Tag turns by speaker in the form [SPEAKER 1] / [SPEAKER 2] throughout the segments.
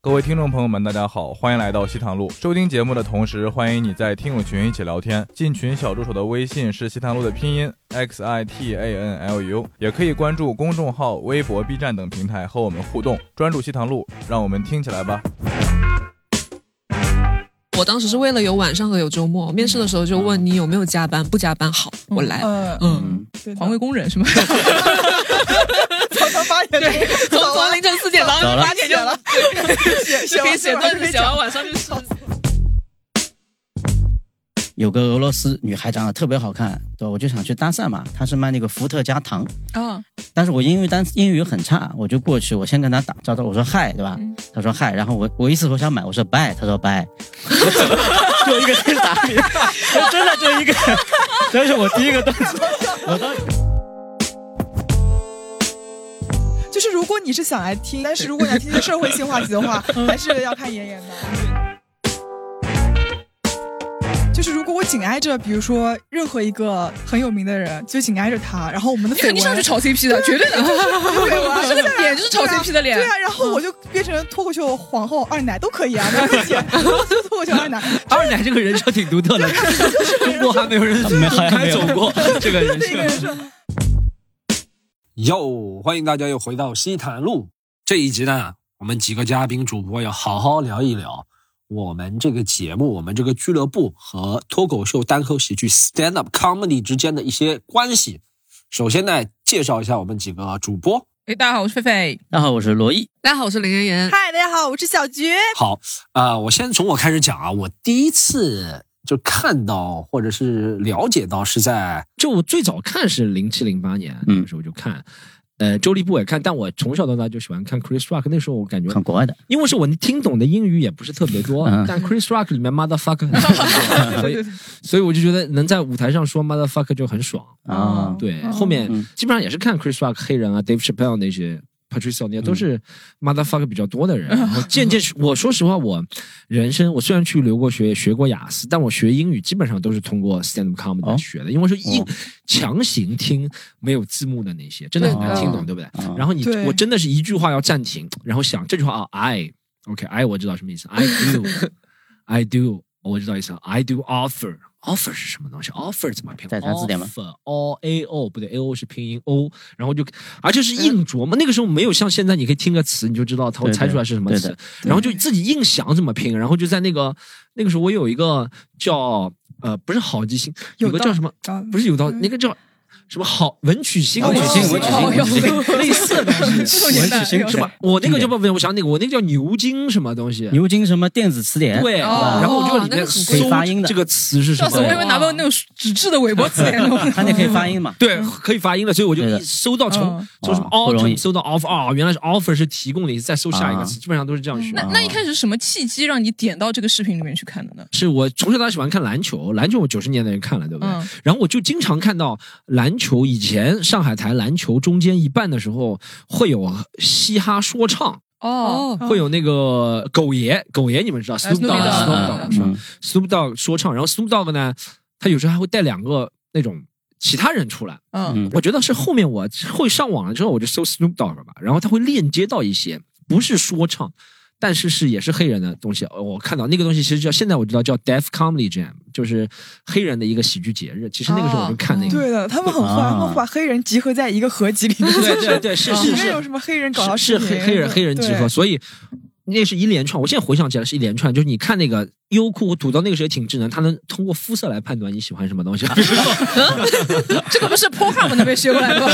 [SPEAKER 1] 各位听众朋友们，大家好，欢迎来到西塘路。收听节目的同时，欢迎你在听友群一起聊天。进群小助手的微信是西塘路的拼音 x i t a n l u，也可以关注公众号、微博、B 站等平台和我们互动。专注西塘路，让我们听起来吧。
[SPEAKER 2] 我当时是为了有晚上和有周末，面试的时候就问你有没有加班，不加班好，我来。
[SPEAKER 3] 呃，
[SPEAKER 2] 嗯，
[SPEAKER 3] 对的
[SPEAKER 4] 环卫工人是 吗？
[SPEAKER 3] 早上八点钟，
[SPEAKER 2] 从从凌晨四点到
[SPEAKER 5] 早了
[SPEAKER 2] 八点就
[SPEAKER 3] 了， 写写
[SPEAKER 2] 就可以
[SPEAKER 3] 完
[SPEAKER 2] 写
[SPEAKER 3] 字
[SPEAKER 2] 段
[SPEAKER 3] 儿
[SPEAKER 2] 子，写完晚上就是。
[SPEAKER 5] 有个俄罗斯女孩长得特别好看，对吧，我就想去搭讪嘛。她是卖那个伏特加糖，
[SPEAKER 4] 啊，
[SPEAKER 3] 嗯
[SPEAKER 5] 但是我英语单英语很差，我就过去，我先跟她打招呼，我说嗨，对吧？她说嗨，然后我我意思我想买，我说 buy，她说 buy，我怎么 就一个字打脸，我真的就一个，这是我第一个段子，我当时
[SPEAKER 3] 就是如果你是想来听，但是如果你要听一些社会性话题的话，还是要看妍妍的。就是如果我紧挨着，比如说任何一个很有名的人，就紧挨着他，然后我们的绯闻，
[SPEAKER 4] 肯定上去炒 CP 的，绝对的。 这
[SPEAKER 3] 对
[SPEAKER 4] 个脸就是炒 CP 的脸
[SPEAKER 3] 对啊，然后我就变成脱口秀皇后二奶都可以啊，没问题，我就脱口秀二奶，
[SPEAKER 6] 二奶这个人设挺独特的，中国还没有人
[SPEAKER 5] 没好像没
[SPEAKER 6] 开
[SPEAKER 5] 有
[SPEAKER 6] 走过这个人
[SPEAKER 3] 这个
[SPEAKER 6] 设
[SPEAKER 3] 人。设。
[SPEAKER 7] 哟，欢迎大家又回到西坛路这一集呢，我们几个嘉宾主播要好好聊一聊我们这个节目、我们这个俱乐部和脱口秀、单口喜剧 （stand up comedy） 之间的一些关系。首先呢，介绍一下我们几个主播。
[SPEAKER 4] 哎，大家好，我是狒狒。
[SPEAKER 5] 大家好，我是罗毅，
[SPEAKER 2] 大家好，我是林妍妍。
[SPEAKER 3] 嗨，大家好，我是小菊。
[SPEAKER 7] 好啊、我先从我开始讲啊，我第一次就看到或者是了解到是在
[SPEAKER 6] 就我最早看是零七零八年，
[SPEAKER 5] 嗯
[SPEAKER 6] 那个时候就看。呃，周立波也看，但我从小到大就喜欢看 Chris Rock。那时候我感觉，
[SPEAKER 5] 看国外的，
[SPEAKER 6] 因为是我听懂的英语也不是特别多，
[SPEAKER 5] 嗯
[SPEAKER 6] 但 Chris Rock 里面 motherfucker，很 多所以所以我就觉得能在舞台上说 motherfucker 就很爽。
[SPEAKER 5] 啊
[SPEAKER 6] 对，
[SPEAKER 3] 哦
[SPEAKER 6] 后面
[SPEAKER 5] 嗯
[SPEAKER 6] 基本上也是看 Chris Rock 黑人啊，Dave Chappelle 那些。Patricia
[SPEAKER 5] 嗯
[SPEAKER 6] 那些都是 motherfucker 比较多 的人，然后渐渐，我说实话，我人生我虽然去留过学，也学过雅思，但我学英语基本上都是通过 stand up
[SPEAKER 5] 哦
[SPEAKER 6] comedy 来学的，因为是英
[SPEAKER 5] 哦
[SPEAKER 6] 强行听没有字幕的那些，真的很难听懂，对不对
[SPEAKER 5] 哦？
[SPEAKER 6] 然后你
[SPEAKER 3] 对
[SPEAKER 6] 我真的是一句话要暂停，然后想这句话啊，I OK I 我知道什么意思，I do I do 我知道意思了，I do offer offer 是什么东西？offer 怎么拼？
[SPEAKER 5] 在查字典吗
[SPEAKER 6] offer，o a o 不对，a o 是拼音 o，然后就而且是硬琢磨，那个时候没有像现在你可以听个词你就知道它会
[SPEAKER 5] 对对
[SPEAKER 6] 猜出来是什么
[SPEAKER 5] 对
[SPEAKER 6] 词
[SPEAKER 5] 的，
[SPEAKER 6] 然后就自己硬想怎么拼，然后就在那个那个时候我有一个叫呃不是好记星，有个
[SPEAKER 3] 道
[SPEAKER 6] 叫什么
[SPEAKER 3] 啊
[SPEAKER 6] 不是有道
[SPEAKER 3] 嗯
[SPEAKER 6] 那个叫。什么好文曲星？
[SPEAKER 5] 文曲星文曲星文曲
[SPEAKER 6] 星，类似 的东
[SPEAKER 4] 这
[SPEAKER 6] 西，
[SPEAKER 4] 种年代文曲星
[SPEAKER 6] 是吧？我那个就不不，我想那个，我那个叫牛津什么东西？
[SPEAKER 5] 牛津什么电子词典，
[SPEAKER 6] 对，
[SPEAKER 4] 哦
[SPEAKER 6] 然后我就里
[SPEAKER 2] 那
[SPEAKER 6] 面
[SPEAKER 2] 个很
[SPEAKER 6] 搜
[SPEAKER 5] 贵可以发音的
[SPEAKER 6] 这个词是什
[SPEAKER 4] 笑死，我以为
[SPEAKER 6] 么。
[SPEAKER 4] 拿到那种纸质的韦伯词典那种。
[SPEAKER 5] 啊它那可以发音嘛？
[SPEAKER 6] 对，可以发音的，所以我就
[SPEAKER 5] 对的
[SPEAKER 6] 一搜到从
[SPEAKER 3] 嗯
[SPEAKER 6] 从什么
[SPEAKER 5] 哦不容易
[SPEAKER 6] autumn 搜到 offer 啊，原来是 offer 是提供的，再搜下一个
[SPEAKER 5] 啊
[SPEAKER 6] 词，基本上都是
[SPEAKER 3] 嗯
[SPEAKER 6] 这样学
[SPEAKER 4] 那。那一开始是什么契机让你点到这个视频里面去看的呢？
[SPEAKER 6] 是我从小到大喜欢看篮球，篮球我九十年代就看了，对不对？
[SPEAKER 4] 嗯
[SPEAKER 6] 然后我就经常看到篮球，以前上海台篮球中间一半的时候会有嘻哈说唱，
[SPEAKER 4] 哦，哎
[SPEAKER 6] 会有那个狗爷，狗爷你们知道
[SPEAKER 4] Snoop
[SPEAKER 6] ，Snoop Dogg，
[SPEAKER 4] Dogg，
[SPEAKER 6] Snoop Dogg 是吧
[SPEAKER 5] 嗯
[SPEAKER 6] Snoop Dogg 说唱，然后 Snoop Dogg 呢，他有时候还会带两个那种其他人出来。
[SPEAKER 4] 嗯，
[SPEAKER 5] 嗯
[SPEAKER 6] 我觉得是后面我会上网了之后，我就搜 Snoop Dogg 吧，然后他会链接到一些不是说唱，但是是也是黑人的东西。呃我看到那个东西其实叫现在我知道叫 Deaf Comedy Jam，就是黑人的一个喜剧节日。其实那个时候
[SPEAKER 3] 哦
[SPEAKER 6] 我就看那个，
[SPEAKER 3] 对的，他们很坏，
[SPEAKER 5] 啊
[SPEAKER 3] 他们会把黑人集合在一个合集里面。
[SPEAKER 6] 对 对对，是
[SPEAKER 3] 里
[SPEAKER 6] 是
[SPEAKER 3] 面
[SPEAKER 6] 是
[SPEAKER 3] 有什么黑人搞笑视
[SPEAKER 6] 是
[SPEAKER 3] 频？
[SPEAKER 6] 黑黑人黑人集合，
[SPEAKER 3] 对
[SPEAKER 6] 所以那是一连串。我现在回想起来是一连串，就是你看那个优酷和土豆那个时候也挺智能，它能通过肤色来判断你喜欢什么东西。啊
[SPEAKER 4] 这个不是 p o h u b 那边学过来的吗？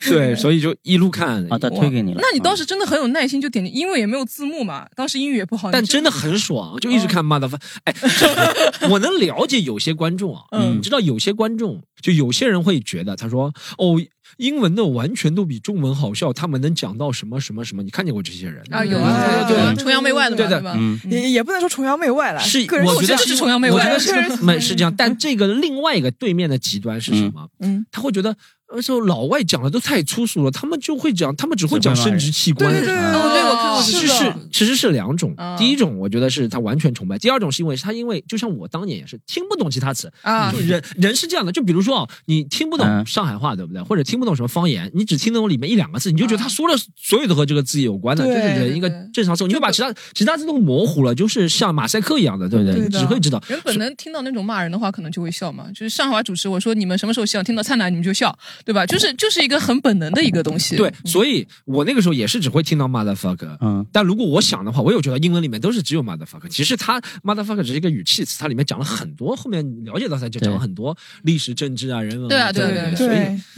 [SPEAKER 6] 对，所以就一路看
[SPEAKER 5] 啊，他推给你了。
[SPEAKER 4] 那你当
[SPEAKER 5] 时
[SPEAKER 4] 时真的很有耐心，就点进，因为也没有字幕嘛，当时英语也不好。
[SPEAKER 6] 但
[SPEAKER 4] 你
[SPEAKER 6] 真的很爽，就一
[SPEAKER 4] 嗯
[SPEAKER 6] 直看 motherfucker。哎，这我能了解有些观众啊，
[SPEAKER 4] 嗯
[SPEAKER 6] 你知道有些观众，就有些人会觉得，他说哦，英文的完全都比中文好笑，他们能讲到什么什么什么？你看见过这些人
[SPEAKER 4] 啊，有
[SPEAKER 3] 啊
[SPEAKER 4] 啊，有有有
[SPEAKER 3] 对
[SPEAKER 4] 崇洋媚外的嘛，
[SPEAKER 6] 嗯对的
[SPEAKER 4] 吧？
[SPEAKER 5] 嗯
[SPEAKER 3] 也也不能说崇洋媚外了，
[SPEAKER 6] 是
[SPEAKER 3] 个人
[SPEAKER 6] 我
[SPEAKER 3] 喜
[SPEAKER 6] 觉得
[SPEAKER 3] 好
[SPEAKER 4] 这是崇洋媚
[SPEAKER 6] 我
[SPEAKER 4] 外
[SPEAKER 6] 觉得
[SPEAKER 3] 个人
[SPEAKER 6] 是
[SPEAKER 3] 喜好
[SPEAKER 6] 没是这样，但这个另外一个对面的极端是什么？
[SPEAKER 4] 嗯嗯嗯
[SPEAKER 6] 他会觉得而且老外讲的都太粗俗了，他们就会讲，他们只会讲生殖器官。
[SPEAKER 3] 对对对，
[SPEAKER 2] 哦，对，我看过
[SPEAKER 6] 其
[SPEAKER 2] 这
[SPEAKER 6] 实
[SPEAKER 2] 个
[SPEAKER 6] 是其实是两种
[SPEAKER 4] 嗯，
[SPEAKER 6] 第一种我觉得是他完全崇拜，第二种是因为他因为就像我当年也是听不懂其他词，
[SPEAKER 4] 啊
[SPEAKER 6] 就，人人是这样的，就比如说啊，你听不懂
[SPEAKER 5] 嗯
[SPEAKER 6] 上海话，对不对？或者听不懂什么方言，你只听懂里面一两个字，你就觉得他说的所有都和这个字有关的，这
[SPEAKER 3] 对
[SPEAKER 6] 是人一个
[SPEAKER 4] 对对
[SPEAKER 6] 正常思维，你会把其他其他字都模糊了，就是像马赛克一样的，对不
[SPEAKER 3] 对
[SPEAKER 6] 对？
[SPEAKER 3] 的
[SPEAKER 6] 你只会知道。
[SPEAKER 4] 人本能听到那种骂人的话，可能就会笑嘛。就是上海话主持，我说你们什么时候笑，听到灿烂你们就笑，对吧？就是就是一个很本能的一个东西。嗯
[SPEAKER 6] 对，所以我那个时候也是只会听到 motherfucker，
[SPEAKER 5] 嗯，
[SPEAKER 6] 但如果我想的话，我有觉得英文里面都是只有 motherfucker。其实它 motherfucker 只是一个语气词，它里面讲了很多，后面了解到才就讲了
[SPEAKER 5] 对
[SPEAKER 6] 很多历史、政治啊、人文啊。
[SPEAKER 4] 对啊对啊
[SPEAKER 6] 对
[SPEAKER 4] 对啊
[SPEAKER 6] 所以，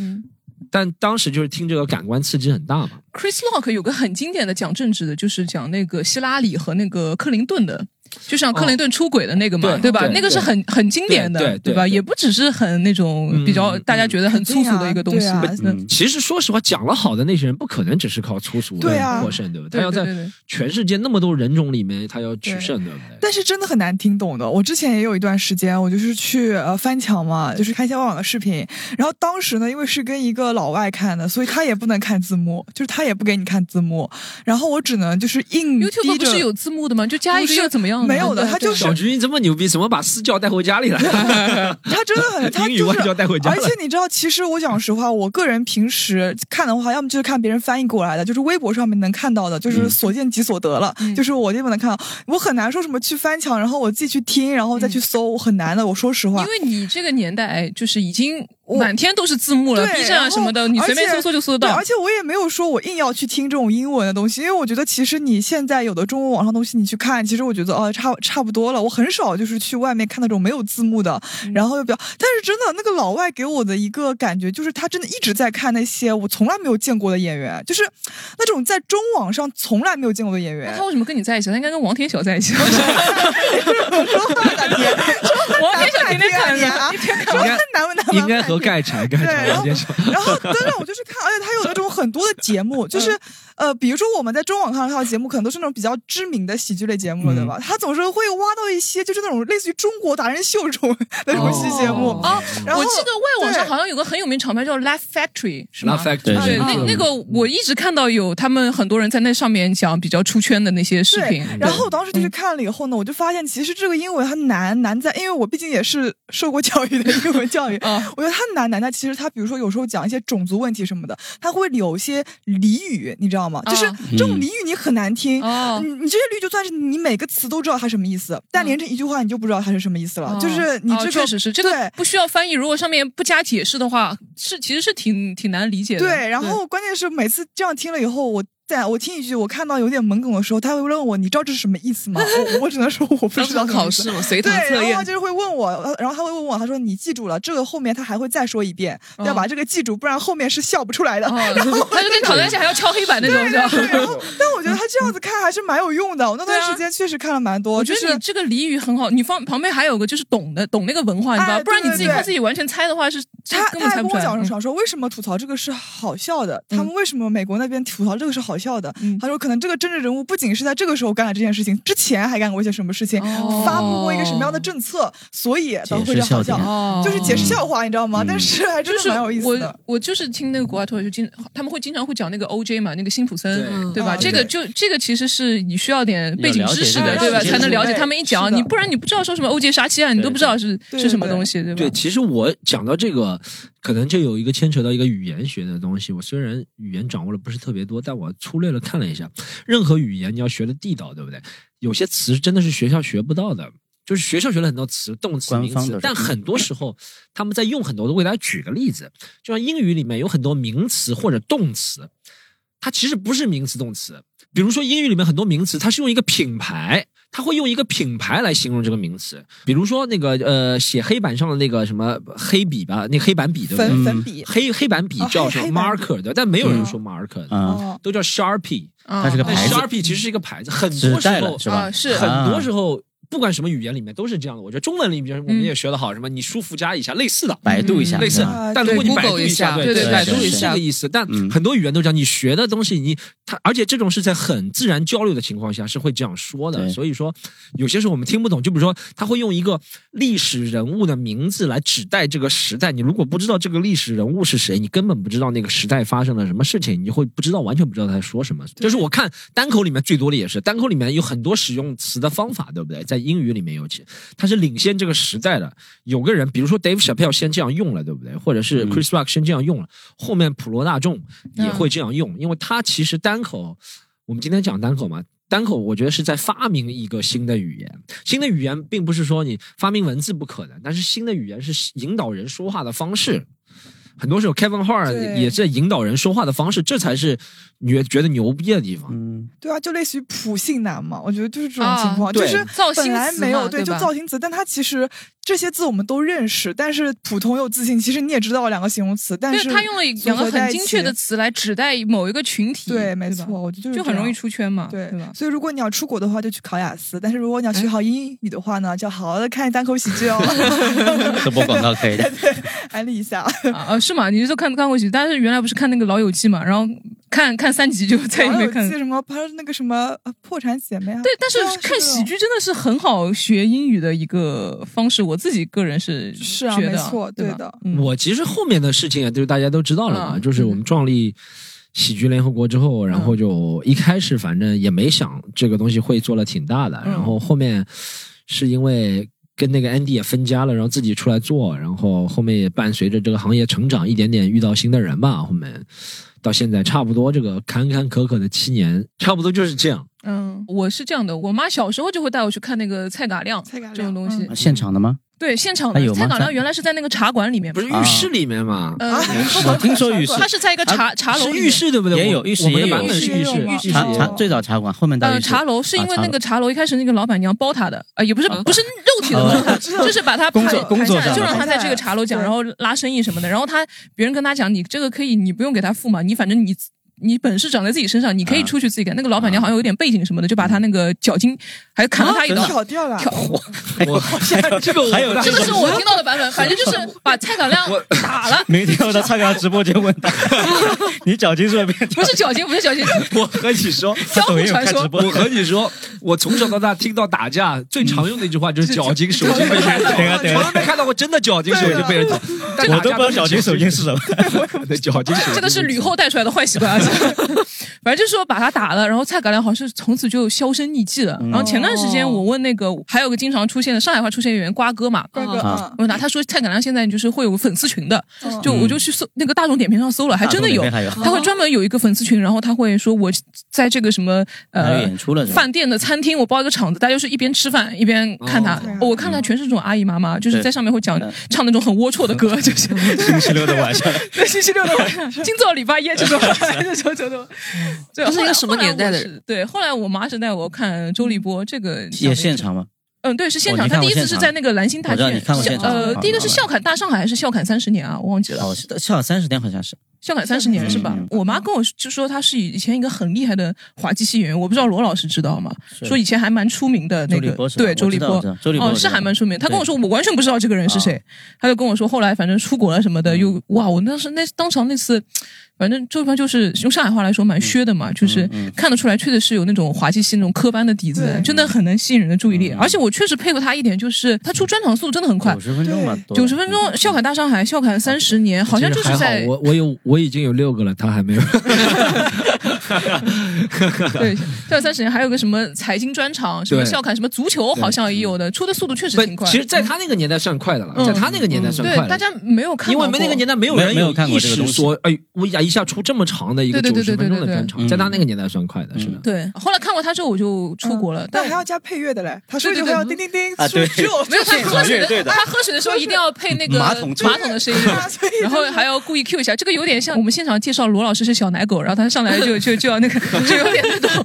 [SPEAKER 3] 对，
[SPEAKER 6] 但当时就是听这个感官刺激很大嘛。
[SPEAKER 4] Chris Rock 有个很经典的讲政治的，就是讲那个希拉里和那个克林顿的，就像克林顿出轨的那个嘛，
[SPEAKER 6] 哦对
[SPEAKER 4] 对吧？
[SPEAKER 6] 对
[SPEAKER 4] 那个是很很经典的，
[SPEAKER 6] 对对对
[SPEAKER 4] 吧？
[SPEAKER 6] 对
[SPEAKER 4] 也不只是很那种
[SPEAKER 6] 嗯
[SPEAKER 4] 比较大家觉得很粗俗的一个东西。
[SPEAKER 3] 对啊
[SPEAKER 4] 对
[SPEAKER 5] 嗯
[SPEAKER 6] 其实说实话，讲了好的那些人，不可能只是靠粗俗
[SPEAKER 3] 对啊
[SPEAKER 6] 获胜，对不
[SPEAKER 4] 对
[SPEAKER 6] 对？他要
[SPEAKER 4] 对
[SPEAKER 6] 在
[SPEAKER 4] 对对
[SPEAKER 6] 全世界那么多人种里面，他要取胜，对不对？
[SPEAKER 3] 但是真的很难听懂的。我之前也有一段时间，我就是去呃翻墙嘛，就是看一些外网的视频。然后当时呢，因为是跟一个老外看的，所以他也不能看字幕，就是他也不给你看字幕。然后我只能就是硬逼着。
[SPEAKER 4] YouTube 不是有字幕的吗？就加一
[SPEAKER 3] 不
[SPEAKER 4] 个
[SPEAKER 3] 是
[SPEAKER 4] 又怎么样呢？
[SPEAKER 3] 没有的
[SPEAKER 4] 对
[SPEAKER 3] 它就是
[SPEAKER 6] 小菊你这么牛逼，怎么把私教带回家里来？
[SPEAKER 3] 他真的 很，他
[SPEAKER 6] 英语
[SPEAKER 3] 就
[SPEAKER 6] 外
[SPEAKER 3] 是
[SPEAKER 6] 教带回家了
[SPEAKER 3] 而且你知道，其实我讲实话，我个人平时看的话，要么就是看别人翻译过来的，就是微博上面能看到的，就是
[SPEAKER 6] 嗯
[SPEAKER 3] 所见即所得了，
[SPEAKER 4] 嗯
[SPEAKER 3] 就是我基本能看到。我很难说什么去翻墙，然后我自己去听，然后再去搜，我很难的。我说实话
[SPEAKER 4] 因，为你这个年代哎就是已经
[SPEAKER 3] 我
[SPEAKER 4] 满天都是字幕了
[SPEAKER 3] 对
[SPEAKER 4] ，B 站
[SPEAKER 3] 然
[SPEAKER 4] 啊
[SPEAKER 3] 后
[SPEAKER 4] 什么的，你
[SPEAKER 3] 而
[SPEAKER 4] 随便
[SPEAKER 3] 且
[SPEAKER 4] 搜搜就搜得
[SPEAKER 3] 对，
[SPEAKER 4] 到
[SPEAKER 3] 而。且我也没有说我硬要去听这种英文的东西，因为我觉得其实你现在有的中文网上东西你去看，其实我觉得哦差差不多了。我很少就是去外面看那种没有字幕的，
[SPEAKER 4] 嗯
[SPEAKER 3] 然后又比较，但是真的那个老外给我的一个感觉就是他真的一直在看那些我从来没有见过的演员，就是那种在中网上从来没有见过的演员
[SPEAKER 4] 他。为什么跟你在一起？他应该跟王天晓在一起。
[SPEAKER 3] 说 话的天，
[SPEAKER 4] 王天晓天天看
[SPEAKER 3] 天
[SPEAKER 4] 着
[SPEAKER 3] 啊，说 很难为难为
[SPEAKER 6] 应该和盖柴盖柴
[SPEAKER 3] 对然后
[SPEAKER 6] 王先生。
[SPEAKER 3] 然后真的我就是看，而且他有那种很多的节目，就是呃，比如说我们在中网看到的节目，可能都是那种比较知名的喜剧类节目了，对吧？他总是会挖到一些就是那种类似于中国达人秀这种 那种新节目。
[SPEAKER 6] 哦
[SPEAKER 4] 啊！
[SPEAKER 3] 然后
[SPEAKER 4] 我记得外网上
[SPEAKER 3] 对
[SPEAKER 4] 好像有个很有名厂牌叫 Laugh Factory，是吗
[SPEAKER 6] Laugh Factory
[SPEAKER 4] 对，
[SPEAKER 5] 对
[SPEAKER 4] 那
[SPEAKER 5] 嗯
[SPEAKER 4] 那个我一直看到有他们很多人在那上面讲比较出圈的那嗯些视
[SPEAKER 3] 对
[SPEAKER 4] 频。，
[SPEAKER 3] 然后我当时就去看了以后呢，我就发现其实这个英文它难难在，因为我毕竟也是受过教育的英文教育，
[SPEAKER 4] 啊，
[SPEAKER 3] 我觉得它难难在其实它比如说有时候讲一些种族问题什么的，它会有一些俚语，你知道吗？就是
[SPEAKER 4] 啊
[SPEAKER 3] 这种俚语你很难听，
[SPEAKER 4] 哦嗯
[SPEAKER 3] 你你这些律就算是你每个词都知道它什么意思，但连成一句话你就不知道它是什么意思了。
[SPEAKER 4] 哦
[SPEAKER 3] 就是你
[SPEAKER 4] 哦
[SPEAKER 3] 这个、
[SPEAKER 4] 确实是这个
[SPEAKER 3] 对
[SPEAKER 4] 不需要翻译，如果上面不加解释的话，是其实是挺挺难理解的。
[SPEAKER 3] 对，然后关键是每次这样听了以后，我在我听一句我看到有点懵懂的时候，他会问我你知道这是什么意思吗？我我只能说我不
[SPEAKER 2] 当
[SPEAKER 3] 知道
[SPEAKER 2] 场
[SPEAKER 3] 什么
[SPEAKER 2] 考
[SPEAKER 3] 意思。
[SPEAKER 2] 试嘛，随
[SPEAKER 3] 对
[SPEAKER 2] 堂，测
[SPEAKER 3] 然后
[SPEAKER 2] 验。
[SPEAKER 3] 就是会问我，呃然后他会问我，他说你记住了，这个后面他还会再说一遍，要把这个记住，不然后面是笑不出来的。
[SPEAKER 4] 嗯 哦， 他就跟考试还要敲黑板那种，是吧？
[SPEAKER 3] 对，然后但我觉得他这样子看还是蛮有用的。我那段时间确实看了蛮 多，
[SPEAKER 4] 我觉
[SPEAKER 3] 就
[SPEAKER 4] 得
[SPEAKER 3] 是
[SPEAKER 4] 你这个俚语很好，你放旁边还有个就是懂的懂那个文化，你知道吧，
[SPEAKER 3] 哎
[SPEAKER 4] 不然你自己
[SPEAKER 3] 对对对
[SPEAKER 4] 靠自己完全猜的话是
[SPEAKER 3] 他
[SPEAKER 4] 根
[SPEAKER 3] 他
[SPEAKER 4] 本
[SPEAKER 3] 还
[SPEAKER 4] 猜
[SPEAKER 3] 跟
[SPEAKER 4] 不出
[SPEAKER 3] 我
[SPEAKER 4] 来。
[SPEAKER 3] 讲
[SPEAKER 4] 嗯
[SPEAKER 3] 说，说为什么吐槽这个是好笑的？他们为什么美国那边吐槽这个是好笑的？
[SPEAKER 4] 嗯
[SPEAKER 3] 他说，可能这个政治人物不仅是在这个时候干了这件事情，之前还干过一些什么事情，
[SPEAKER 4] 哦
[SPEAKER 3] 发布过一个什么样的政策，所以他会
[SPEAKER 5] 解
[SPEAKER 3] 这
[SPEAKER 5] 释
[SPEAKER 3] 好
[SPEAKER 5] 笑
[SPEAKER 3] 笑
[SPEAKER 5] 点。
[SPEAKER 4] 哦
[SPEAKER 3] 就是解释笑话，你知道吗？
[SPEAKER 5] 嗯
[SPEAKER 3] 但是还
[SPEAKER 4] 就
[SPEAKER 3] 真
[SPEAKER 4] 是
[SPEAKER 3] 的蛮有意思的
[SPEAKER 4] 我。我就是听那个国外脱口秀，经他们会经常会讲那个 OJ 嘛，那个辛普森，
[SPEAKER 6] 对
[SPEAKER 4] 对吧？
[SPEAKER 3] 啊
[SPEAKER 4] 这个
[SPEAKER 3] 对
[SPEAKER 4] 就这个其实是你需要点背景知识的，
[SPEAKER 3] 要了解
[SPEAKER 4] 对吧？
[SPEAKER 3] 这个
[SPEAKER 4] 才能了解
[SPEAKER 3] 对
[SPEAKER 4] 他们一
[SPEAKER 3] 是
[SPEAKER 4] 讲，啊
[SPEAKER 3] 的
[SPEAKER 4] 你不然你不知道说什么 OJ 杀妻案，啊你都不知道是
[SPEAKER 3] 对
[SPEAKER 4] 是什么
[SPEAKER 3] 对
[SPEAKER 4] 东西，对吧？
[SPEAKER 6] 对，其实我讲到这个，可能就有一个牵扯到一个语言学的东西。我虽然语言掌握的不是特别多，但我粗略的看了一下，任何语言你要学的地道，对不对？有些词真的是学校学不到的。就是学校学了很多词，动词、
[SPEAKER 5] 官
[SPEAKER 6] 名
[SPEAKER 5] 方
[SPEAKER 6] 词
[SPEAKER 5] 的，
[SPEAKER 6] 但很多时候他们在用很多的。我给大家举个例子，就像英语里面有很多名词或者动词，它其实不是名词动词。比如说英语里面很多名词，它是用一个品牌，它会用一个品牌来形容这个名词。比如说那个呃，写黑板上的那个什么黑笔吧，那黑板笔对不对？
[SPEAKER 3] 粉
[SPEAKER 5] 嗯
[SPEAKER 3] 粉笔
[SPEAKER 6] 黑黑板笔
[SPEAKER 3] 哦
[SPEAKER 6] 叫
[SPEAKER 3] 黑
[SPEAKER 6] 什么
[SPEAKER 3] 黑板笔
[SPEAKER 6] marker 的，但没有人说 marker，的、
[SPEAKER 4] 嗯
[SPEAKER 5] 啊，
[SPEAKER 3] 哦，
[SPEAKER 6] 都叫 sharpie。
[SPEAKER 4] 啊
[SPEAKER 5] 嗯它是个
[SPEAKER 6] 但
[SPEAKER 5] 牌子
[SPEAKER 6] sharpie 其实是一个牌子，很
[SPEAKER 5] 纸
[SPEAKER 6] 多时
[SPEAKER 5] 袋了
[SPEAKER 6] 候
[SPEAKER 5] 是吧
[SPEAKER 4] 啊？是
[SPEAKER 5] 啊
[SPEAKER 6] 很多时候不管什么语言里面都是这样的。我觉得中文里面我们也学得好，什么你舒服加一下，类似的，
[SPEAKER 5] 百度一下，
[SPEAKER 6] 嗯类似
[SPEAKER 5] 对吧
[SPEAKER 3] 啊。
[SPEAKER 6] 但如
[SPEAKER 3] 对
[SPEAKER 6] 果你百度
[SPEAKER 2] Google 一
[SPEAKER 6] 下，
[SPEAKER 2] 下
[SPEAKER 6] 对
[SPEAKER 4] 对
[SPEAKER 5] 对
[SPEAKER 6] 百
[SPEAKER 5] 百
[SPEAKER 6] 度
[SPEAKER 5] 度
[SPEAKER 6] 是
[SPEAKER 5] 一
[SPEAKER 6] 这
[SPEAKER 4] 下
[SPEAKER 6] 个意思。但
[SPEAKER 5] 嗯
[SPEAKER 6] 很多语言都讲，你学的东西你它，而且这种是在很自然交流的情况下是会这样说的。
[SPEAKER 5] 对
[SPEAKER 6] 所以说，有些时候我们听不懂，就比如说他会用一个历史人物的名字来指代这个时代。你如果不知道这个历史人物是谁，你根本不知道那个时代发生了什么事情，你就会不知道，完全不知道他在说什么。就是我看单口里面最多的也是单口里面有很多使用词的方法，对不对？在英语里面尤其，他是领先这个时代的。有个人，比如说 Dave Chappelle 先这样用了，对不对？或者是
[SPEAKER 5] 嗯
[SPEAKER 6] Chris Rock 先这样用了，后面普罗大众也
[SPEAKER 4] 嗯
[SPEAKER 6] 会这样用，因为他其实单口，我们今天讲单口嘛，单口我觉得是在发明一个新的语言。新的语言并不是说你发明文字不可能，但是新的语言是引导人说话的方式。很多时候，Kevin Hart
[SPEAKER 3] 对
[SPEAKER 6] 也在引导人说话的方式，这才是你觉得牛逼的地方。
[SPEAKER 5] 嗯，
[SPEAKER 3] 对啊，就类似于普信男嘛，我觉得就是这种
[SPEAKER 4] 啊
[SPEAKER 3] 情况，
[SPEAKER 6] 对
[SPEAKER 3] 就是
[SPEAKER 4] 造星
[SPEAKER 3] 本来
[SPEAKER 4] 词
[SPEAKER 3] 没有
[SPEAKER 4] 嘛
[SPEAKER 3] 对，
[SPEAKER 4] 对
[SPEAKER 3] 就
[SPEAKER 4] 吧
[SPEAKER 3] 造型词，但它其实这些字我们都认识，但是普通又自信，其实你也知道两个形容词，但
[SPEAKER 4] 就是是他用了
[SPEAKER 3] 组
[SPEAKER 4] 两
[SPEAKER 3] 合
[SPEAKER 4] 个
[SPEAKER 3] 在
[SPEAKER 4] 很
[SPEAKER 3] 一
[SPEAKER 4] 精确
[SPEAKER 3] 起
[SPEAKER 4] 的词来指代某一个群体，
[SPEAKER 3] 对，没
[SPEAKER 4] 吧
[SPEAKER 3] 错，，我觉得
[SPEAKER 4] 就是很容易
[SPEAKER 3] 这样。
[SPEAKER 4] 出圈嘛，
[SPEAKER 3] 对
[SPEAKER 4] 对 吧？嗯
[SPEAKER 3] 所以如果你要出国的话，就去考雅思；但是如果你要学好英语的话呢，就好好的看单口喜 剧哦，
[SPEAKER 5] 这波广告可以的。
[SPEAKER 3] 安利一下。
[SPEAKER 4] 啊啊，是吗？你是都看看过去，但是原来不是看那个《老友记》嘛，然后看看三集就再也
[SPEAKER 3] 然后
[SPEAKER 4] 没
[SPEAKER 3] 有
[SPEAKER 4] 看。
[SPEAKER 3] 记什么，他那个什么呃破产姐妹啊，
[SPEAKER 4] 对，但
[SPEAKER 3] 对啊
[SPEAKER 4] 是
[SPEAKER 3] 是
[SPEAKER 4] 看
[SPEAKER 3] 这
[SPEAKER 4] 喜
[SPEAKER 3] 种
[SPEAKER 4] 剧真的是很好学英语的一个方式，我自己个人是
[SPEAKER 3] 是啊
[SPEAKER 4] 觉
[SPEAKER 3] 没
[SPEAKER 4] 得啊
[SPEAKER 3] 错
[SPEAKER 4] 对
[SPEAKER 3] 对
[SPEAKER 4] 吧
[SPEAKER 3] 的。
[SPEAKER 4] 嗯
[SPEAKER 6] 我其实后面的事情也啊就是大家都知道了嘛，
[SPEAKER 4] 嗯
[SPEAKER 6] 就是我们创立喜剧联合国之后，然后就一开始反正也没想这个东西会做的挺大的，
[SPEAKER 4] 嗯
[SPEAKER 6] 然后后面是因为。跟那个 Andy 也分家了，然后自己出来做，然后后面也伴随着这个行业成长，一点点遇到新的人吧。后面到现在差不多这个坎坎坷坷的七年，差不多就是这样。
[SPEAKER 4] 嗯，我是这样的，我妈小时候就会带我去看那个蔡嘎亮
[SPEAKER 3] 蔡嘎亮嗯
[SPEAKER 4] 这种东西，
[SPEAKER 5] 现场的吗？
[SPEAKER 4] 对，现场
[SPEAKER 5] 哎
[SPEAKER 4] 的
[SPEAKER 5] 有吗
[SPEAKER 4] 蔡嘎亮
[SPEAKER 5] 在
[SPEAKER 4] 原来是在那个茶馆里面，
[SPEAKER 6] 不是浴
[SPEAKER 5] 啊
[SPEAKER 6] 室里面嘛？
[SPEAKER 4] 呃，
[SPEAKER 5] 我听说浴室
[SPEAKER 4] 他是在一个茶茶楼
[SPEAKER 6] 是
[SPEAKER 4] 里
[SPEAKER 6] 浴
[SPEAKER 4] 面
[SPEAKER 6] 室对不对？
[SPEAKER 5] 也有
[SPEAKER 6] 我
[SPEAKER 5] 浴室
[SPEAKER 6] 我们的
[SPEAKER 5] 也有
[SPEAKER 6] 版本是
[SPEAKER 3] 浴
[SPEAKER 6] 浴
[SPEAKER 3] 室
[SPEAKER 6] 室
[SPEAKER 3] 也有，
[SPEAKER 6] 浴室
[SPEAKER 5] 茶
[SPEAKER 6] 也有
[SPEAKER 5] 茶最早茶馆，后面到
[SPEAKER 4] 呃，
[SPEAKER 5] 底是
[SPEAKER 4] 茶楼是因为那个茶楼一开始那个老板娘包他的，呃，也不是不是肉体的包 他，就是把他
[SPEAKER 5] 工
[SPEAKER 4] 盘
[SPEAKER 5] 作工作
[SPEAKER 4] 盘下来
[SPEAKER 5] 上
[SPEAKER 4] 就
[SPEAKER 5] 的
[SPEAKER 4] 让他
[SPEAKER 3] 盘
[SPEAKER 4] 在
[SPEAKER 3] 下
[SPEAKER 4] 这
[SPEAKER 3] 来
[SPEAKER 4] 个茶楼讲，
[SPEAKER 3] 对
[SPEAKER 4] 然后拉生意什么的。然后他别人跟他讲，你这个可以，你不用给他付嘛，你反正你。你本事长在自己身上，你可以
[SPEAKER 5] 啊
[SPEAKER 4] 出去自己干。那个老板娘好像有点背景什么的，就把他那个脚筋还砍了他一刀。
[SPEAKER 3] 挑掉哦了，
[SPEAKER 6] 我这个我
[SPEAKER 5] 还有
[SPEAKER 4] 这个是我听啊到的版本，反正就是把蔡港亮打 了，
[SPEAKER 5] 明天我到蔡康直播间问 他， 你脚筋是不 是
[SPEAKER 4] 不是脚筋，不是脚 筋，
[SPEAKER 6] 我和你说，
[SPEAKER 4] 江湖传说。
[SPEAKER 6] 我和你 说，我从小到大听到打架最常用的一句话就是“绞尽手筋被人
[SPEAKER 5] 等一下等一下
[SPEAKER 6] 绞”，从来没看到过真的绞尽手筋被人绞。但
[SPEAKER 5] 我
[SPEAKER 6] 打
[SPEAKER 5] 都
[SPEAKER 6] 架
[SPEAKER 5] 不知道脚筋手筋是什么。
[SPEAKER 6] 对绞尽手筋，
[SPEAKER 4] 这个是吕后带出来的坏习惯啊！ 反正就是说把他打了，然后蔡嘎亮好像是从此就销声匿迹了。然后前段时
[SPEAKER 3] 哦
[SPEAKER 4] 间我问那个还有个经常出现的上海话出现演员瓜哥嘛，
[SPEAKER 3] 怪哥
[SPEAKER 5] 啊
[SPEAKER 3] 啊，
[SPEAKER 4] 我问他，他说蔡嘎亮现在就是会有粉丝群的，
[SPEAKER 3] 嗯
[SPEAKER 4] 就我就去搜那个大众点评上搜了，还真的有
[SPEAKER 5] 大众点。评还有
[SPEAKER 2] 哦
[SPEAKER 4] 他会专门有一个粉丝群，然后他会说：“我在这个什么
[SPEAKER 5] 还有
[SPEAKER 4] 呃
[SPEAKER 5] 演出了是吧
[SPEAKER 4] 饭店的餐厅，我包一个场子，大家就是一边吃饭一边看他
[SPEAKER 6] 哦
[SPEAKER 3] 对啊。
[SPEAKER 4] 哦我看他全是这种阿姨妈妈，就是
[SPEAKER 5] 嗯对
[SPEAKER 4] 在上面会讲
[SPEAKER 5] 嗯
[SPEAKER 4] 唱那种很龌龊的歌，就是
[SPEAKER 5] 星期六的晚上，
[SPEAKER 4] 对，星期六的晚 上，今早礼拜一这种，这种这种，对，
[SPEAKER 2] 这是一个
[SPEAKER 4] 后来
[SPEAKER 2] 什么年代的？
[SPEAKER 4] 后来我是对，后来我妈是带我看周立波这个
[SPEAKER 5] 也现，场吗？
[SPEAKER 4] 嗯，对，是现
[SPEAKER 5] 哦
[SPEAKER 4] 场，
[SPEAKER 5] 你看
[SPEAKER 4] 他
[SPEAKER 5] 过
[SPEAKER 4] 第一次
[SPEAKER 5] 现
[SPEAKER 4] 是
[SPEAKER 5] 场
[SPEAKER 4] 在那个兰心大
[SPEAKER 5] 我知道
[SPEAKER 4] 剧
[SPEAKER 5] 你看过
[SPEAKER 4] 校
[SPEAKER 5] 现场
[SPEAKER 4] 呃，
[SPEAKER 5] 好
[SPEAKER 4] 第一个是
[SPEAKER 5] 好
[SPEAKER 4] 校刊大上海还是校刊三十年啊？我忘记了
[SPEAKER 5] 哦，，是上三十天好像是。
[SPEAKER 4] 校刊三十年是吧
[SPEAKER 5] 嗯？
[SPEAKER 4] 我妈跟我就说她是以前一个很厉害的滑稽戏演员，我不知道罗老师知道吗？
[SPEAKER 5] 是
[SPEAKER 4] 说以前还蛮出名的那
[SPEAKER 5] 周立
[SPEAKER 4] 个
[SPEAKER 5] 波是吧
[SPEAKER 4] 对周
[SPEAKER 5] 我
[SPEAKER 4] 立
[SPEAKER 5] 知道
[SPEAKER 4] 波
[SPEAKER 5] 我知道周立波我
[SPEAKER 4] 哦
[SPEAKER 5] 知
[SPEAKER 4] 是
[SPEAKER 5] 道
[SPEAKER 4] 还蛮出名。他跟我
[SPEAKER 5] 对啊
[SPEAKER 4] 说我完全不知道这个人是谁，他就跟我说后来反正出国了啊什么
[SPEAKER 5] 嗯
[SPEAKER 4] 的，又哇我当时那当场那次。反正周立波就是用上海话来说
[SPEAKER 5] 嗯
[SPEAKER 4] 蛮削的嘛，就是看得出来，确实是有那种滑稽戏那种科班的底子
[SPEAKER 3] 对，
[SPEAKER 4] 真的很能吸引人的注意
[SPEAKER 5] 嗯
[SPEAKER 4] 力。而且我确实佩服他一点，就是他出专场速度真的很快
[SPEAKER 5] 九，十分钟吧，多
[SPEAKER 4] 九十分钟，笑侃大上海，笑侃三十年，好像就
[SPEAKER 6] 其实
[SPEAKER 4] 是
[SPEAKER 6] 还
[SPEAKER 4] 在
[SPEAKER 6] 我我有我已经有六个了，他还 没有。
[SPEAKER 4] 对，笑三十年还有个什么财经专场，什么
[SPEAKER 6] 对嗯
[SPEAKER 4] 笑侃，什么足球好像也有的，出的速度确实挺
[SPEAKER 6] 不
[SPEAKER 4] 快。
[SPEAKER 6] 其实，在他那个年代算快的了，
[SPEAKER 4] 嗯
[SPEAKER 6] 在他那个年代算
[SPEAKER 4] 对
[SPEAKER 6] 快
[SPEAKER 4] 大
[SPEAKER 6] 的。
[SPEAKER 4] 家没有看
[SPEAKER 6] 因
[SPEAKER 4] 到过，
[SPEAKER 6] 为没那个年代没有人
[SPEAKER 5] 没有看过
[SPEAKER 6] 意
[SPEAKER 5] 这个
[SPEAKER 6] 识
[SPEAKER 5] 东西
[SPEAKER 6] 说，哎，我呀一下出这么长的一个
[SPEAKER 4] 对
[SPEAKER 6] 九
[SPEAKER 4] 对对
[SPEAKER 6] 十分钟的
[SPEAKER 4] 对对对嗯
[SPEAKER 6] 专场，在他那个年代嗯算快的，是的。
[SPEAKER 4] 对，后来看过他之后我就出国了，
[SPEAKER 3] 但
[SPEAKER 4] 但
[SPEAKER 3] 还要加配乐的嘞，他说一句
[SPEAKER 4] 对对
[SPEAKER 3] 话要
[SPEAKER 4] 对
[SPEAKER 3] 叮叮叮，
[SPEAKER 5] 啊对
[SPEAKER 3] 只有
[SPEAKER 4] 没有他喝水
[SPEAKER 5] 乐队的
[SPEAKER 4] 他喝水的时候一定要配那个
[SPEAKER 5] 马桶
[SPEAKER 4] 马桶的声音
[SPEAKER 3] 对啊所以，
[SPEAKER 4] 然后还要故意 Q 一下，这个有点像我们现场介绍罗老师是小奶狗，然后他上来就就就要那个，就有点那种，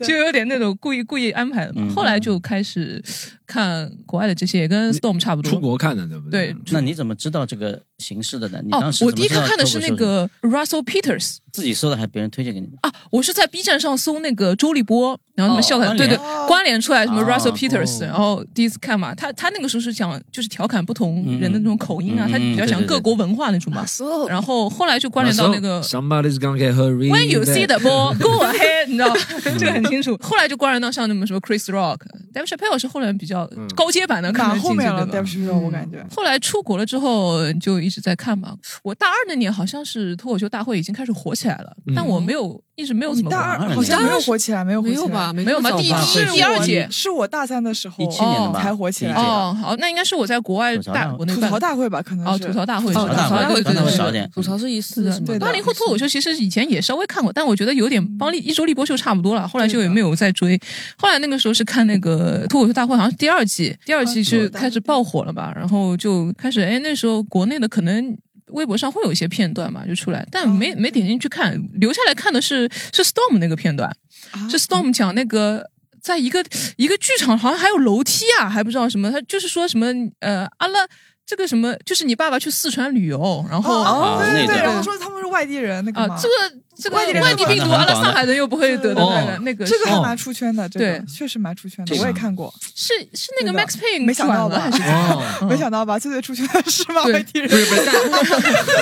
[SPEAKER 4] 就就有点那种故意故意安排的嘛。
[SPEAKER 6] 嗯
[SPEAKER 4] 后来就开始看国外的这些，也跟 Storm 差不多，
[SPEAKER 6] 出国看的，对不
[SPEAKER 4] 对
[SPEAKER 5] 那你怎么知道这个形式的呢？你
[SPEAKER 4] 哦
[SPEAKER 5] 当，时
[SPEAKER 4] 我
[SPEAKER 5] 怎
[SPEAKER 4] 第
[SPEAKER 5] 么
[SPEAKER 4] 一
[SPEAKER 5] 知
[SPEAKER 4] 个
[SPEAKER 5] 道
[SPEAKER 4] 看的
[SPEAKER 5] 脱
[SPEAKER 4] 是
[SPEAKER 5] 口
[SPEAKER 4] 那
[SPEAKER 5] 秀
[SPEAKER 4] 个 Russell Peters
[SPEAKER 5] 自己搜的，还是别人推荐给你的？
[SPEAKER 4] 啊，我是在 B 站上搜那个周立波，然后他们
[SPEAKER 5] 哦
[SPEAKER 4] 笑的，
[SPEAKER 5] 关
[SPEAKER 4] 对对
[SPEAKER 5] 联，
[SPEAKER 4] 关联出来什么
[SPEAKER 5] 啊
[SPEAKER 4] Russell Peters，
[SPEAKER 5] 哦
[SPEAKER 4] 然后第一次看嘛，他他那个时候是讲就是调侃不同人的那种口音啊，
[SPEAKER 5] 嗯嗯
[SPEAKER 4] 他比较讲
[SPEAKER 5] 对对对
[SPEAKER 4] 各国文化那种嘛，然后后来就关联到那个
[SPEAKER 6] Somebody's gonna get her revenge。
[SPEAKER 4] When you see the ball, go ahead，你知道吗这个很清楚。后来就关联到像那么什么 Chris Rock、Dave Chappelle 是后来比较
[SPEAKER 5] 嗯
[SPEAKER 4] 高阶版的，看得
[SPEAKER 3] 蛮
[SPEAKER 4] 进去嗯
[SPEAKER 3] 后面了
[SPEAKER 4] 对吧
[SPEAKER 3] d a v i 我感觉。
[SPEAKER 4] 后来出国了之后就一直在看嘛。我大二那年好像是脱口秀大会已经开始火起来了，但我没有一直没有
[SPEAKER 3] 你
[SPEAKER 4] 怎么
[SPEAKER 3] 大
[SPEAKER 4] 玩。
[SPEAKER 3] 二好像没有火起来，没有火
[SPEAKER 2] 没
[SPEAKER 3] 起来
[SPEAKER 2] 有吧？？
[SPEAKER 4] 没有吧
[SPEAKER 2] 这么
[SPEAKER 4] 第一
[SPEAKER 2] 早吧
[SPEAKER 4] 是第二届
[SPEAKER 3] 是我大三的时候，
[SPEAKER 5] 17年
[SPEAKER 4] 的吧
[SPEAKER 3] 哦才火起来。
[SPEAKER 5] 第一届
[SPEAKER 4] 哦，好，那应该是我在国外
[SPEAKER 5] 吐槽大
[SPEAKER 4] 大
[SPEAKER 5] 会
[SPEAKER 4] 我那
[SPEAKER 3] 吐
[SPEAKER 4] 个
[SPEAKER 3] 槽
[SPEAKER 4] 办
[SPEAKER 3] 大会吧，可能
[SPEAKER 4] 哦
[SPEAKER 3] 是
[SPEAKER 4] 吐槽大会，
[SPEAKER 5] 哦
[SPEAKER 4] 吐槽大会，
[SPEAKER 5] 吐槽大会
[SPEAKER 4] 对对
[SPEAKER 5] 可能少
[SPEAKER 4] 对。
[SPEAKER 5] 点
[SPEAKER 2] 吐槽是一四
[SPEAKER 3] 是对的嗯
[SPEAKER 2] 的
[SPEAKER 4] 八零后脱口秀其实以前也稍微看过，但我觉得有点帮一周立波秀差不多了，后来就也没有再追。后来那个时候是看那 个脱口秀大会，好像是第二季，第二季
[SPEAKER 3] 啊
[SPEAKER 4] 是开始爆火了吧，然后就开始哎，那时候国内的可能。微博上会有一些片段嘛，就出来，
[SPEAKER 3] 哦
[SPEAKER 4] 但没没点进去看，留下来看的是是 Storm 那个片段，
[SPEAKER 3] 啊
[SPEAKER 4] 是 Storm 讲那个在一个一个剧场，好像还有楼梯啊，还不知道什么，他就是说什么呃阿拉这个什么，就是你爸爸去四川旅游，然后
[SPEAKER 3] 哦，对对
[SPEAKER 5] 那
[SPEAKER 3] 对，
[SPEAKER 5] 个
[SPEAKER 3] 然后说他们是外地人，那个
[SPEAKER 4] 啊
[SPEAKER 3] 嘛，
[SPEAKER 4] 这个这个
[SPEAKER 3] 外地人
[SPEAKER 4] 外地病毒，
[SPEAKER 5] 传
[SPEAKER 4] 完了
[SPEAKER 5] 得很广的
[SPEAKER 4] 上海人又不会得的那个
[SPEAKER 6] 哦
[SPEAKER 4] 那个
[SPEAKER 3] 这个还
[SPEAKER 6] 哦
[SPEAKER 3] 蛮出圈的，这个
[SPEAKER 4] 对
[SPEAKER 3] 确实蛮出圈的，
[SPEAKER 6] 这个
[SPEAKER 3] 我也看过，
[SPEAKER 4] 是是那个
[SPEAKER 3] 对的
[SPEAKER 4] Max Payne
[SPEAKER 3] 没想
[SPEAKER 4] 转了
[SPEAKER 3] 到吧
[SPEAKER 4] 还是？
[SPEAKER 6] 哦，
[SPEAKER 4] 嗯
[SPEAKER 3] 没想到吧？最最出圈的是吗？
[SPEAKER 4] 对
[SPEAKER 3] 外地人
[SPEAKER 6] 不是不是，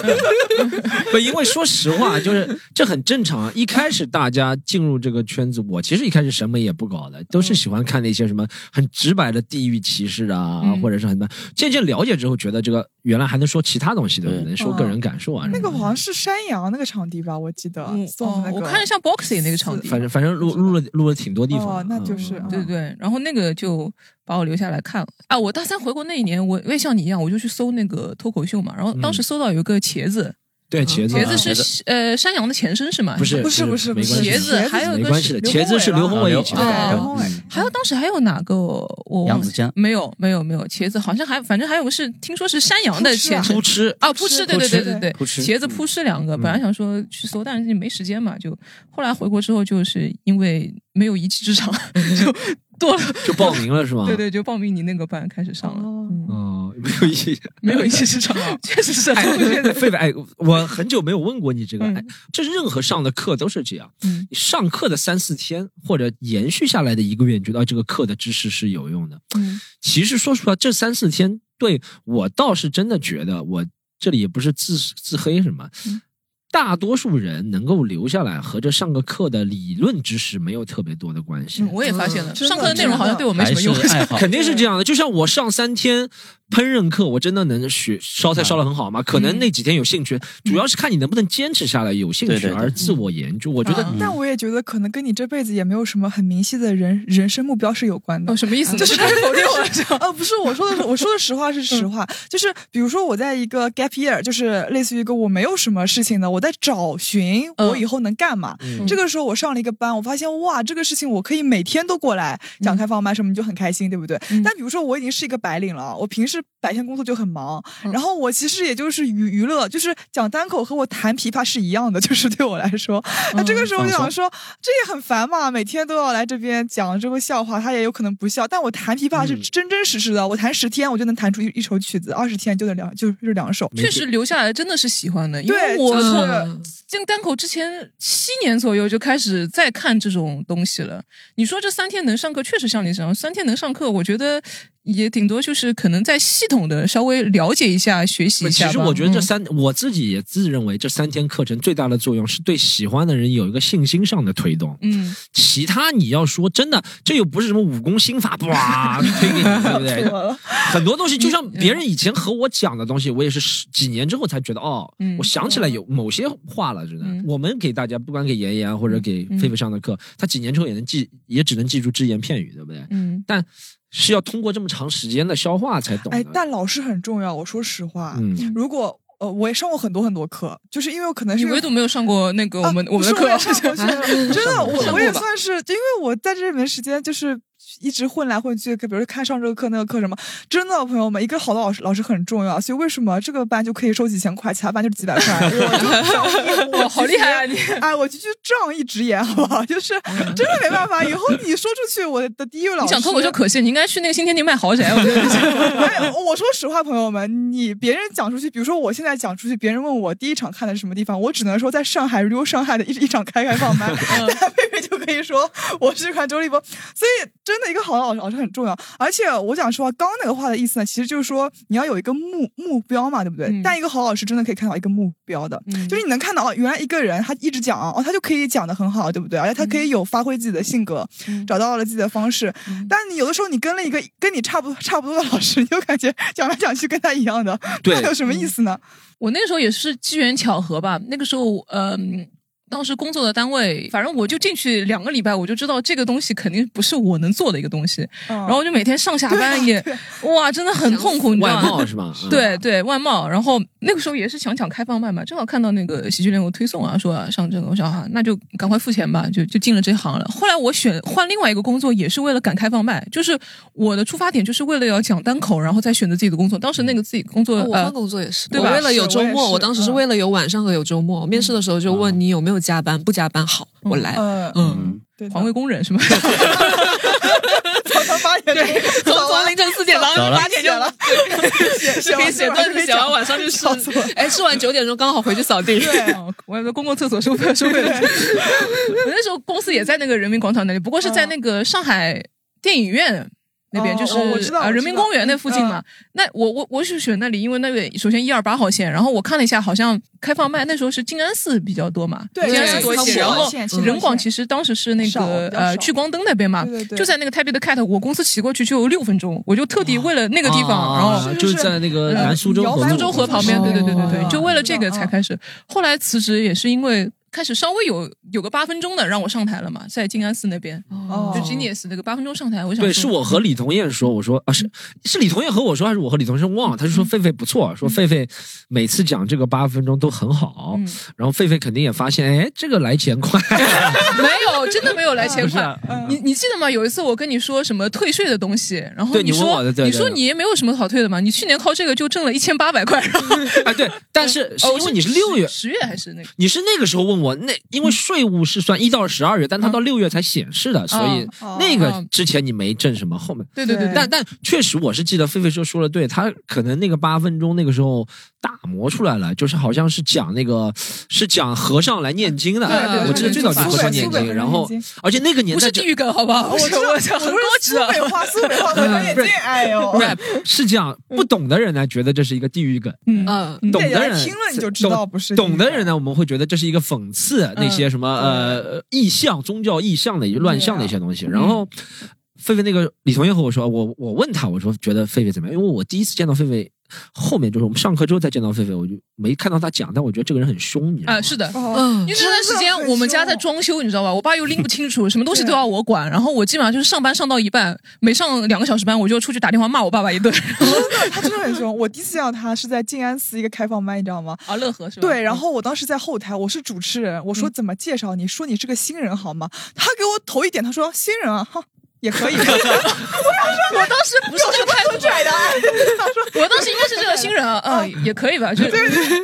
[SPEAKER 6] 但 不，因为说实话，就是这很正常。啊。一开始大家进入这个圈子，我其实一开始什么也不搞的，都是喜欢看那些什么很直白的地域歧视啊，
[SPEAKER 4] 嗯
[SPEAKER 6] 或者是很多渐渐了解之后，觉得这个原来还能说其他东西的，
[SPEAKER 5] 对
[SPEAKER 6] 能说个人感受啊。
[SPEAKER 3] 那个
[SPEAKER 6] 什么的
[SPEAKER 3] 好像是山羊那个场地吧，我记得
[SPEAKER 4] 嗯
[SPEAKER 3] 送
[SPEAKER 4] 哦
[SPEAKER 3] 那，个，
[SPEAKER 4] 我看着像 Boxing 那个场地，
[SPEAKER 6] 反正反正录录了录了挺多地方的，
[SPEAKER 3] 哦那就是
[SPEAKER 6] 嗯
[SPEAKER 3] 嗯
[SPEAKER 4] 对对对，然后那个就把我留下来看了啊。我大三回国那一年，我我也像你一样，我就去搜那个脱口秀嘛，然后当时搜到有一个茄子，
[SPEAKER 6] 对茄子啊
[SPEAKER 4] 茄子是呃山羊的前身是吗？
[SPEAKER 6] 不是
[SPEAKER 3] 不是不是
[SPEAKER 6] 没
[SPEAKER 3] 不是
[SPEAKER 6] 关系
[SPEAKER 4] 茄子还有一
[SPEAKER 6] 没
[SPEAKER 4] 个
[SPEAKER 6] 关系的，茄子是刘宏伟以前
[SPEAKER 4] 啊
[SPEAKER 6] 的
[SPEAKER 4] 刘
[SPEAKER 3] 然后
[SPEAKER 4] 还有当时还有哪个我
[SPEAKER 5] 扬
[SPEAKER 4] 忘
[SPEAKER 5] 子
[SPEAKER 4] 记
[SPEAKER 5] 江
[SPEAKER 4] 没有没有没有茄子，好像还反正还有个是听说是山羊的
[SPEAKER 3] 扑哧啊
[SPEAKER 4] 前身
[SPEAKER 6] 哦扑哧
[SPEAKER 4] 啊，扑哧，对对对对对，
[SPEAKER 5] 扑哧嗯
[SPEAKER 4] 茄子扑哧两个，本来想说去搜，但是没时间嘛，就后来回国之后，就是因为没有一技之长， 就多了，
[SPEAKER 6] 就报名了是吗？
[SPEAKER 4] 对对，就报名你那个班开始上了，
[SPEAKER 3] 哦
[SPEAKER 4] 嗯，
[SPEAKER 6] 嗯哦，没有意义。
[SPEAKER 4] 没有一技之长，啊确实是很多
[SPEAKER 6] 哎，狒狒，哎，我很久没有问过你这个，
[SPEAKER 4] 嗯
[SPEAKER 6] 哎，这任何上的课都是这样。
[SPEAKER 4] 嗯
[SPEAKER 6] 你上课的三四天，或者延续下来的一个月，你觉得啊这个课的知识是有用的。
[SPEAKER 4] 嗯
[SPEAKER 6] 其实说实话，这三四天对我倒是真的觉得，我这里也不是自自黑什么。
[SPEAKER 4] 嗯
[SPEAKER 6] 大多数人能够留下来，和这上个课的理论知识没有特别多的关系。
[SPEAKER 4] 嗯 我也发现了，
[SPEAKER 3] 真的
[SPEAKER 4] 上课的内容好像对我没什
[SPEAKER 5] 还
[SPEAKER 4] 么
[SPEAKER 5] 是
[SPEAKER 4] 用，
[SPEAKER 5] 爱好？
[SPEAKER 6] 肯定是这样的。就像我上三天烹饪课，我真的能学烧菜烧的很好吗？可能那几天有兴趣，主要是看你能不能坚持下来，有兴
[SPEAKER 5] 对
[SPEAKER 6] 趣
[SPEAKER 5] 对对
[SPEAKER 6] 而自我研究。我觉得
[SPEAKER 4] 嗯
[SPEAKER 3] 但我也觉得可能跟你这辈子也没有什么很明晰的人人生目标是有关的嗯
[SPEAKER 4] 哦，。什么意思呢？
[SPEAKER 3] 就是
[SPEAKER 4] 开始否定嗯我了， 是吧？
[SPEAKER 3] 呃，不是我说的是，我说的实话是实话，就是比如说我在一个 gap year，就是类似于一个我没有什么事情的，我在找寻
[SPEAKER 4] 嗯
[SPEAKER 3] 我以后能干嘛。这个时候我上了一个班，我发现哇，这个事情我可以每天都过来讲开放麦什么，你就很开心，对不对？
[SPEAKER 4] 嗯
[SPEAKER 3] 但比如说我已经是一个白领了，我平时白天工作就很忙，
[SPEAKER 4] 嗯
[SPEAKER 3] 然后我其实也就是娱娱乐，就是讲单口和我弹琵琶是一样的，就是 对我来说，那这个时候
[SPEAKER 4] 嗯
[SPEAKER 3] 我就想说，这也很烦嘛，每天都要来这边讲这个笑话，他也有可能不笑。但我弹琵琶是
[SPEAKER 4] 嗯
[SPEAKER 3] 真真实实的，我弹十天我就能弹出一一首曲子，二十天就能两就是两首。
[SPEAKER 6] 没
[SPEAKER 4] 确实留下来真的是喜欢的，因为
[SPEAKER 3] 对
[SPEAKER 4] 我
[SPEAKER 3] 就是
[SPEAKER 4] 从进单口之前七年左右就开始在看这种东西了。你说这三天能上课，确实像你讲，三天能上课，我觉得也顶多就是可能在系统的稍微了解一下、学习一下
[SPEAKER 6] 其
[SPEAKER 4] 吧。
[SPEAKER 6] 实我觉得这
[SPEAKER 4] 嗯
[SPEAKER 6] 三，我自己也自认为这三天课程最大的作用是对喜欢的人有一个信心上的推动。
[SPEAKER 4] 嗯，
[SPEAKER 6] 其他你要说真的，这又不是什么武功心法，哇，推给你，对不
[SPEAKER 4] 嗯
[SPEAKER 6] 对？
[SPEAKER 3] 嗯
[SPEAKER 6] 很多东西就像别人以前和我讲的东西，我也是十几年之后才觉得，哦，
[SPEAKER 4] 嗯
[SPEAKER 6] 我想起来有某些话了，真的。
[SPEAKER 4] 嗯
[SPEAKER 6] 我们给大家，不管给妍妍或者给
[SPEAKER 4] 嗯
[SPEAKER 6] 狒狒上的课，他几年之后也能记，也只能记住只言片语，对不对？
[SPEAKER 4] 嗯
[SPEAKER 6] 但是要通过这么长时间的消化才懂的。
[SPEAKER 3] 哎，但老师很重要，我说实话，
[SPEAKER 6] 嗯，
[SPEAKER 3] 如果呃我也上过很多很多课，就是因为我可能
[SPEAKER 4] 你
[SPEAKER 3] 是因为
[SPEAKER 4] 唯独没有上过那个我们、
[SPEAKER 3] 啊
[SPEAKER 4] 我们的
[SPEAKER 3] 不是
[SPEAKER 4] 课
[SPEAKER 3] 也，上过去了真的，
[SPEAKER 4] 上
[SPEAKER 3] 我
[SPEAKER 4] 过
[SPEAKER 3] 我也
[SPEAKER 4] 吧
[SPEAKER 3] 算是，因为我在这里面时间就是。一直混来混去，比如说看上这个课那个课什么，真的朋友们，一个好的老师老师很重要。所以为什么这个班就可以收几千块，其他班就是几 百块？我就
[SPEAKER 4] 哇好厉害啊你！嗯
[SPEAKER 3] 哎，我就去仗义直言，好不好？就是真的没办法，以后你说出去，我的第一位老
[SPEAKER 4] 你
[SPEAKER 3] 师
[SPEAKER 4] 想脱口秀可惜，你应该去那个新天地卖豪宅，我觉得
[SPEAKER 3] 哎，我说实话，朋友们，你别人讲出去，比如说我现在讲出去，别人问我第一场看的是什么地方，我只能说在上海 Real 上海的一一场开开 放麦，
[SPEAKER 4] 嗯
[SPEAKER 3] 但贝贝就可以说我是看周立波。所以真的一个好的老师老师很重要。而且我讲实话，刚刚那个话的意思呢，其实就是说你要有一个目目标嘛，对不对？
[SPEAKER 4] 嗯
[SPEAKER 3] 但一个好老师真的可以看到一个目标的，
[SPEAKER 4] 嗯
[SPEAKER 3] 就是你能看到哦，原来一个人他一直讲哦，他就可以讲的很好，对不对？而且他可以有发挥自己的性格，
[SPEAKER 4] 嗯
[SPEAKER 3] 找到了自己的方式。但你有的时候你跟了一个跟你差不多差不多的老师，你就感觉讲来讲去跟他一样的，
[SPEAKER 6] 对
[SPEAKER 3] 那有
[SPEAKER 4] 嗯
[SPEAKER 3] 什么意思呢？
[SPEAKER 4] 我那个时候也是机缘巧合吧，那个时候嗯。当时工作的单位，反正我就进去两个礼拜，我就知道这个东西肯定不是我能做的一个东西，
[SPEAKER 2] 哦
[SPEAKER 3] 然
[SPEAKER 4] 然后就每天上下班也，哇，真的很痛苦，你知
[SPEAKER 6] 外
[SPEAKER 4] 道吗？
[SPEAKER 6] 贸 是吧？嗯，
[SPEAKER 4] 对对，外贸。然后那个时候也是想讲开放麦嘛，正好看到那个喜剧联合推送啊，说啊上这个，我想啊，那就赶快付钱吧，就就进了这行了。后来我选换另外一个工作，也是为了赶开放麦，就是我的出发点就是为了要讲单口，然后再选择自己的工作。当时那个自己工作，
[SPEAKER 2] 哦我换
[SPEAKER 4] 呃，
[SPEAKER 2] 工作也是，
[SPEAKER 4] 对
[SPEAKER 2] 我
[SPEAKER 4] 吧
[SPEAKER 2] 为了有周
[SPEAKER 3] 是我也
[SPEAKER 2] 末，
[SPEAKER 3] 是
[SPEAKER 2] 我当时是为了有晚上和有周末。面试的时候就问你有没有加班，不加班好，我来。
[SPEAKER 3] 呃，
[SPEAKER 2] 嗯，
[SPEAKER 3] 对的，
[SPEAKER 4] 环卫工人 是吗？
[SPEAKER 3] 早上八点钟，
[SPEAKER 4] 从从凌晨四点，早
[SPEAKER 5] 早
[SPEAKER 4] 上
[SPEAKER 5] 了
[SPEAKER 4] 八点就
[SPEAKER 3] 写了 写
[SPEAKER 4] 就可以写段子，写完晚上就
[SPEAKER 3] 笑死
[SPEAKER 4] 是。
[SPEAKER 3] 我了。
[SPEAKER 2] 哎，吃完九点钟刚好回去扫地。
[SPEAKER 3] 对，
[SPEAKER 4] 哦我要在公共厕所收费收费了。 我那时候公司也在那个人民广场那里，不过是在那个上海电影院。那边
[SPEAKER 3] 嗯哦
[SPEAKER 4] 就是、
[SPEAKER 3] 哦我知道我
[SPEAKER 4] 呃
[SPEAKER 3] 知道嗯
[SPEAKER 4] 人民公园那附近嘛，那我我我是选那里，因为那个首先一二八号线，然后我看了一下，好像开放麦那时候是静安寺比较多嘛，
[SPEAKER 3] 对
[SPEAKER 4] 静安寺
[SPEAKER 2] 对
[SPEAKER 4] 多一些，
[SPEAKER 2] 静
[SPEAKER 4] 然
[SPEAKER 2] 安寺
[SPEAKER 4] 后
[SPEAKER 3] 静安寺
[SPEAKER 4] 人广其实当时是那
[SPEAKER 3] 少
[SPEAKER 4] 个
[SPEAKER 3] 比较
[SPEAKER 4] 呃
[SPEAKER 3] 少
[SPEAKER 4] 聚光灯那边嘛，
[SPEAKER 3] 对对对
[SPEAKER 4] 就在那个 Happy 的 Cat，我公司骑过去就有六分钟，我就特地为了那个地方，
[SPEAKER 6] 啊
[SPEAKER 4] 然后呃
[SPEAKER 3] 是是
[SPEAKER 6] 就是
[SPEAKER 3] 是
[SPEAKER 6] 在那个
[SPEAKER 3] 嗯
[SPEAKER 6] 南苏州
[SPEAKER 3] 摇
[SPEAKER 6] 河
[SPEAKER 3] 摆
[SPEAKER 6] 路
[SPEAKER 4] 苏州河旁边，
[SPEAKER 3] 哦
[SPEAKER 4] 对对对对
[SPEAKER 3] 哦
[SPEAKER 4] 对，就为了这个
[SPEAKER 3] 知道
[SPEAKER 6] 嗯
[SPEAKER 4] 才开始。后来辞职也是因为开始稍微有有个八分钟的让我上台了嘛，在静安寺那边，
[SPEAKER 3] 哦
[SPEAKER 4] 就 Genius 那个八分钟上台，我想
[SPEAKER 6] 对，
[SPEAKER 4] 说
[SPEAKER 6] 是我和李彤燕说，我说啊，是是李彤燕和我说，还是我和李彤生忘了？他就说狒狒不错，说狒狒每次讲这个八分钟都很好，
[SPEAKER 4] 嗯
[SPEAKER 6] 然后狒狒肯定也发现，哎，这个来钱快，
[SPEAKER 4] 没有，真的没有来钱
[SPEAKER 6] 不 是
[SPEAKER 4] 快
[SPEAKER 6] 啊。
[SPEAKER 4] 你你记得吗？有一次我跟你说什么退税的东西，然后
[SPEAKER 6] 对
[SPEAKER 4] 你
[SPEAKER 6] 你问
[SPEAKER 4] 说
[SPEAKER 6] 我的对对
[SPEAKER 4] 你说
[SPEAKER 6] 对
[SPEAKER 4] 你也没有什么好退的嘛，你去年靠这个就挣了一千八百 块，然后
[SPEAKER 6] 啊，对，但是是
[SPEAKER 4] 哦
[SPEAKER 6] 因为你是六月。
[SPEAKER 4] 十月还是那个
[SPEAKER 6] 你是那个时候问我，那因为税务是算一到十二月，但它到六月才显示的，所以
[SPEAKER 3] 哦
[SPEAKER 6] 那个
[SPEAKER 4] 哦
[SPEAKER 6] 之前你没挣什么，后面
[SPEAKER 4] 对对对
[SPEAKER 3] 对
[SPEAKER 4] 对
[SPEAKER 6] 但但确实，我是记得狒狒说说的对，他可能那个八分钟那个时候打磨出来了，就是好像是讲那个是讲和尚来念经的，
[SPEAKER 4] 对对对
[SPEAKER 6] 我记得最早就
[SPEAKER 4] 对
[SPEAKER 6] 和尚念
[SPEAKER 3] 苏北苏北
[SPEAKER 6] 然后
[SPEAKER 3] 和尚念
[SPEAKER 6] 而且那个啊年
[SPEAKER 4] 不
[SPEAKER 6] 代
[SPEAKER 4] 是
[SPEAKER 6] 就
[SPEAKER 4] 地狱梗好不好？ 我
[SPEAKER 3] 我知道，
[SPEAKER 4] 我想
[SPEAKER 3] 我
[SPEAKER 4] 很
[SPEAKER 3] 是
[SPEAKER 4] 高级
[SPEAKER 3] 苏
[SPEAKER 4] 的
[SPEAKER 3] 北话，苏北话和张眼镜，哎 呦，
[SPEAKER 6] rap 是这样，不懂的人呢觉得这是一个地狱梗，
[SPEAKER 4] 嗯
[SPEAKER 2] 嗯，
[SPEAKER 3] 你
[SPEAKER 6] 懂
[SPEAKER 3] 得
[SPEAKER 6] 的
[SPEAKER 3] 来
[SPEAKER 6] 人
[SPEAKER 3] 听了你就知道不是
[SPEAKER 6] 懂的人呢，我们会觉得这是一个讽刺那些什么呃意象、宗教意象的一乱象的一些东西。然后狒狒那个李同学和我说，我我问他，我说觉得狒狒怎么样？因为我第一次见到狒狒，后面就是我们上课之后再见到狒狒，我就没看到他讲，但我觉得这个人很凶，你知道吗？
[SPEAKER 4] 啊，是的，
[SPEAKER 3] 哦，
[SPEAKER 4] 因为那段时
[SPEAKER 3] 真的很
[SPEAKER 4] 间我们家在装修，你知道吧？我 爸又拎不清楚，什么东西都要我管，然后我基本上就是上班上到一半，没上两个小时班，我就出去打电话骂我爸爸一 顿。
[SPEAKER 3] 他真的很凶。我第一次见到他是在静安寺一个开放麦，你知道吗？
[SPEAKER 4] 啊，乐呵是吧？
[SPEAKER 3] 对，然后我当时在后台，我是主持人，我说
[SPEAKER 4] 嗯
[SPEAKER 3] 怎么介绍你？说你是个新人好吗？他给我投一点，他说新人啊，哈，也可以。我当时
[SPEAKER 4] 不是这个态度
[SPEAKER 3] 很拽的，哎
[SPEAKER 4] 我当时应该是这个新人 啊，嗯，也可以吧，就是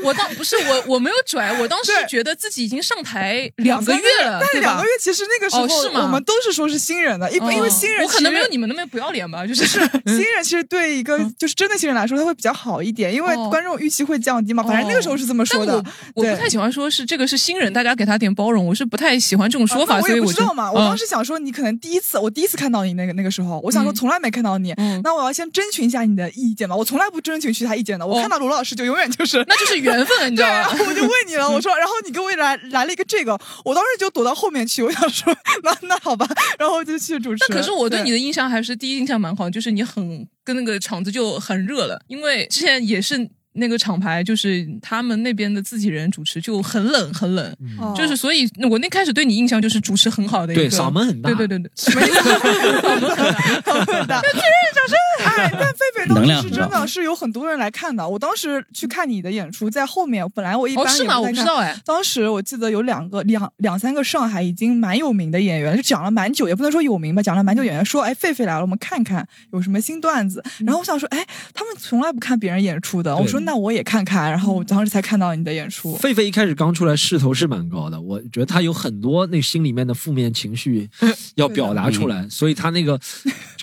[SPEAKER 4] 我当不是我我没有拽，我当时
[SPEAKER 3] 对
[SPEAKER 4] 觉得自己已经上台 两个月了，
[SPEAKER 3] 但
[SPEAKER 4] 对
[SPEAKER 3] 两
[SPEAKER 4] 吧
[SPEAKER 3] 个月？其实那个时
[SPEAKER 4] 哦是吗
[SPEAKER 3] 候我们都是说是新人的，因为因为
[SPEAKER 4] 嗯
[SPEAKER 3] 新人
[SPEAKER 4] 我可能
[SPEAKER 3] 其实
[SPEAKER 4] 没有你们那么不要脸吧，就是
[SPEAKER 3] 新人其实对一个
[SPEAKER 4] 嗯
[SPEAKER 3] 就是真的新人来说，他会比较好一点，因为
[SPEAKER 4] 哦
[SPEAKER 3] 观众预期会降低嘛。反正那个时候是这么
[SPEAKER 4] 但
[SPEAKER 3] 说的呃
[SPEAKER 4] 我。我
[SPEAKER 3] 对
[SPEAKER 4] 不太喜欢说是这个是新人，大家给他点包容，我是不太喜欢这种说
[SPEAKER 3] 啊
[SPEAKER 4] 法，
[SPEAKER 3] 那我
[SPEAKER 4] 所以
[SPEAKER 3] 也不
[SPEAKER 4] 我
[SPEAKER 3] 知
[SPEAKER 4] 就
[SPEAKER 3] 道嘛。我当
[SPEAKER 4] 嗯
[SPEAKER 3] 时想说，你可能第一次，我第一次看到你那个那个时候，我想说
[SPEAKER 4] 嗯
[SPEAKER 3] 从来没看到你
[SPEAKER 4] 嗯，
[SPEAKER 3] 那我要先征询一下你的意见嘛。我从来不征询其他意见的，我
[SPEAKER 4] 哦
[SPEAKER 3] 看到罗老师就永远就是。
[SPEAKER 4] 那就是缘分，你知
[SPEAKER 3] 对，啊
[SPEAKER 4] 道
[SPEAKER 3] 然
[SPEAKER 4] 吗
[SPEAKER 3] 后？我就问你了，我说，然后你给我来来了一个这个，我当时就躲到后面去，我想说，那那好吧，然后我就去主持。
[SPEAKER 4] 那可是我对你的印象还是第一印象蛮好，就是你很跟那个场子就很热了，因为之前也是那个厂牌就是他们那边的自己人主持就很冷很冷，
[SPEAKER 3] 哦
[SPEAKER 4] 就是所以我那开始对你印象就是主持很好的一个，
[SPEAKER 6] 对嗓门很大
[SPEAKER 4] 对对对对， 什么意思？嗓门很大，
[SPEAKER 3] 的，确认掌声。哎， 但贝贝
[SPEAKER 5] 能
[SPEAKER 3] 当
[SPEAKER 5] 量
[SPEAKER 3] 时
[SPEAKER 5] 很
[SPEAKER 3] 是真
[SPEAKER 5] 高
[SPEAKER 3] 的是有很多人来看的。我当时去看你的演出，在后面，本来我一般
[SPEAKER 4] 哦是
[SPEAKER 3] 也
[SPEAKER 4] 吗？我
[SPEAKER 3] 在
[SPEAKER 4] 不知
[SPEAKER 3] 看
[SPEAKER 4] 道哎，
[SPEAKER 3] 当时我记得有两个两两三个上海已经蛮有名的演员，就讲了蛮久，也不能说有名吧，讲了蛮久。演员说：“哎，狒狒来了，我们看看有什么新段子。”然后我想说：“哎，他们从来不看别人演出的。”我说：“那我也看看。”然后我当时才看到你的演出。
[SPEAKER 6] 狒狒一开始刚出来势头是蛮高的，我觉得他有很多那心里面的负面情绪要表达出来，所以他那个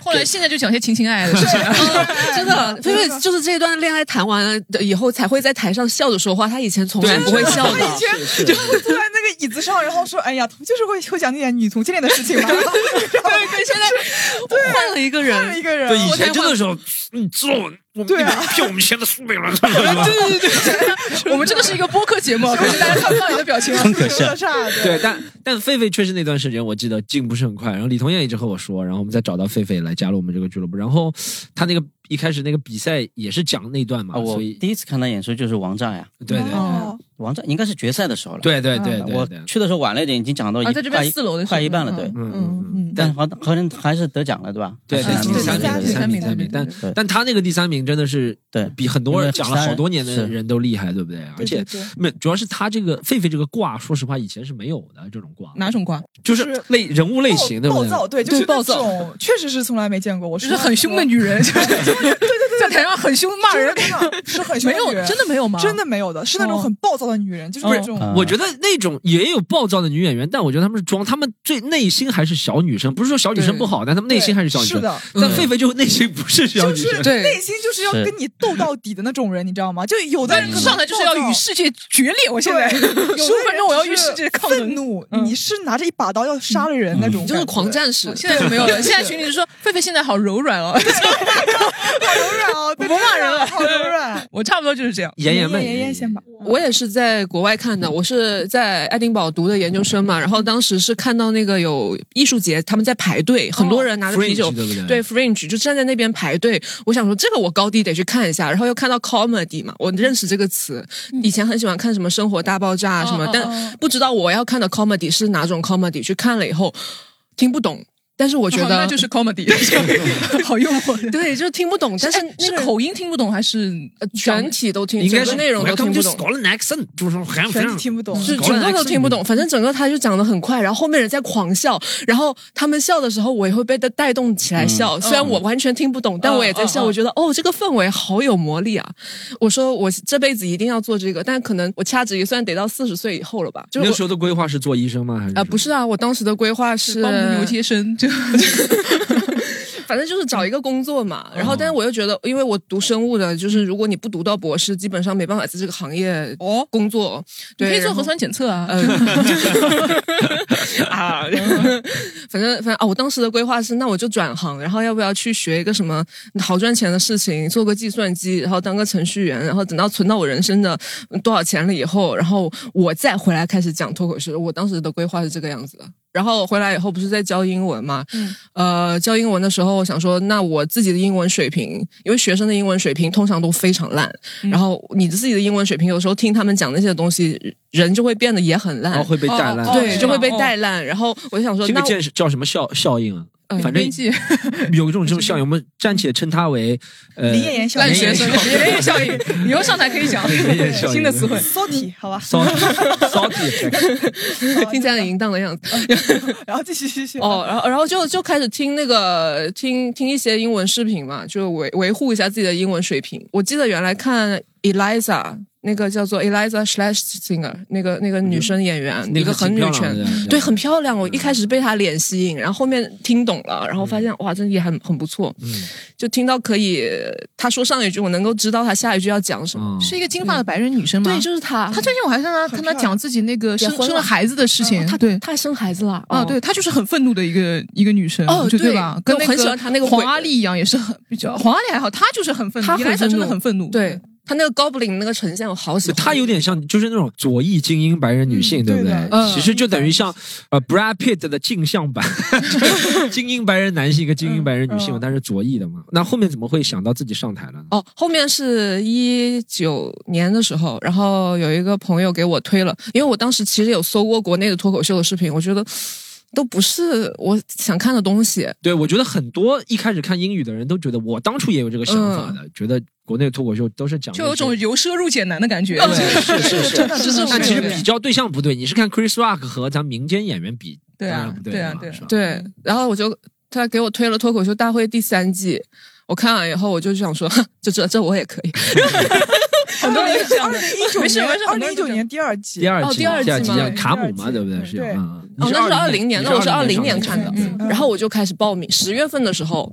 [SPEAKER 4] 后来现在就讲些情情爱爱的事情，
[SPEAKER 2] 真的，菲菲就是这段恋爱谈完了以后，才会在台上笑着说话。她以前从来不会笑
[SPEAKER 3] 我以
[SPEAKER 2] 的。
[SPEAKER 3] 前就是坐在那个椅子上，然后说：“哎呀，就是会会讲那点女同性恋的事情嘛。”然后
[SPEAKER 2] 对对，现在 我换了一个
[SPEAKER 3] 看了
[SPEAKER 2] 人
[SPEAKER 3] 一，个人，
[SPEAKER 6] 对以
[SPEAKER 2] 我才
[SPEAKER 6] 前真的
[SPEAKER 2] 会
[SPEAKER 6] 时候，你知道我我们
[SPEAKER 3] 对
[SPEAKER 6] 那
[SPEAKER 3] 啊
[SPEAKER 6] 边骗我们钱的苏北人，对
[SPEAKER 4] 对对对，我们这个是一个播客节目，可是大家看不到你的表情啊。
[SPEAKER 5] 很可
[SPEAKER 3] 刘
[SPEAKER 5] 笑
[SPEAKER 3] 德。善对
[SPEAKER 6] 对，但但狒狒确实那段时间我记得进步是很快，然后李彤燕一直和我说，然后我们再找到狒狒来加入我们这个俱乐部，然后他那个一开始那个比赛也是讲那段嘛，
[SPEAKER 5] 啊，我
[SPEAKER 6] 所以
[SPEAKER 5] 第一次看他演出就是王炸呀，
[SPEAKER 6] 对
[SPEAKER 3] 哦
[SPEAKER 5] 王炸应该是决赛的时候了。啊
[SPEAKER 6] 对对对对
[SPEAKER 5] 我
[SPEAKER 6] 对对，
[SPEAKER 5] 去的时候晚了一点，已经讲到一
[SPEAKER 4] 啊，在这边
[SPEAKER 5] 快一
[SPEAKER 4] 四楼的时候
[SPEAKER 5] 快一半了，对。
[SPEAKER 4] 嗯
[SPEAKER 6] 嗯
[SPEAKER 4] 嗯
[SPEAKER 6] 嗯，
[SPEAKER 4] 嗯，
[SPEAKER 5] 但好像好像还是得奖了，对吧？
[SPEAKER 6] 对
[SPEAKER 5] 还
[SPEAKER 6] 对，
[SPEAKER 5] 是
[SPEAKER 6] 第
[SPEAKER 5] 拿
[SPEAKER 6] 三
[SPEAKER 5] 奖
[SPEAKER 6] 名
[SPEAKER 5] 了
[SPEAKER 6] 第三
[SPEAKER 4] 对
[SPEAKER 6] 名第三名，但
[SPEAKER 5] 对
[SPEAKER 6] 但他那个第三名真的是
[SPEAKER 5] 对
[SPEAKER 6] 比很多人讲了好多年
[SPEAKER 5] 因为
[SPEAKER 6] 的
[SPEAKER 5] 是
[SPEAKER 6] 人都厉害，对不对？而且
[SPEAKER 3] 对对
[SPEAKER 6] 没有主要是他这个狒狒这个卦，说实话以前是没有的这种卦，
[SPEAKER 4] 哪种瓜？
[SPEAKER 6] 就是类人物类型，对不
[SPEAKER 3] 暴
[SPEAKER 6] 对？
[SPEAKER 3] 躁，对，就
[SPEAKER 4] 对
[SPEAKER 3] 是那
[SPEAKER 4] 暴躁
[SPEAKER 3] 种确实是从来没见过。我
[SPEAKER 4] 就是很凶的女人， 就是对对对，在台上很凶骂人，
[SPEAKER 3] 真 的是很凶
[SPEAKER 4] 没
[SPEAKER 3] 的
[SPEAKER 4] 有
[SPEAKER 3] 女人
[SPEAKER 4] 真的没有吗？
[SPEAKER 3] 真的没有的，是那种
[SPEAKER 4] 哦
[SPEAKER 3] 很暴躁的女人，就是
[SPEAKER 4] 哦
[SPEAKER 3] 那种
[SPEAKER 5] 嗯
[SPEAKER 6] 我觉得那种也有暴躁的女演员，但我觉得她们是装，她们最内心还是小女生。不是说小女生不好，但她们内心还是小女
[SPEAKER 3] 是
[SPEAKER 6] 生。
[SPEAKER 3] 的，
[SPEAKER 6] 但
[SPEAKER 4] 嗯
[SPEAKER 6] 狒狒就内心不是小
[SPEAKER 3] 就
[SPEAKER 6] 女生，
[SPEAKER 3] 是
[SPEAKER 4] 对
[SPEAKER 3] 内心就是要
[SPEAKER 5] 是
[SPEAKER 3] 跟你斗到底的那种人，你知道吗？就有的人可能
[SPEAKER 4] 上来就是要
[SPEAKER 3] 暴躁
[SPEAKER 4] 与世界决裂，我现 在
[SPEAKER 3] 对
[SPEAKER 4] 十五分钟我要与世界抗
[SPEAKER 3] 愤
[SPEAKER 4] 争。
[SPEAKER 3] 怒，
[SPEAKER 4] 嗯
[SPEAKER 3] 你是拿着一把刀要杀了人那种感
[SPEAKER 2] 你
[SPEAKER 3] 觉，
[SPEAKER 2] 嗯就是狂战士。
[SPEAKER 4] 现在就没有了，现在群里就说狒狒现在好柔软哦，
[SPEAKER 3] 好柔软哦，对
[SPEAKER 4] 不骂人了
[SPEAKER 3] 好柔软。
[SPEAKER 4] 我差不多就是这样。
[SPEAKER 6] 妍妍们，
[SPEAKER 3] 妍妍先吧，
[SPEAKER 2] 我也是在国外看的，我是在爱丁堡读的研究生嘛，然后当时是看到那个有艺术节，他们在排队，很多人拿着啤酒
[SPEAKER 6] Fringe，，对不对
[SPEAKER 2] 对 Fringe 就站在那边排队。我想说这个我高低得去看一下，然后又看到 comedy 嘛，我认识这个词，以前很喜欢看什么《生活大爆炸》什么
[SPEAKER 4] 哦，
[SPEAKER 2] 但不知道我要看的 comedy 是哪种 comedy，去看了以后听不懂，但是我
[SPEAKER 4] 我
[SPEAKER 2] 觉得
[SPEAKER 4] 哦那就是 comedy，好幽默。
[SPEAKER 2] 对，就是听不懂， 但是
[SPEAKER 4] 哎
[SPEAKER 2] 那
[SPEAKER 4] 是
[SPEAKER 2] 个
[SPEAKER 4] 口音听不懂还是
[SPEAKER 2] 呃全体都听，
[SPEAKER 6] 应该
[SPEAKER 2] 整个
[SPEAKER 6] 是
[SPEAKER 2] 内容都听
[SPEAKER 6] Welcome
[SPEAKER 2] 不
[SPEAKER 6] to
[SPEAKER 2] 懂。
[SPEAKER 6] Scotland accent，就是很
[SPEAKER 3] 全
[SPEAKER 6] 非
[SPEAKER 3] 体
[SPEAKER 6] 常
[SPEAKER 3] 听不懂，
[SPEAKER 2] 是
[SPEAKER 6] 搞
[SPEAKER 2] 整
[SPEAKER 6] 得
[SPEAKER 2] 个都
[SPEAKER 6] accent
[SPEAKER 2] 听不懂，反正整个他就讲的很快，然后后面人在狂笑，然后他们笑的时候，我也会被带带动起来笑。虽然我完全听不懂，但我也在笑。
[SPEAKER 4] 嗯嗯
[SPEAKER 2] 我觉得哦，这个氛围好有魔力啊！我说我这辈子一定要做这个，但可能我掐指一算，得到四十岁以后了吧？就
[SPEAKER 6] 那
[SPEAKER 2] 是
[SPEAKER 6] 个
[SPEAKER 2] 我
[SPEAKER 6] 时候的规划是做医生吗？还是
[SPEAKER 2] 啊、不是啊，我当时的规划是
[SPEAKER 4] 帮母牛贴身，就
[SPEAKER 2] 反正就是找一个工作嘛。然后，但是我又觉得，因为我读生物的，就是如果你不读到博士，基本上没办法在这个行业
[SPEAKER 4] 哦
[SPEAKER 2] 工作。
[SPEAKER 4] 你
[SPEAKER 2] 对，
[SPEAKER 4] 可以做
[SPEAKER 2] 然后嗯
[SPEAKER 4] 核酸检测啊。
[SPEAKER 2] 啊， 反正反正啊，我当时的规划是，那我就转行，然后要不要去学一个什么好赚钱的事情，做个计算机，然后当个程序员，然后等到存到我人生的嗯多少钱了以后，然后我再回来开始讲脱口秀。我当时的规划是这个样子的。然后回来以后不是在教英文嘛，呃，教英文的时候，我想说，那我自己的英文水平，因为学生的英文水平通常都非常烂，然后你自己的英文水平，有时候听他们讲那些东西，人就会变得也很烂，
[SPEAKER 6] 然后会被带烂
[SPEAKER 4] 哦，
[SPEAKER 2] 对，
[SPEAKER 4] 是
[SPEAKER 2] 就
[SPEAKER 4] 吗
[SPEAKER 2] 会被
[SPEAKER 4] 哦
[SPEAKER 2] 带烂。然后我就想说，
[SPEAKER 6] 这个
[SPEAKER 2] 那
[SPEAKER 6] 见识叫什么效效应啊？
[SPEAKER 2] 嗯
[SPEAKER 6] 反正
[SPEAKER 4] 编辑
[SPEAKER 6] 有一种这种效应，我们暂且称它为呃
[SPEAKER 3] 李妍妍小
[SPEAKER 4] 烂
[SPEAKER 3] 姐
[SPEAKER 4] 学生，连夜效应，以后上台可以讲
[SPEAKER 6] 夜效应
[SPEAKER 4] 新的词 汇。
[SPEAKER 3] ，salty 好吧，
[SPEAKER 6] 骚骚体，
[SPEAKER 2] 我 听起来很淫荡的样子
[SPEAKER 3] 然后继续继续
[SPEAKER 2] 哦，然后然后就就开始听那个听听一些英文视频嘛，就维维护一下自己的英文水平。我记得原来看 Eliza 那个叫做 Eliza Schlesinger 那个那个女生演员，
[SPEAKER 6] 那
[SPEAKER 2] 一
[SPEAKER 6] 个
[SPEAKER 2] 个很
[SPEAKER 6] 挺
[SPEAKER 2] 女
[SPEAKER 6] 漂亮
[SPEAKER 2] 权
[SPEAKER 6] 的，嗯
[SPEAKER 2] 对，很漂亮。我一开始被她脸吸引，然后后面听懂了，然后发现、哇，真的也很很不错。
[SPEAKER 6] 嗯
[SPEAKER 2] 就听到可以她说上一句，我能够知道她下一句要讲什么。
[SPEAKER 6] 嗯
[SPEAKER 4] 是一个金发的白人女生吗？
[SPEAKER 2] 对，就是她。
[SPEAKER 4] 她最近我还看她看她讲自己那个生
[SPEAKER 2] 也婚了哦
[SPEAKER 4] 生了孩子的事情，
[SPEAKER 2] 她
[SPEAKER 4] 对。
[SPEAKER 2] 她生孩子了
[SPEAKER 4] 啊，对，她就是很愤怒的一个一个女生，
[SPEAKER 2] 哦
[SPEAKER 4] 就
[SPEAKER 2] 对
[SPEAKER 4] 吧
[SPEAKER 2] 我？
[SPEAKER 4] 跟那个
[SPEAKER 2] 很喜欢她那个
[SPEAKER 4] 黄
[SPEAKER 2] 鬼
[SPEAKER 4] 阿丽一样，也是很比较。黄阿丽还好，她就是很愤怒，
[SPEAKER 2] 她
[SPEAKER 4] 伊
[SPEAKER 2] 很
[SPEAKER 4] 莱莎
[SPEAKER 2] 愤
[SPEAKER 4] 真的
[SPEAKER 2] 怒
[SPEAKER 4] 很愤怒。
[SPEAKER 2] 对，他那个 Goblin 那个呈现我好喜欢。
[SPEAKER 6] 她有点像，就是那种左翼精英白人女性，
[SPEAKER 3] 嗯
[SPEAKER 6] 对不对？
[SPEAKER 3] 对的
[SPEAKER 2] 嗯
[SPEAKER 6] 其实就等于像呃 Brad Pitt 的镜像 版，就是精英白人男性跟精英白人女性嘛，
[SPEAKER 3] 嗯
[SPEAKER 6] 但是左翼的嘛。那后面怎么会想到自己上台呢？
[SPEAKER 2] 哦，后面是一九年的时候，然后有一个朋友给我推了，因为我当时其实有搜过国内的脱口秀的视频，我觉得都不是我想看的东西。
[SPEAKER 6] 对，我觉得很多一开始看英语的人都觉得，我当初也有这个想法的，觉得国内脱口秀都是讲
[SPEAKER 4] 就有
[SPEAKER 6] 那些
[SPEAKER 4] 种由奢入俭难的感觉。
[SPEAKER 2] 哦
[SPEAKER 6] 是是 是
[SPEAKER 3] 真的真的
[SPEAKER 6] 但
[SPEAKER 3] 是
[SPEAKER 6] 其
[SPEAKER 3] 有
[SPEAKER 6] 实比
[SPEAKER 3] 点。
[SPEAKER 6] 较对象不对，你是看 Chris Rock 和咱民间演员比，
[SPEAKER 4] 对
[SPEAKER 6] 当
[SPEAKER 4] 啊
[SPEAKER 6] 然，不
[SPEAKER 4] 对啊
[SPEAKER 6] 了，
[SPEAKER 4] 对啊
[SPEAKER 6] 是吧
[SPEAKER 2] 对，然后我就他给我推了《脱口秀大会》第三季，我看完以后我就想说， 哼就这这我也可以。
[SPEAKER 4] 很多人是这样
[SPEAKER 3] 二
[SPEAKER 4] 的
[SPEAKER 3] 零一九
[SPEAKER 4] 没事
[SPEAKER 3] 年
[SPEAKER 4] 没事，
[SPEAKER 3] 二
[SPEAKER 4] 很多人
[SPEAKER 3] 零一
[SPEAKER 4] 都
[SPEAKER 3] 九
[SPEAKER 4] 这样
[SPEAKER 3] 年第二季，
[SPEAKER 6] 第二季
[SPEAKER 2] 哦第二季
[SPEAKER 6] 第
[SPEAKER 2] 吗
[SPEAKER 6] 二季卡姆
[SPEAKER 3] 第
[SPEAKER 6] 嘛，对
[SPEAKER 3] 二季
[SPEAKER 6] 不对？是，
[SPEAKER 3] 对
[SPEAKER 6] 嗯，嗯
[SPEAKER 2] 哦，
[SPEAKER 6] 你
[SPEAKER 2] 那是二零
[SPEAKER 6] 年，
[SPEAKER 2] 年，
[SPEAKER 6] 你
[SPEAKER 2] 那我是二零年
[SPEAKER 6] 年
[SPEAKER 2] 看的
[SPEAKER 6] 上
[SPEAKER 4] 嗯，
[SPEAKER 2] 然后我就开始报名，十月份的时候，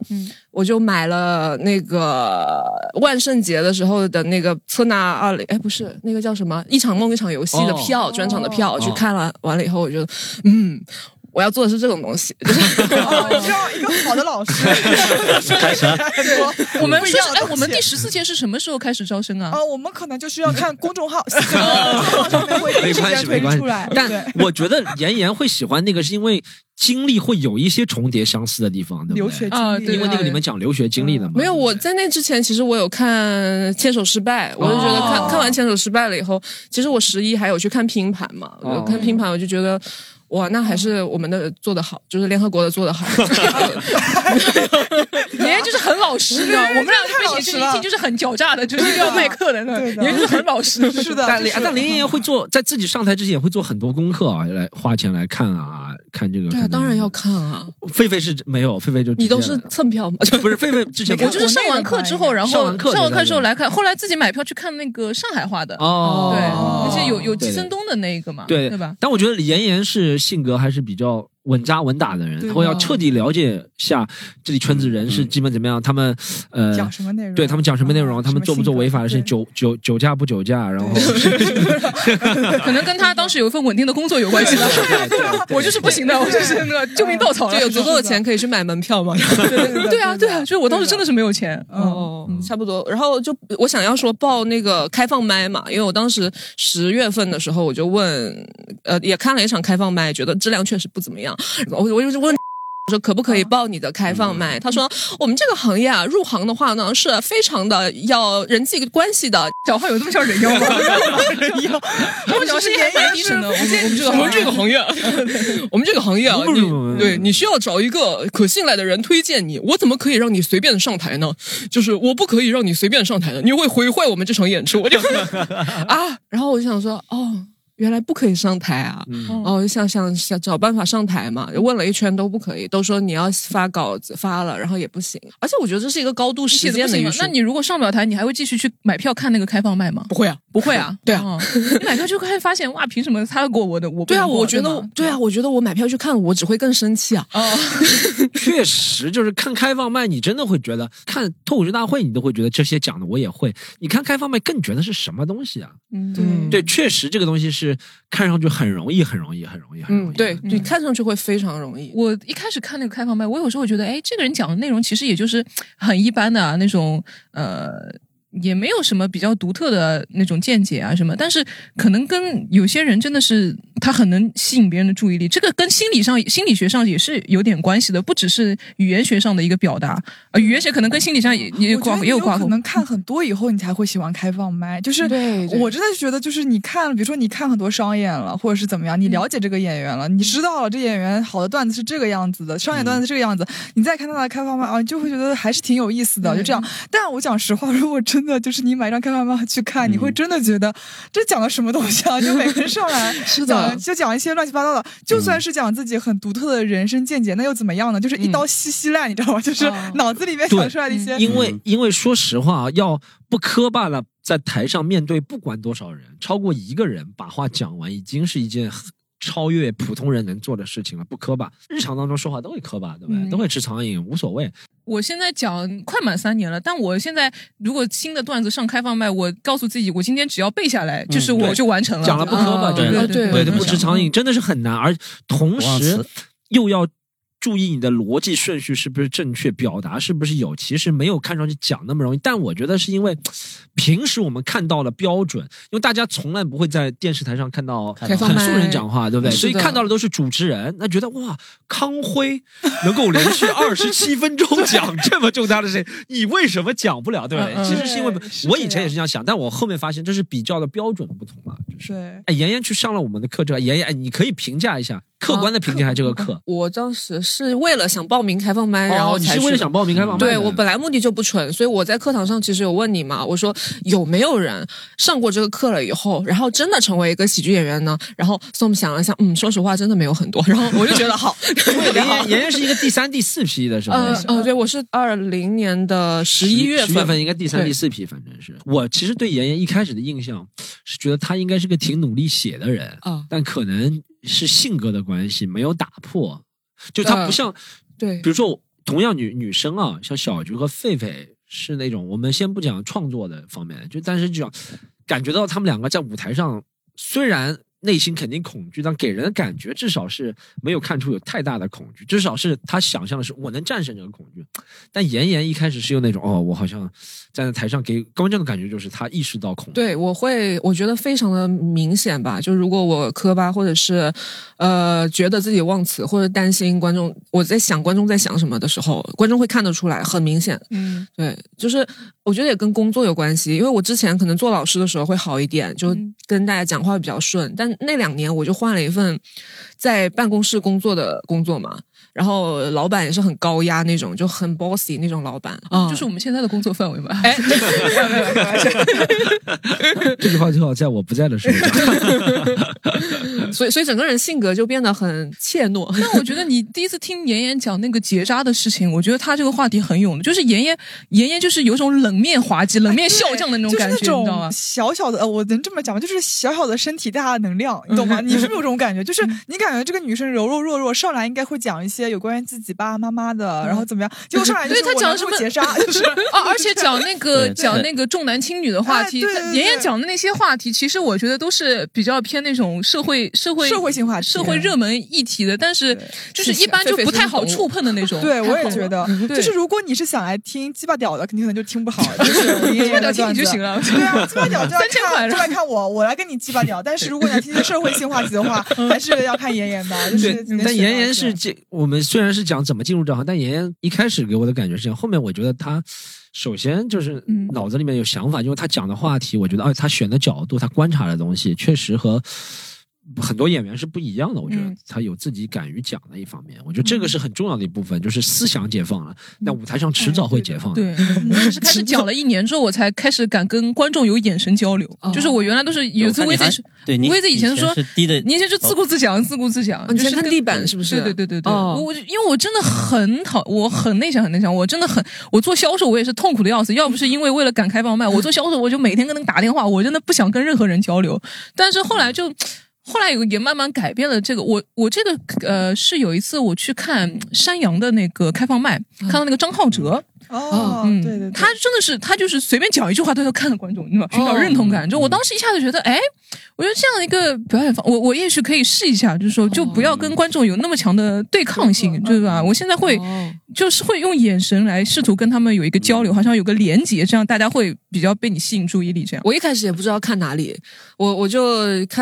[SPEAKER 2] 我就买了那个万圣节的时候的那个策纳二零，哎，不是那个叫什么《一场梦一场游戏》的票，专场的票，去看了完了以后，我觉得，嗯，我要做的是这种东西， 就是
[SPEAKER 3] 哦，你知道一个好的老师，
[SPEAKER 5] 开始了
[SPEAKER 4] 我们
[SPEAKER 3] 不一
[SPEAKER 4] 说
[SPEAKER 3] 样
[SPEAKER 4] 是
[SPEAKER 3] 的
[SPEAKER 4] 哎，
[SPEAKER 3] 东
[SPEAKER 4] 我们
[SPEAKER 3] 西
[SPEAKER 4] 第 十四届是什么时候开始招生啊
[SPEAKER 3] 啊，？我们可能就是要看公众 号，公众号上面会 第
[SPEAKER 6] 没
[SPEAKER 3] 一时
[SPEAKER 6] 关
[SPEAKER 3] 间
[SPEAKER 6] 系，没关
[SPEAKER 3] 推
[SPEAKER 6] 系
[SPEAKER 3] 出来。。对
[SPEAKER 6] 但我觉得妍妍会喜欢那个，是因为经历会有一些重叠相似的地方，对
[SPEAKER 3] 留
[SPEAKER 6] 不
[SPEAKER 3] 学
[SPEAKER 6] 对？
[SPEAKER 4] 啊
[SPEAKER 3] 经历，
[SPEAKER 4] 对
[SPEAKER 6] 因为那个里面讲留学经历的嘛。
[SPEAKER 2] 没有我在那之前，其实我有看《牵手失败》，我就觉得看、
[SPEAKER 6] 哦
[SPEAKER 2] 看完《牵手失败》了以后，其实我十一还有去看拼盘嘛，我
[SPEAKER 6] 哦
[SPEAKER 2] 看拼盘我就觉得。哇，那还是我们的做得好，就是联合国的做 得好。
[SPEAKER 4] 爷爷就是很老实的，我们俩
[SPEAKER 3] 太老
[SPEAKER 4] 背
[SPEAKER 3] 实
[SPEAKER 4] 景就
[SPEAKER 3] 了
[SPEAKER 4] 一听就是很狡诈的，就是要备课的那种，
[SPEAKER 3] 对的
[SPEAKER 4] 爷爷就是很老实。
[SPEAKER 3] 是的，
[SPEAKER 6] 但
[SPEAKER 3] 就
[SPEAKER 6] 林
[SPEAKER 3] 是嗯
[SPEAKER 6] 但林妍妍会做，在自己上台之前也会做很多功课啊，来花钱来看啊，看这个。
[SPEAKER 2] 对
[SPEAKER 6] 看那
[SPEAKER 2] 啊，
[SPEAKER 6] 个
[SPEAKER 2] 当然要。看啊，
[SPEAKER 6] 狒狒是没有，狒狒就直接
[SPEAKER 2] 你都是蹭票吗？
[SPEAKER 6] 不是狒狒之前
[SPEAKER 4] 我就是上完课之后，然
[SPEAKER 6] 上
[SPEAKER 4] 后
[SPEAKER 6] 完课
[SPEAKER 4] 上完课之后
[SPEAKER 6] 就在那
[SPEAKER 4] 来看，后来自己买票去看那个上海话的，
[SPEAKER 6] 哦，
[SPEAKER 4] 对，
[SPEAKER 3] 哦
[SPEAKER 4] 而且有有
[SPEAKER 6] 对
[SPEAKER 4] 季
[SPEAKER 6] 对
[SPEAKER 4] 森东的那一个嘛，
[SPEAKER 6] 对
[SPEAKER 4] 对吧？
[SPEAKER 6] 但我觉得李妍妍是性格还是比较稳扎稳打的人，
[SPEAKER 3] 对
[SPEAKER 6] 然后要
[SPEAKER 4] 的
[SPEAKER 6] 彻底了解下这里圈子人是基本怎么样，他们呃
[SPEAKER 3] 讲什么内容？
[SPEAKER 6] 对他们讲什么内容，
[SPEAKER 3] 啊
[SPEAKER 6] 他们做不做违法的事情，？
[SPEAKER 3] 什么
[SPEAKER 6] 酒酒酒驾不酒驾，然后
[SPEAKER 4] 可能跟他当时有一份稳定的工作有关系吧。 我就是不行的，我就是那个救命稻草了。
[SPEAKER 2] 就有足够的钱可以去买门票吗？
[SPEAKER 3] 性格对
[SPEAKER 4] 对啊，对啊，就是我当时真的。是没有钱。
[SPEAKER 3] 对嗯，
[SPEAKER 2] 哦差不多。然后就我想要说报那个开放麦嘛，因为我当时十月份的时候我就问，呃，也看了一场开放麦，觉得质量确实不怎么样，我我就问。我说可不可以报你的开放麦？他说我们这个行业啊，入行的话呢是非常的要人际关系的。
[SPEAKER 4] 小话有那么像人妖吗？人妖，我们只是还
[SPEAKER 3] 啊
[SPEAKER 4] 蛮低沉的。我们我们这个
[SPEAKER 2] 我们 这个行业，我们这个行业啊，
[SPEAKER 6] 不
[SPEAKER 2] 你
[SPEAKER 6] 不不不
[SPEAKER 2] 对你需要找一个可信赖的人推荐你。我怎么可以让你随便上台呢？就是我不可以让你随便上台的，你会毁坏我们这场演出。我就 啊，然后我就想说，哦，原来不可以上台啊。
[SPEAKER 4] 嗯
[SPEAKER 2] 哦，我就想想想找办法上台嘛，问了一圈都不可以，都说你要发稿子发了，然后也不行。而且我觉得这啊是一个高度
[SPEAKER 4] 你
[SPEAKER 2] 时
[SPEAKER 4] 写的
[SPEAKER 2] 间
[SPEAKER 4] 不
[SPEAKER 2] 的
[SPEAKER 4] 行
[SPEAKER 2] 约
[SPEAKER 4] 吗？
[SPEAKER 2] 束
[SPEAKER 4] 那。你如果上不了台，你还会继续去买票看那个开放麦吗？
[SPEAKER 2] 不会啊，
[SPEAKER 4] 不会啊，
[SPEAKER 2] 对啊
[SPEAKER 4] 哦，你买票就会发现哇，凭什么他过我的我不
[SPEAKER 2] 对
[SPEAKER 4] 能
[SPEAKER 2] 啊，
[SPEAKER 4] 过？
[SPEAKER 2] 我觉得
[SPEAKER 4] 吗，
[SPEAKER 2] 对啊，我觉得我买票去看，我只会更生气啊。
[SPEAKER 4] 哦，
[SPEAKER 6] 确实就是看开放麦，你真的会觉得看脱口秀大会，你都会觉得这些讲的我也会。你看开放麦更觉得是什么东西啊？
[SPEAKER 4] 嗯，
[SPEAKER 6] 对，确实这个东西是看上去很容易，很容易，很容易，很容易啊
[SPEAKER 2] 嗯，
[SPEAKER 6] 的。
[SPEAKER 2] 对，你看上去会非常容易。
[SPEAKER 4] 我一开始看那个开放麦，我有时候会觉得，哎，这个人讲的内容其实也就是很一般的、啊、那种，呃，也没有什么比较独特的那种见解啊什么。但是可能跟有些人真的是他很能吸引别人的注意力，这个跟心理上、心理学上也是有点关系的，不只是语言学上的一个表达，呃，语言学可能跟心理上也也
[SPEAKER 3] 对
[SPEAKER 4] 有
[SPEAKER 3] 我觉
[SPEAKER 4] 挂
[SPEAKER 3] 得你
[SPEAKER 4] 也
[SPEAKER 3] 有
[SPEAKER 4] 挂
[SPEAKER 3] 可
[SPEAKER 4] 钩。
[SPEAKER 3] 能看很多以后，你才会喜欢开放麦。就是
[SPEAKER 2] 对对
[SPEAKER 3] 我真的觉得，就是你看了，比如说你看很多商演了，或者是怎么样，
[SPEAKER 2] 嗯
[SPEAKER 3] 你了解这个演员了，你知道了这演员好的段子是这个样子的，商演
[SPEAKER 2] 嗯
[SPEAKER 3] 段子是这个样子，你再看他的开放麦啊，你就会觉得还是挺有意思的。就
[SPEAKER 2] 嗯
[SPEAKER 3] 这样，但我讲实话，如果真的就是你买张开放麦去看，你会
[SPEAKER 2] 嗯
[SPEAKER 3] 真的觉得这讲的什么东西啊？就每个人上来
[SPEAKER 2] 是的嗯
[SPEAKER 3] 讲就讲一些乱七八糟的，就算是讲自己很独特的人生见解，那又怎么样呢？就是一刀稀稀烂，你知道吗？就是
[SPEAKER 2] 哦
[SPEAKER 3] 脑子里面
[SPEAKER 6] 对
[SPEAKER 3] 想出来的一些。
[SPEAKER 6] 因为
[SPEAKER 5] 嗯
[SPEAKER 6] 因为说实话啊，要不磕巴了，在台上面对不管多少人，超过一个人把话讲完，已经是一件很超越普通人能做的事情了。不磕巴，日常当中说话都会磕巴，对不对？
[SPEAKER 4] 嗯
[SPEAKER 6] 都会吃苍蝇，无所谓。
[SPEAKER 4] 我现在讲快满三年了，但我现在如果新的段子上开放麦，我告诉自己，我今天只要背下来，就是我
[SPEAKER 6] 嗯对
[SPEAKER 4] 就完成了。
[SPEAKER 6] 讲了不磕巴，
[SPEAKER 2] 啊
[SPEAKER 6] 真的
[SPEAKER 2] 对
[SPEAKER 6] 对
[SPEAKER 2] 对
[SPEAKER 6] 对，
[SPEAKER 2] 对
[SPEAKER 6] 不吃苍蝇真的是很难，而同
[SPEAKER 5] 不忘
[SPEAKER 6] 时
[SPEAKER 5] 词
[SPEAKER 6] 又要注意你的逻辑顺序是不是正确，表达是不是有，其实没有看上去讲那么容易。但我觉得是因为平时我们看到了标准，因为大家从来不会在电视台上看到
[SPEAKER 5] 开放
[SPEAKER 6] 很
[SPEAKER 2] 麦嗯
[SPEAKER 6] 素人讲话，对不对？
[SPEAKER 2] 是
[SPEAKER 6] 所
[SPEAKER 2] 的
[SPEAKER 6] 以看到的都是主持人，那觉得哇，康辉能够连 续二十七分钟讲这么重大的事情，你为什么讲不了？对不对？
[SPEAKER 2] 哎
[SPEAKER 4] 嗯嗯
[SPEAKER 6] 其实是因为
[SPEAKER 3] 对是
[SPEAKER 6] 我
[SPEAKER 3] 这
[SPEAKER 6] 以前也
[SPEAKER 3] 样
[SPEAKER 6] 是这样想，但我后面发现这是比较的标准的不同嘛，就是。
[SPEAKER 3] 对，
[SPEAKER 6] 哎，妍妍去上了我们的课之后，妍妍，哎你可以评价一下，客观的评价一下这个课。
[SPEAKER 2] 我当时是为了想报名开放班，哎然后
[SPEAKER 6] 哦你
[SPEAKER 2] 才
[SPEAKER 6] 是
[SPEAKER 2] 去
[SPEAKER 6] 为了
[SPEAKER 2] 的
[SPEAKER 6] 想报名开放麦的？
[SPEAKER 2] 对我本来目的就不纯，所以我在课堂上其实有问你嘛，我说有没有人上过这个课了以后，然后真的成为一个喜剧演员呢？然后宋想了想，嗯，说实话真的没有很多，然后我就觉得 好，
[SPEAKER 6] 妍 妍，妍妍是一个第三、第四批的，是吗？
[SPEAKER 2] 呃呃，对我是二零年的十一月
[SPEAKER 6] 十月
[SPEAKER 2] 份，
[SPEAKER 6] 份应该第三、
[SPEAKER 2] 对
[SPEAKER 6] 第四批，反正是我其实对妍妍一开始的印象是觉得她应该是个挺努力写的人，
[SPEAKER 2] 啊，
[SPEAKER 6] 但可能是性格的关系没有打破，就她
[SPEAKER 2] 呃
[SPEAKER 6] 不像
[SPEAKER 2] 对
[SPEAKER 6] 比，如说，同样女女生啊，像小菊和狒狒是那种，我们先不讲创作的方面，就但是就讲感觉到他们两个在舞台上，虽然内心肯定恐惧，但给人的感觉至少是没有看出有太大的恐惧，至少是他想象的是我能战胜这个恐惧。但妍妍一开始是用那种哦，我好像站在台上给观众的感觉就是他意识到恐惧，
[SPEAKER 2] 对，我会，我觉得非常的明显吧。就如果我磕巴，或者是呃觉得自己忘词，或者担心观众，我在想观众在想什么的时候，观众会看得出来，很明显。
[SPEAKER 3] 嗯，
[SPEAKER 2] 对，就是我觉得也跟工作有关系，因为我之前可能做老师的时候会好一点，就
[SPEAKER 4] 嗯
[SPEAKER 2] 跟大家讲话比较顺。但那两年我就换了一份在办公室工作的工作嘛，然后老板也是很高压那种，就很 bossy 那种老板
[SPEAKER 6] 哦
[SPEAKER 2] 啊，
[SPEAKER 4] 就是我们现在的工作范围嘛。
[SPEAKER 2] 哎，没有没有开玩笑
[SPEAKER 6] 这句话最好在我不在的时候 讲。
[SPEAKER 2] 所以所以整个人性格就变得很怯懦。
[SPEAKER 4] 但我觉得你第一次听妍妍讲那个结扎的事情，我觉得她这个话题很有，就是妍妍妍妍就是有种冷面滑稽、冷面笑匠的那种
[SPEAKER 3] 哎就是
[SPEAKER 4] 感觉，
[SPEAKER 3] 那
[SPEAKER 4] 你知道吗
[SPEAKER 3] 种？小小的，呃我能这么讲吗？就是小小的身体大的能量，
[SPEAKER 4] 嗯
[SPEAKER 3] 你懂吗？你是不是有这种感觉？就是你感觉这个女生柔柔弱弱，上来应该会讲一些有关于自己爸爸妈妈的，然后怎么样，结果上来
[SPEAKER 4] 嗯
[SPEAKER 3] 就
[SPEAKER 4] 对
[SPEAKER 3] 是
[SPEAKER 4] 她
[SPEAKER 3] 我
[SPEAKER 4] 讲
[SPEAKER 3] 能
[SPEAKER 4] 什
[SPEAKER 3] 够
[SPEAKER 4] 么
[SPEAKER 3] 结扎， 就是
[SPEAKER 4] 啊，而且讲那个
[SPEAKER 5] 对
[SPEAKER 4] 讲
[SPEAKER 5] 对
[SPEAKER 4] 那个重男轻女的话题，
[SPEAKER 3] 哎对
[SPEAKER 4] 她
[SPEAKER 3] 对对
[SPEAKER 4] 妍妍讲的那些话题，其实我觉得都是比较偏那种社会社会
[SPEAKER 3] 社会性话题
[SPEAKER 4] 社会热门议题的，但是
[SPEAKER 3] 对
[SPEAKER 4] 就是一般就不太好
[SPEAKER 2] 谢谢
[SPEAKER 4] 触碰的那种。
[SPEAKER 3] 对，我也觉得，
[SPEAKER 4] 嗯
[SPEAKER 3] 就是
[SPEAKER 4] 对
[SPEAKER 3] 如果你是想来听鸡巴屌的，肯定可能就听不好， 就是鸡
[SPEAKER 4] 鸡巴屌 听你就行。了。
[SPEAKER 3] 对啊， 鸡巴屌就来
[SPEAKER 4] 三千块
[SPEAKER 3] 看，
[SPEAKER 4] 了
[SPEAKER 3] 就来看我，我来跟你鸡巴屌。但是如果你要听一些社会性话题的话，
[SPEAKER 4] 嗯
[SPEAKER 3] 还是要看妍妍的。就是
[SPEAKER 6] 对
[SPEAKER 3] 你，的
[SPEAKER 6] 但
[SPEAKER 3] 选
[SPEAKER 6] 妍
[SPEAKER 3] 择
[SPEAKER 6] 妍是这，我们虽然是讲怎么进入这行，但妍妍一开始给我的感觉是这样，后面我觉得她首先就是
[SPEAKER 4] 嗯
[SPEAKER 6] 脑子里面有想法，因为她讲的话题，我觉得，哎，她选的角度，她观察的东西，确实和。很多演员是不一样的，我觉得
[SPEAKER 4] 嗯
[SPEAKER 6] 她有自己敢于讲的一方面，我觉得这个是很重要的一部分，就是思想解放了，那舞台上迟早会解放的。
[SPEAKER 4] 对，我也是开始讲了一年之后，我才开始敢跟观众有眼神交流。
[SPEAKER 2] 哦
[SPEAKER 4] 就是我原来都是有一次
[SPEAKER 5] 我看
[SPEAKER 4] 我
[SPEAKER 5] 你
[SPEAKER 4] 一
[SPEAKER 5] 还
[SPEAKER 4] 直是，
[SPEAKER 5] 对你
[SPEAKER 4] 我一直以前说
[SPEAKER 5] 是低的，
[SPEAKER 4] 你先就自顾自讲，自顾自讲，
[SPEAKER 2] 你
[SPEAKER 4] 就是
[SPEAKER 2] 先看
[SPEAKER 4] 跟
[SPEAKER 2] 地板是不是？
[SPEAKER 4] 对对对对对，
[SPEAKER 2] 哦
[SPEAKER 4] 我我就因为我真的很讨，我很内向，很内向，我真的很，我做销售我也是痛苦的要死。要不是因为为了赶开放麦，我做销售我就每天跟他们打电话，我真的不想跟任何人交流。但是后来就。后来有也慢慢改变了这个，我我这个呃是有一次我去看山羊的那个开放麦，看到那个张浩哲，
[SPEAKER 3] 哦，
[SPEAKER 4] 嗯，
[SPEAKER 3] 对对，对
[SPEAKER 4] 他真的是他就是随便讲一句话，他就看着观众，你知道吗？寻找认同
[SPEAKER 2] 哦
[SPEAKER 4] 感。就我当时一下子觉得，哎，我觉得这样的一个表演方，我我也许可以试一下，就是说，就不要跟观众有那么强的对抗
[SPEAKER 2] 嗯
[SPEAKER 4] 性，对吧？我现在会
[SPEAKER 2] 哦
[SPEAKER 4] 就是会用眼神来试图跟他们有一个交
[SPEAKER 2] 嗯
[SPEAKER 4] 流，好像有个连接，这样大家会比较被你吸引注意力。这样，
[SPEAKER 2] 我一开始也不知道看哪里，我我就看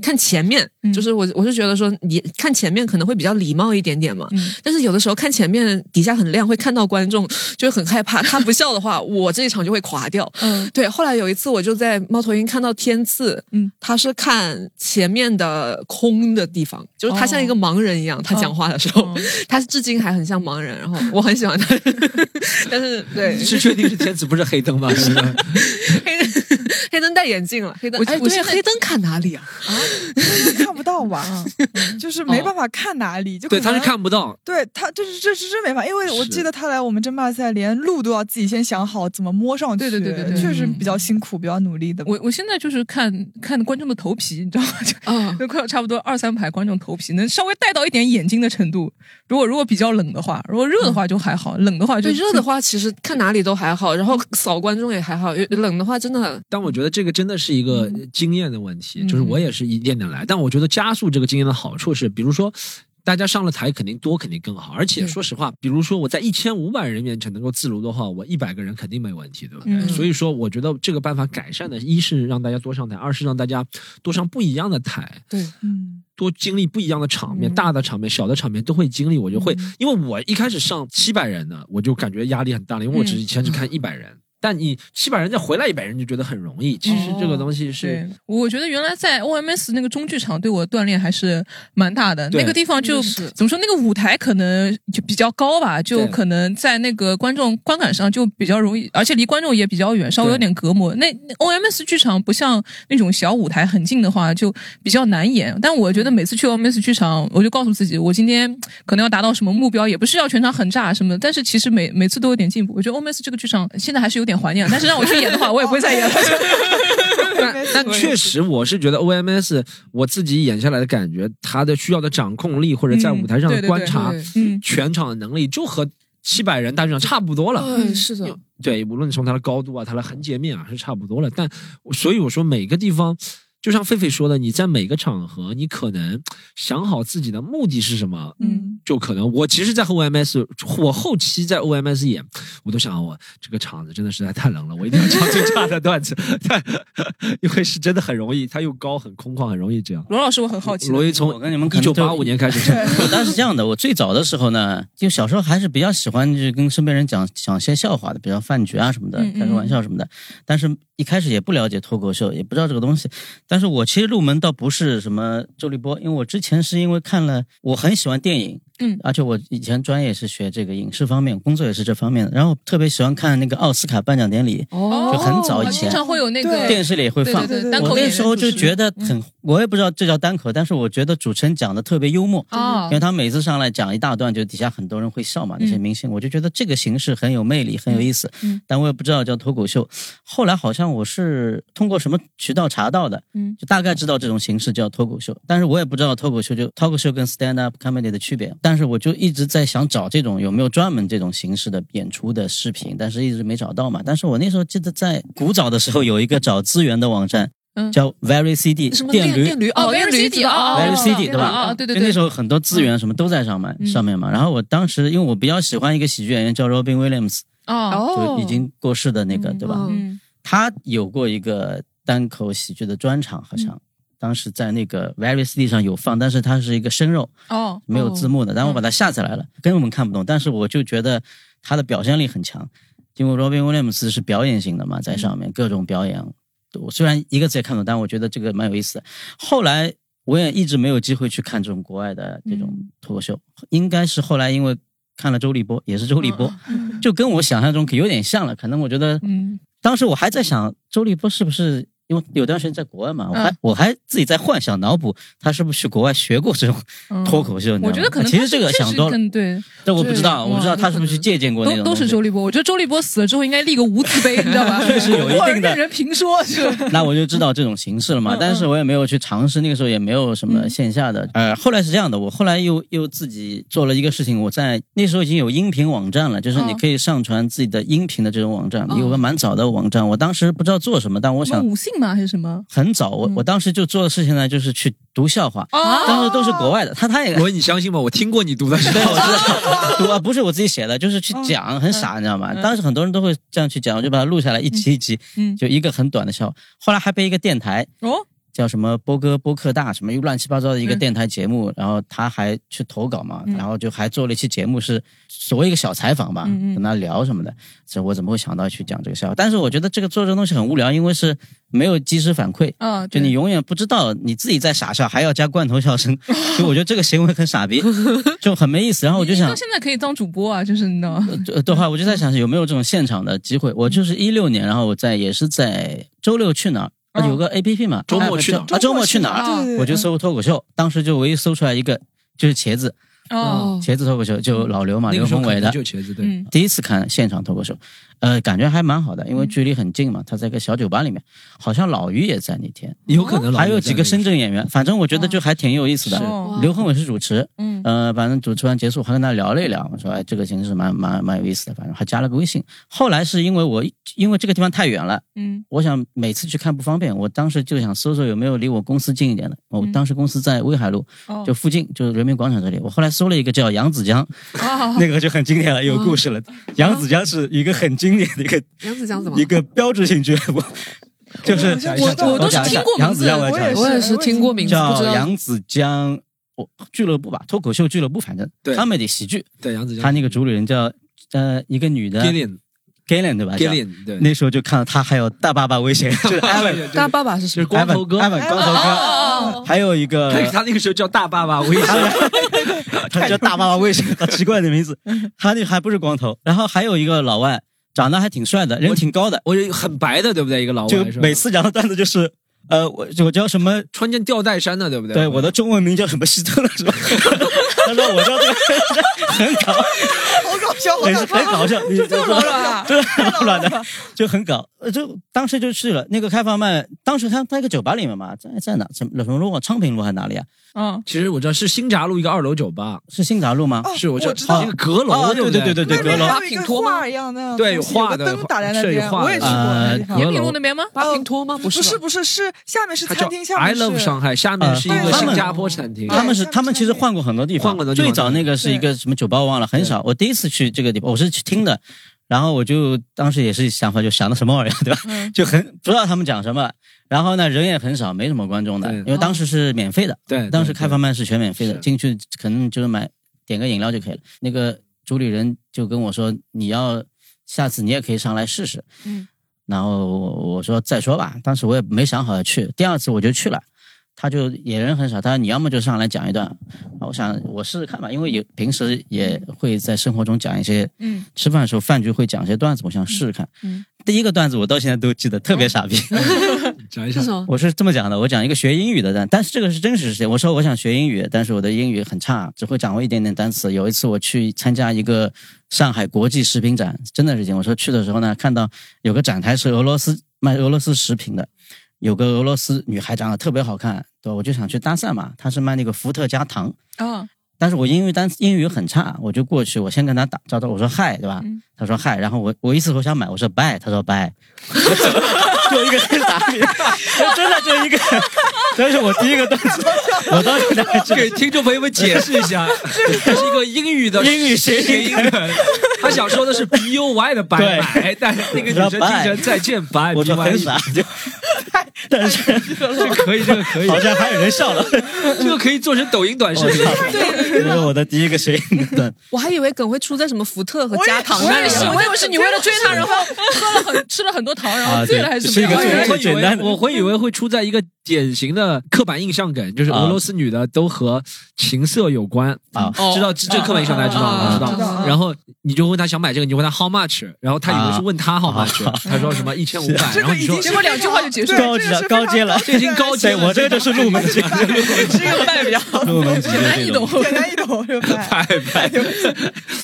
[SPEAKER 2] 看前面，
[SPEAKER 4] 嗯
[SPEAKER 2] 就是我我是觉得说你看前面可能会比较礼貌一点点嘛，
[SPEAKER 4] 嗯
[SPEAKER 2] 但是有的时候看前面底下很亮，会看到观众就会很害怕，他不笑的话，我这一场就会垮掉。
[SPEAKER 4] 嗯
[SPEAKER 2] 对，后来有一次我就在猫头鹰看到天赐，
[SPEAKER 4] 嗯，
[SPEAKER 2] 他是看前面的空的地方，就是他像一个盲人一样，他讲话的时候，
[SPEAKER 4] 哦
[SPEAKER 2] 他至今还很像盲人，然后我很喜欢他， 但是对
[SPEAKER 6] 是确定是天子不是黑灯吗？是吧
[SPEAKER 2] 黑灯黑灯戴眼镜了，黑灯
[SPEAKER 4] 我
[SPEAKER 2] 哎
[SPEAKER 4] 我
[SPEAKER 2] 对，
[SPEAKER 4] 现在
[SPEAKER 2] 黑灯看哪里啊？
[SPEAKER 3] 看不到 吧？嗯就是没办法看哪里，
[SPEAKER 4] 哦
[SPEAKER 3] 就
[SPEAKER 6] 对，
[SPEAKER 3] 可
[SPEAKER 6] 他是
[SPEAKER 3] 能
[SPEAKER 6] 看不到，
[SPEAKER 3] 对他，这是这是真没法，因为我
[SPEAKER 6] 是
[SPEAKER 3] 记得他来我们争霸赛，连路都要自己先想好怎么摸上
[SPEAKER 4] 对
[SPEAKER 3] 去。
[SPEAKER 4] 对对对对
[SPEAKER 3] 确实
[SPEAKER 4] 嗯
[SPEAKER 3] 比较辛苦，比较努力的。
[SPEAKER 4] 我我现在就是看看观众的头皮，你知道 吗？就
[SPEAKER 2] 啊，
[SPEAKER 4] 就快有差不多二三排观众头皮，能稍微带到一点眼睛的程度。如果如果比较冷的话，如果热的话就还好，冷的话就
[SPEAKER 2] 对热的话，其实看哪里都还好，然后扫观众也还好，有冷的话真的
[SPEAKER 6] 但我觉得这个真的是一个经验的问题，
[SPEAKER 4] 嗯
[SPEAKER 6] 就是我也是一点点来，但我觉得加速这个经验的好处是，比如说。大家上了台肯定多，肯定更好。而且
[SPEAKER 2] 对
[SPEAKER 6] 说实话，比如说我在一千五百人面前能够自如的话，我一百个人肯定没问题，对不对？
[SPEAKER 4] 嗯
[SPEAKER 6] 所以说，我觉得这个办法改善的，一是让大家多上台，二是让大家多上不一样的台，
[SPEAKER 2] 对，
[SPEAKER 3] 嗯，
[SPEAKER 6] 多经历不一样的场
[SPEAKER 4] 嗯
[SPEAKER 6] 面，大的场面、小的场面都会经历。我就会，因为我一开始上七百人呢，我就感觉压力很大了，因为我
[SPEAKER 4] 嗯
[SPEAKER 6] 只以前只看一百人。但你七百人再回来一百人，就觉得很容易。其实这
[SPEAKER 4] 哦
[SPEAKER 6] 个东西是
[SPEAKER 4] 对，我觉得原来在 OMS 那个中剧场对我锻炼还是蛮大的。
[SPEAKER 6] 对
[SPEAKER 4] 那个地方就
[SPEAKER 2] 嗯是
[SPEAKER 4] 怎么说，那个舞台可能就比较高吧，就
[SPEAKER 6] 对
[SPEAKER 4] 可能在那个观众观感上就比较容易，而且离观众也比较远，稍微有点隔膜。那那 OMS 剧场不像那种小舞台很近的话，就比较难演。但我觉得每次去 OMS 剧场，我就告诉自己，我今天可能要达到什么目标，也不是要全场很炸什么的，但是其实每每次都有点进步。我觉得 OMS 这个剧场现在还是有点怀念，但是让我去演的话，我也不会再演 了。
[SPEAKER 6] 但确实，我是觉得 OMS 我自己演下来的感觉，它的需要的掌控力或者在
[SPEAKER 4] 嗯
[SPEAKER 6] 舞台上
[SPEAKER 4] 对
[SPEAKER 6] 的
[SPEAKER 4] 对
[SPEAKER 6] 观
[SPEAKER 4] 对
[SPEAKER 6] 察、
[SPEAKER 2] 对
[SPEAKER 4] 嗯
[SPEAKER 6] 全场的能力，就和七百人大剧场差不多了。
[SPEAKER 2] 对，哎是的，
[SPEAKER 6] 对，无论从它的高度啊，它的横截面啊，是差不多了。但我所以我说，每个地方，就像狒狒说的，你在每个场合，你可能想好自己的目的是什么，
[SPEAKER 4] 嗯，
[SPEAKER 6] 就可能我其实，在 OMS，我后期在 OMS 演，我都想啊我这个场子真的实在太冷了，我一定要唱最差的段子， 但因为是真的很容易，它又高很空旷，很容易这样。
[SPEAKER 4] 罗老师，我很好奇的。
[SPEAKER 6] 罗一从
[SPEAKER 5] 我跟你们可
[SPEAKER 6] 一
[SPEAKER 5] 能
[SPEAKER 6] 九
[SPEAKER 5] 就
[SPEAKER 6] 八五年开始唱，
[SPEAKER 5] 我当时这样的，我最早的时候呢，就小时候还是比较喜欢，就是跟身边人讲讲些笑话的，比如饭局啊什么的
[SPEAKER 4] 嗯，嗯
[SPEAKER 5] 开个玩笑什么的。但是一开始也不了解脱口秀，也不知道这个东西。但是我其实入门倒不是什么周立波，因为我之前是因为看了，我很喜欢电影，
[SPEAKER 4] 嗯
[SPEAKER 5] 而且我以前专业是学这个影视方面，工作也是这方面的。然后特别喜欢看那个奥斯卡颁奖典礼，
[SPEAKER 2] 哦
[SPEAKER 5] 就很早以前
[SPEAKER 4] 经常会有那个
[SPEAKER 3] 对
[SPEAKER 5] 电视里也会
[SPEAKER 4] 对
[SPEAKER 5] 放。
[SPEAKER 4] 对
[SPEAKER 3] 对
[SPEAKER 4] 对，单
[SPEAKER 5] 我
[SPEAKER 4] 口
[SPEAKER 5] 那
[SPEAKER 4] 演
[SPEAKER 5] 时候就觉得
[SPEAKER 4] 嗯
[SPEAKER 5] 很，我也不知道这叫单口，但是我觉得主持人讲的特别幽默，
[SPEAKER 4] 啊
[SPEAKER 5] 因为，他每次上来讲一大段，就底下很多人会笑嘛。那些明星，我就觉得这个形式很有魅力，很有意思。
[SPEAKER 4] 嗯
[SPEAKER 5] 但我也不知道叫脱口秀。后来好像我是通过什么渠道查到的，
[SPEAKER 4] 嗯
[SPEAKER 5] 就大概知道这种形式叫脱口秀，但是我也不知道脱口秀就脱口秀跟 stand up comedy 的区别。但是我就一直在想找这种有没有专门这种形式的演出的视频，但是一直没找到嘛。但是我那时候记得在古早的时候有一个找资源的网站，
[SPEAKER 4] 嗯
[SPEAKER 5] 叫 Very CD
[SPEAKER 2] 什么
[SPEAKER 5] 电驴
[SPEAKER 2] 电驴
[SPEAKER 4] 哦
[SPEAKER 2] 电
[SPEAKER 4] Very
[SPEAKER 2] 驴
[SPEAKER 4] CD 哦
[SPEAKER 2] 知道
[SPEAKER 5] Very CD 对吧？
[SPEAKER 4] 啊，对对
[SPEAKER 5] 就那
[SPEAKER 4] 对
[SPEAKER 5] 时，候很多资源什么都在上面、
[SPEAKER 4] 嗯
[SPEAKER 5] 上面嘛。然后我当时因为我比较喜欢一个喜剧演员叫 Robin Williams，、
[SPEAKER 4] 啊，
[SPEAKER 2] 哦，
[SPEAKER 5] 就已经过世的那个，
[SPEAKER 4] 嗯
[SPEAKER 5] 对吧？
[SPEAKER 2] 嗯
[SPEAKER 4] 嗯
[SPEAKER 5] 他有过一个单口喜剧的专场，好
[SPEAKER 4] 嗯
[SPEAKER 5] 像、当时在那个 Very CD 上有放，但是它是一个生肉，
[SPEAKER 4] 哦，
[SPEAKER 5] 没有字幕的。然后我把
[SPEAKER 4] 嗯
[SPEAKER 5] 它下下来了，根本看不懂，但是我就觉得他的表现力很强，因为 Robin Williams 是表演型的嘛，在
[SPEAKER 4] 嗯
[SPEAKER 5] 上面、各种表演。我虽然一个字也看不懂，但我觉得这个蛮有意思的。后来我也一直没有机会去看这种国外的这种
[SPEAKER 4] 嗯
[SPEAKER 5] 脱口秀，应该是后来因为看了周立波，也是周立波，
[SPEAKER 4] 嗯
[SPEAKER 5] 就跟我想象中可有点像了。可能我觉得
[SPEAKER 4] 嗯
[SPEAKER 5] 当时我还在想，周立波是不是因为有段时间在国外嘛，我还、
[SPEAKER 4] 嗯
[SPEAKER 5] 我还自己在幻想脑补他是不是去国外学过这种
[SPEAKER 4] 嗯
[SPEAKER 5] 脱口秀。你知道吗
[SPEAKER 4] 我觉得可能
[SPEAKER 5] 啊其实
[SPEAKER 4] 他
[SPEAKER 5] 这个
[SPEAKER 4] 确实
[SPEAKER 5] 想多了，
[SPEAKER 4] 更对，
[SPEAKER 5] 但我不知道，
[SPEAKER 4] 对
[SPEAKER 5] 我不知道他是不是去借鉴过那
[SPEAKER 4] 都
[SPEAKER 5] 种
[SPEAKER 4] 都
[SPEAKER 5] 东
[SPEAKER 4] 是
[SPEAKER 5] 西
[SPEAKER 4] 周立波。我觉得周立波死了之后应该立个无字 碑，你知道吧？
[SPEAKER 5] 确实有一定的
[SPEAKER 4] 或者 任人评说，就
[SPEAKER 5] 那我就知道这种形式了嘛
[SPEAKER 4] 嗯。
[SPEAKER 5] 但是我也没有去尝试，那个时候也没有什么
[SPEAKER 4] 嗯
[SPEAKER 5] 线下的。呃，后来是这样的，我后来又又自己做了一个事情，我在那时候已经有音频网站了，就是你
[SPEAKER 4] 哦
[SPEAKER 5] 可以上传自己的音频的这种网站，
[SPEAKER 4] 哦
[SPEAKER 5] 有个蛮早的网站。我当时不知道做什么，但我
[SPEAKER 4] 什么
[SPEAKER 5] 想
[SPEAKER 4] 五姓吗？还是什么？
[SPEAKER 5] 很早，我
[SPEAKER 4] 嗯
[SPEAKER 5] 我当时就做的事情呢，就是去读笑话，
[SPEAKER 4] 啊
[SPEAKER 5] 当时都是国外的，他他也。
[SPEAKER 6] 罗，你相信吗？我听过你读的是
[SPEAKER 5] 对，我知 道，读啊，不是我自己写的，就是去讲，很傻，你知道吗？
[SPEAKER 4] 哦嗯
[SPEAKER 5] 当时很多人都会这样去讲，我就把它录下来，一集一集，
[SPEAKER 4] 嗯，
[SPEAKER 5] 就一个很短的笑话。后来还被一个电台
[SPEAKER 4] 哦，
[SPEAKER 5] 叫什么波哥波克大什么又乱七八糟的一个
[SPEAKER 4] 嗯
[SPEAKER 5] 电台节目，然后他还去投稿嘛，
[SPEAKER 4] 嗯
[SPEAKER 5] 然后就还做了一期节目是所谓一个小采访吧，
[SPEAKER 4] 嗯嗯
[SPEAKER 5] 跟他聊什么的。这我怎么会想到去讲这个笑话？但是我觉得这个做这个东西很无聊，因为是没有及时反馈。
[SPEAKER 4] 啊，
[SPEAKER 5] 就
[SPEAKER 4] 对
[SPEAKER 5] 你永远不知道你自己在傻笑，还要加罐头 笑声，就我觉得这个行为很傻逼，就很没意思。然后我就
[SPEAKER 4] 你
[SPEAKER 5] 想
[SPEAKER 4] 到，现在可以当主播啊，就是你知道吗，
[SPEAKER 5] 呃的话，我就在想有没有这种现场的机会。
[SPEAKER 4] 嗯
[SPEAKER 5] 我就是一六年，然后我在也是在周六去哪儿，啊
[SPEAKER 4] 嗯
[SPEAKER 5] 有个 A P P 嘛，
[SPEAKER 6] 周末去哪儿
[SPEAKER 5] 啊，周末去哪儿，
[SPEAKER 4] 啊
[SPEAKER 3] 对对对
[SPEAKER 5] 我就搜脱口秀，当时就唯一搜出来一个就是茄子，
[SPEAKER 4] 哦，
[SPEAKER 5] 啊茄子脱口秀就老刘嘛，
[SPEAKER 6] 那
[SPEAKER 5] 刘
[SPEAKER 6] 个时候
[SPEAKER 5] 宏
[SPEAKER 6] 可
[SPEAKER 5] 伟
[SPEAKER 6] 能
[SPEAKER 5] 的
[SPEAKER 6] 就，茄子对。
[SPEAKER 4] 嗯
[SPEAKER 5] 第一次看现场脱口秀，呃，感觉还蛮好的，因为距离很近嘛，他在一个小酒吧里面，好像老于也在那天，
[SPEAKER 6] 有可能老
[SPEAKER 5] 还有几个深圳演员，反正我觉得就还挺有意思的。嗯
[SPEAKER 4] 哦
[SPEAKER 5] 刘恒伟是主持，
[SPEAKER 4] 嗯
[SPEAKER 5] 呃，反正主持完结束还跟他聊了一聊，我说哎，这个形式蛮蛮蛮有意思的，反正还加了个微信。后来是因为我因为这个地方太远了，
[SPEAKER 4] 嗯
[SPEAKER 5] 我想每次去看不方便，我当时就想搜搜有没有离我公司近一点的。我
[SPEAKER 4] 嗯
[SPEAKER 5] 当时公司在威海路，
[SPEAKER 4] 哦
[SPEAKER 5] 就附近，就是人民广场这里。我后来搜了一个叫扬子江，
[SPEAKER 4] 哦
[SPEAKER 5] 那个就很经典了，有故事了。扬子江是一个很经典的一个
[SPEAKER 8] 杨子江怎么
[SPEAKER 2] 哦
[SPEAKER 5] 一
[SPEAKER 8] 了？
[SPEAKER 5] 个标志性俱乐部，就是
[SPEAKER 4] 我我都是听过名
[SPEAKER 5] 扬子
[SPEAKER 4] 字，
[SPEAKER 5] 江，
[SPEAKER 3] 我也
[SPEAKER 8] 我也是
[SPEAKER 3] 我也
[SPEAKER 8] 听过名字，不
[SPEAKER 5] 叫
[SPEAKER 8] 知道。
[SPEAKER 5] 扬子江我俱乐部吧，脱口秀俱乐部，反正
[SPEAKER 6] 对
[SPEAKER 5] comedy 喜剧，
[SPEAKER 6] 对杨子
[SPEAKER 5] 他
[SPEAKER 6] 江
[SPEAKER 5] 那个主理人叫呃一个女的
[SPEAKER 6] Gillian
[SPEAKER 5] Galen 对吧
[SPEAKER 6] Gillian 对
[SPEAKER 5] 啊叫，那时候就看到他还有大爸爸危险，就是 Evan
[SPEAKER 2] 大爸爸是
[SPEAKER 6] 就
[SPEAKER 2] 什
[SPEAKER 6] 是
[SPEAKER 2] 么？
[SPEAKER 6] 光头哥
[SPEAKER 5] Evan-
[SPEAKER 3] 哎
[SPEAKER 5] Evan 光头哥，
[SPEAKER 4] 哦
[SPEAKER 5] 还有一个
[SPEAKER 6] 他他那个时候叫大爸爸微信，
[SPEAKER 5] 他叫大爸爸为 什么？好奇怪的名字，他那还不是光头，然后还有一个老外，长得还挺帅的，人挺高的，
[SPEAKER 6] 我觉得很白的，对不对？一个老
[SPEAKER 5] 就
[SPEAKER 6] 外是吧
[SPEAKER 5] 每次讲的段子就是，呃，我我叫什么？
[SPEAKER 6] 穿件吊带衫的，对不对？
[SPEAKER 5] 对，我的中文名叫什么希特勒 是吧？他说我叫这个很搞，
[SPEAKER 3] 好搞笑，好搞
[SPEAKER 5] 很
[SPEAKER 3] 笑，
[SPEAKER 5] 很搞笑，你
[SPEAKER 3] 这么搞笑 啊！
[SPEAKER 5] 就是很乱的，就很搞，呃就当时就去了那个开放麦，当时他在一个酒吧里面嘛，在在哪？什么什么路啊？昌平路还是哪里啊？
[SPEAKER 4] 哦，
[SPEAKER 6] 其实我知道是新闸路一个二楼酒吧，
[SPEAKER 5] 是新闸路吗？
[SPEAKER 3] 哦
[SPEAKER 6] 是我知
[SPEAKER 3] 我知道
[SPEAKER 6] 道一个阁楼，
[SPEAKER 5] 哦
[SPEAKER 6] 不
[SPEAKER 5] 对对对
[SPEAKER 3] 那
[SPEAKER 5] 对
[SPEAKER 3] 边
[SPEAKER 5] 阁楼
[SPEAKER 3] 还有一个画一样的，
[SPEAKER 6] 对有画
[SPEAKER 3] 画
[SPEAKER 6] 的
[SPEAKER 3] 灯打在那
[SPEAKER 6] 是有
[SPEAKER 3] 边，
[SPEAKER 6] 画的
[SPEAKER 3] 我也去过那地方。
[SPEAKER 4] 延
[SPEAKER 6] 呃
[SPEAKER 4] 平路那边吗？
[SPEAKER 8] 八平托吗？不
[SPEAKER 3] 不
[SPEAKER 8] 是吧，
[SPEAKER 3] 是不是是下面是
[SPEAKER 6] 它
[SPEAKER 3] 餐
[SPEAKER 6] 叫
[SPEAKER 3] 厅，下
[SPEAKER 6] I
[SPEAKER 3] 面
[SPEAKER 6] Love
[SPEAKER 3] 是
[SPEAKER 6] 上海，下面是一
[SPEAKER 5] 呃
[SPEAKER 6] 个
[SPEAKER 5] 他们
[SPEAKER 6] 新加坡餐厅
[SPEAKER 3] 对。
[SPEAKER 5] 他们是
[SPEAKER 3] 上
[SPEAKER 5] 他们其实换过很多地方，
[SPEAKER 6] 换过很多地方
[SPEAKER 5] 最早那个是一个什么酒吧，我忘了，很少。我第一次去这个地方，我是去听的，然后我就当时也是想法，就想的什么玩意儿，对吧？
[SPEAKER 4] 嗯
[SPEAKER 5] 就很不知道他们讲什么。然后呢，人也很少，没什么观众的
[SPEAKER 6] 对，
[SPEAKER 5] 因为当时是免费的，
[SPEAKER 6] 对，对
[SPEAKER 5] 当时开放。麦是全免费的，
[SPEAKER 6] 是
[SPEAKER 5] 进去可能就是买点个饮料就可以了。那个主理人就跟我说，你要下次你也可以上来试试。
[SPEAKER 4] 嗯，
[SPEAKER 5] 然后我我说再说吧，当时我也没想好要去，第二次我就去了。他就也人很少，他说你要么就上来讲一段，我想我试试看吧，因为有平时也会在生活中讲一些，
[SPEAKER 4] 嗯，
[SPEAKER 5] 吃饭的时候饭局会讲一些段子，我想试试看。
[SPEAKER 4] 嗯哦
[SPEAKER 5] 第一个段子我到现在都记得，特 别傻逼。
[SPEAKER 6] 对讲一下
[SPEAKER 8] 是，什么？
[SPEAKER 5] 我是这么讲的，我讲一个学英语的单，但是这个是真实事件。我说我想学英语，但是我的英语很差，只会掌握一点点单词。有一次我去参加一个上海国际食品展，真的事情。我说去的时候呢，看到有个展台是俄罗斯卖俄罗斯食品的，有个俄罗斯女孩长得特别好看，对，我就想去搭讪嘛。她是卖那个伏特加糖，
[SPEAKER 4] 哦
[SPEAKER 5] 但是我英语单英语很差，我就过去，我先跟他打招呼，我说嗨，对吧？
[SPEAKER 4] 嗯
[SPEAKER 5] 他说嗨，然后我我一思我想买，我说 buy，他说 buy，就一个黑打脸，真的就一个，这是我第一个段子，我当时在 这
[SPEAKER 6] 给听众朋友们解释一下，这是一个英语的
[SPEAKER 5] 英语谐音
[SPEAKER 6] 谐音 梗。他想说的是 B U Y 的拜
[SPEAKER 5] 对
[SPEAKER 6] 拜，但是那个女生听成再见拜，
[SPEAKER 5] 我说很傻，就，但是
[SPEAKER 6] 这个可以，这个可以，
[SPEAKER 5] 好像还有人笑了，
[SPEAKER 6] 这个可以做成抖音短视频。
[SPEAKER 5] 这是 我的第一个谐音的段子。
[SPEAKER 2] 我还以为梗会出在什么福特和加糖
[SPEAKER 3] 我
[SPEAKER 2] 那
[SPEAKER 3] 也
[SPEAKER 2] 里
[SPEAKER 3] 是
[SPEAKER 2] 呢。
[SPEAKER 4] 我以为是你为了追他，然后喝了很吃了很多糖，然后醉了还是怎么
[SPEAKER 5] 啊对是一个
[SPEAKER 4] 样？
[SPEAKER 5] 最
[SPEAKER 6] 我
[SPEAKER 5] 最简单的
[SPEAKER 6] 我会以为会出在一个典型的刻板印象梗，就是俄罗斯女的都和情色有关
[SPEAKER 5] 啊
[SPEAKER 6] 知道这这刻板印象大家知道
[SPEAKER 5] 啊
[SPEAKER 6] 吗？知道。
[SPEAKER 3] 啊
[SPEAKER 6] 然后你就问他想买这个，你就问他 how much，然后他以为是问他 how much，他说什么一千五百，
[SPEAKER 3] 这
[SPEAKER 6] 然
[SPEAKER 3] 个
[SPEAKER 6] 后你
[SPEAKER 3] 已
[SPEAKER 6] 说
[SPEAKER 3] 经
[SPEAKER 4] 结果两句话就结束
[SPEAKER 5] 高级了高阶了
[SPEAKER 6] 这已经高级
[SPEAKER 5] 对，
[SPEAKER 6] 了
[SPEAKER 5] 我这个就是入门级，
[SPEAKER 3] 这个拜表，
[SPEAKER 5] 入门级的这种，
[SPEAKER 3] 简单易懂，这个拜。
[SPEAKER 6] 拜拜，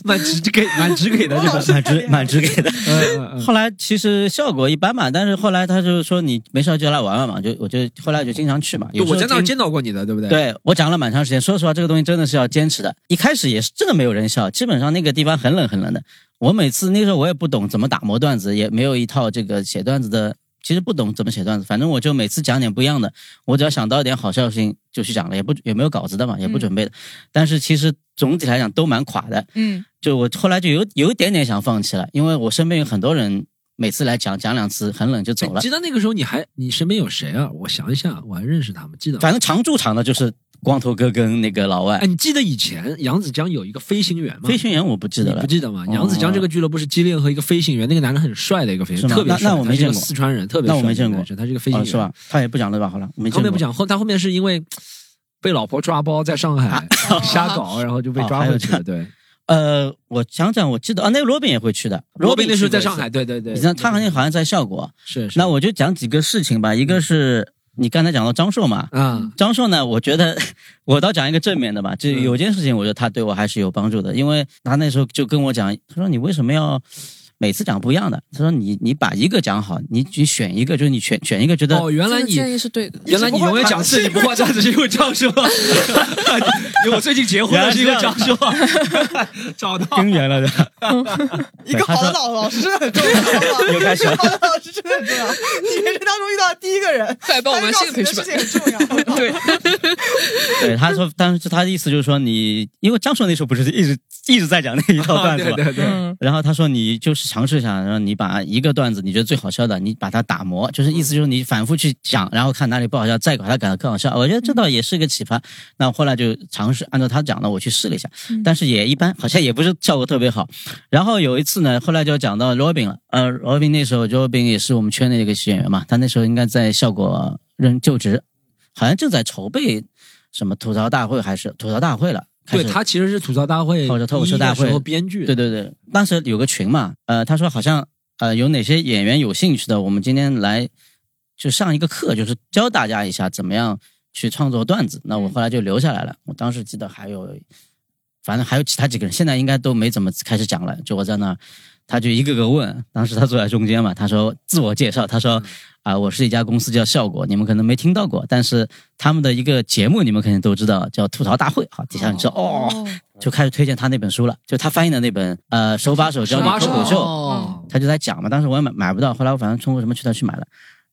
[SPEAKER 6] 蛮直给蛮直给的这个。
[SPEAKER 5] 蛮直蛮直给的。
[SPEAKER 6] 嗯嗯嗯
[SPEAKER 5] 后来其实效果一般嘛，但是后来他就说你没事就来玩玩嘛，就我就后来我就经常去嘛。有时
[SPEAKER 6] 我
[SPEAKER 5] 候
[SPEAKER 6] 在那儿
[SPEAKER 5] 听
[SPEAKER 6] 见到过你的，对不对？，
[SPEAKER 5] 对我讲了蛮长时间，说实话，这个东西真的是要坚持的。一开始也是真的没有人笑，基本上那个地方很冷很冷的。我每次那时候我也不懂怎么打磨段子，也没有一套这个写段子的，其实不懂怎么写段子，反正我就每次讲点不一样的，我只要想到一点好笑的事情就去讲了，也不也没有稿子的
[SPEAKER 6] 嗯
[SPEAKER 5] 嘛，也不准备的。但是其实总体来讲都蛮垮的，
[SPEAKER 4] 嗯
[SPEAKER 5] 就我后来就有有一点点想放弃了，因为我身边有很多人每次来讲讲两次很冷就走了，
[SPEAKER 6] 记得那个时候你还你身边有谁啊？我想一下，我还认识他们，记得吗。
[SPEAKER 5] 反正常驻场的就是光头哥跟那个老外
[SPEAKER 6] 哎，。你记得以前杨子江有一个飞行员吗？
[SPEAKER 5] 飞行员我不记得
[SPEAKER 6] 你
[SPEAKER 5] 了
[SPEAKER 6] 不，记得吗？
[SPEAKER 5] 哦
[SPEAKER 6] 杨子江这个俱乐部是激烈和一个飞行员，那个男的很帅的一个飞行
[SPEAKER 5] 是
[SPEAKER 6] 员，
[SPEAKER 5] 吗
[SPEAKER 6] 特别帅。
[SPEAKER 5] 那那我没见过
[SPEAKER 6] 他是一个四川人，特别
[SPEAKER 5] 那
[SPEAKER 6] 帅
[SPEAKER 5] 我没见过
[SPEAKER 6] 男生他是一个飞行
[SPEAKER 5] 哦
[SPEAKER 6] 员，
[SPEAKER 5] 是吧？？他也不讲了吧？好了，没
[SPEAKER 6] 后
[SPEAKER 5] 见过
[SPEAKER 6] 面不。讲，后他后面是因为被老婆抓包在上海瞎搞，然后就被
[SPEAKER 5] 啊哦
[SPEAKER 6] 抓
[SPEAKER 5] 还有
[SPEAKER 6] 回去
[SPEAKER 5] 这
[SPEAKER 6] 了。对，
[SPEAKER 5] 呃，我想想，我记得啊，那个罗宾也会去的。
[SPEAKER 6] 罗
[SPEAKER 5] 宾
[SPEAKER 6] 宾那时候在
[SPEAKER 5] 去过一
[SPEAKER 6] 上
[SPEAKER 5] 次
[SPEAKER 6] 海，，对对对，嗯
[SPEAKER 5] 你知道他好像好像在效果。
[SPEAKER 6] 是是嗯
[SPEAKER 5] 那我就讲几个事情吧，一个是你刚才讲到张硕嘛，
[SPEAKER 6] 啊，
[SPEAKER 5] 张硕呢，我觉得 我倒讲一个正面的吧，就
[SPEAKER 6] 嗯
[SPEAKER 5] 有件事情，我觉得他对我还是有帮助的，因为他那时候就跟我讲，他说你为什么要每次讲不一样的。他说你你把一个讲好，你你选一个，就是你选选一个觉得
[SPEAKER 6] 哦，原来你
[SPEAKER 2] 建议是对的。
[SPEAKER 6] 原来你永远讲自己不画架子是因为这样说， 因为我最近结婚了是因为这样说， 找到
[SPEAKER 5] 根源了 的。
[SPEAKER 3] 一个
[SPEAKER 5] 他
[SPEAKER 3] 好的
[SPEAKER 5] 说
[SPEAKER 3] 老老师真的很 重要，好吗
[SPEAKER 5] 又开始
[SPEAKER 3] 一个好的老师真的很重要。你人生当中遇到第一个人，
[SPEAKER 2] 快帮我们
[SPEAKER 3] 他
[SPEAKER 2] 新
[SPEAKER 3] 告
[SPEAKER 2] 的
[SPEAKER 3] 诉你
[SPEAKER 2] 培
[SPEAKER 3] 的
[SPEAKER 2] 训
[SPEAKER 3] 事情
[SPEAKER 2] 班
[SPEAKER 3] 很重 要。
[SPEAKER 2] 对，
[SPEAKER 5] 对，他说，当时他的意思就是说你，因为张硕那时候不是一直一直在讲那一套段子
[SPEAKER 6] 啊对
[SPEAKER 5] 嘛。
[SPEAKER 6] 对对，
[SPEAKER 4] 嗯，
[SPEAKER 5] 然后他说：“你就是尝试一下，然后你把一个段子你觉得最好笑的，你把它打磨，就是意思就是你反复去讲，然后看哪里不好笑，再把它改得更好笑。我觉得这倒也是一个启发。那后来就尝试按照他讲的，我去试了一下，但是也一般，好像也不是效果特别好。然后有一次呢，后来就讲到 Robin 了，呃，Robin 那时候 Robin 也是我们圈内的一个喜剧演员嘛，他那时候应该在效果任就职，好像正在筹备什么吐槽大会还是吐槽大会了。开
[SPEAKER 6] 对
[SPEAKER 5] 始
[SPEAKER 6] 他其实是吐槽大会
[SPEAKER 5] 或者脱口秀大会
[SPEAKER 6] 一的时候编剧，
[SPEAKER 5] 对对对，当时有个群嘛，呃，他说好像呃有哪些演员有兴趣的，我们今天来就上一个课，就是教大家一下怎么样去创作段子。那我后来就留下来了，我当时记得还有，反正还有其他几个人，现在应该都没怎么开始讲了。就我在那儿，他就一个个问，当时他坐在中间嘛，他说自我介绍，他说啊、我是一家公司叫效果，你们可能没听到过，但是他们的一个节目你们肯定都知道，叫吐槽大会。好，底下人说哦就开始推荐他那本书了，就他翻译的那本呃手把手教你
[SPEAKER 6] 手把
[SPEAKER 5] 脱
[SPEAKER 6] 手
[SPEAKER 5] 口秀，
[SPEAKER 6] 哦
[SPEAKER 5] 他就在讲嘛。当时我也买买不到，后来我反正通过什么渠道去买了，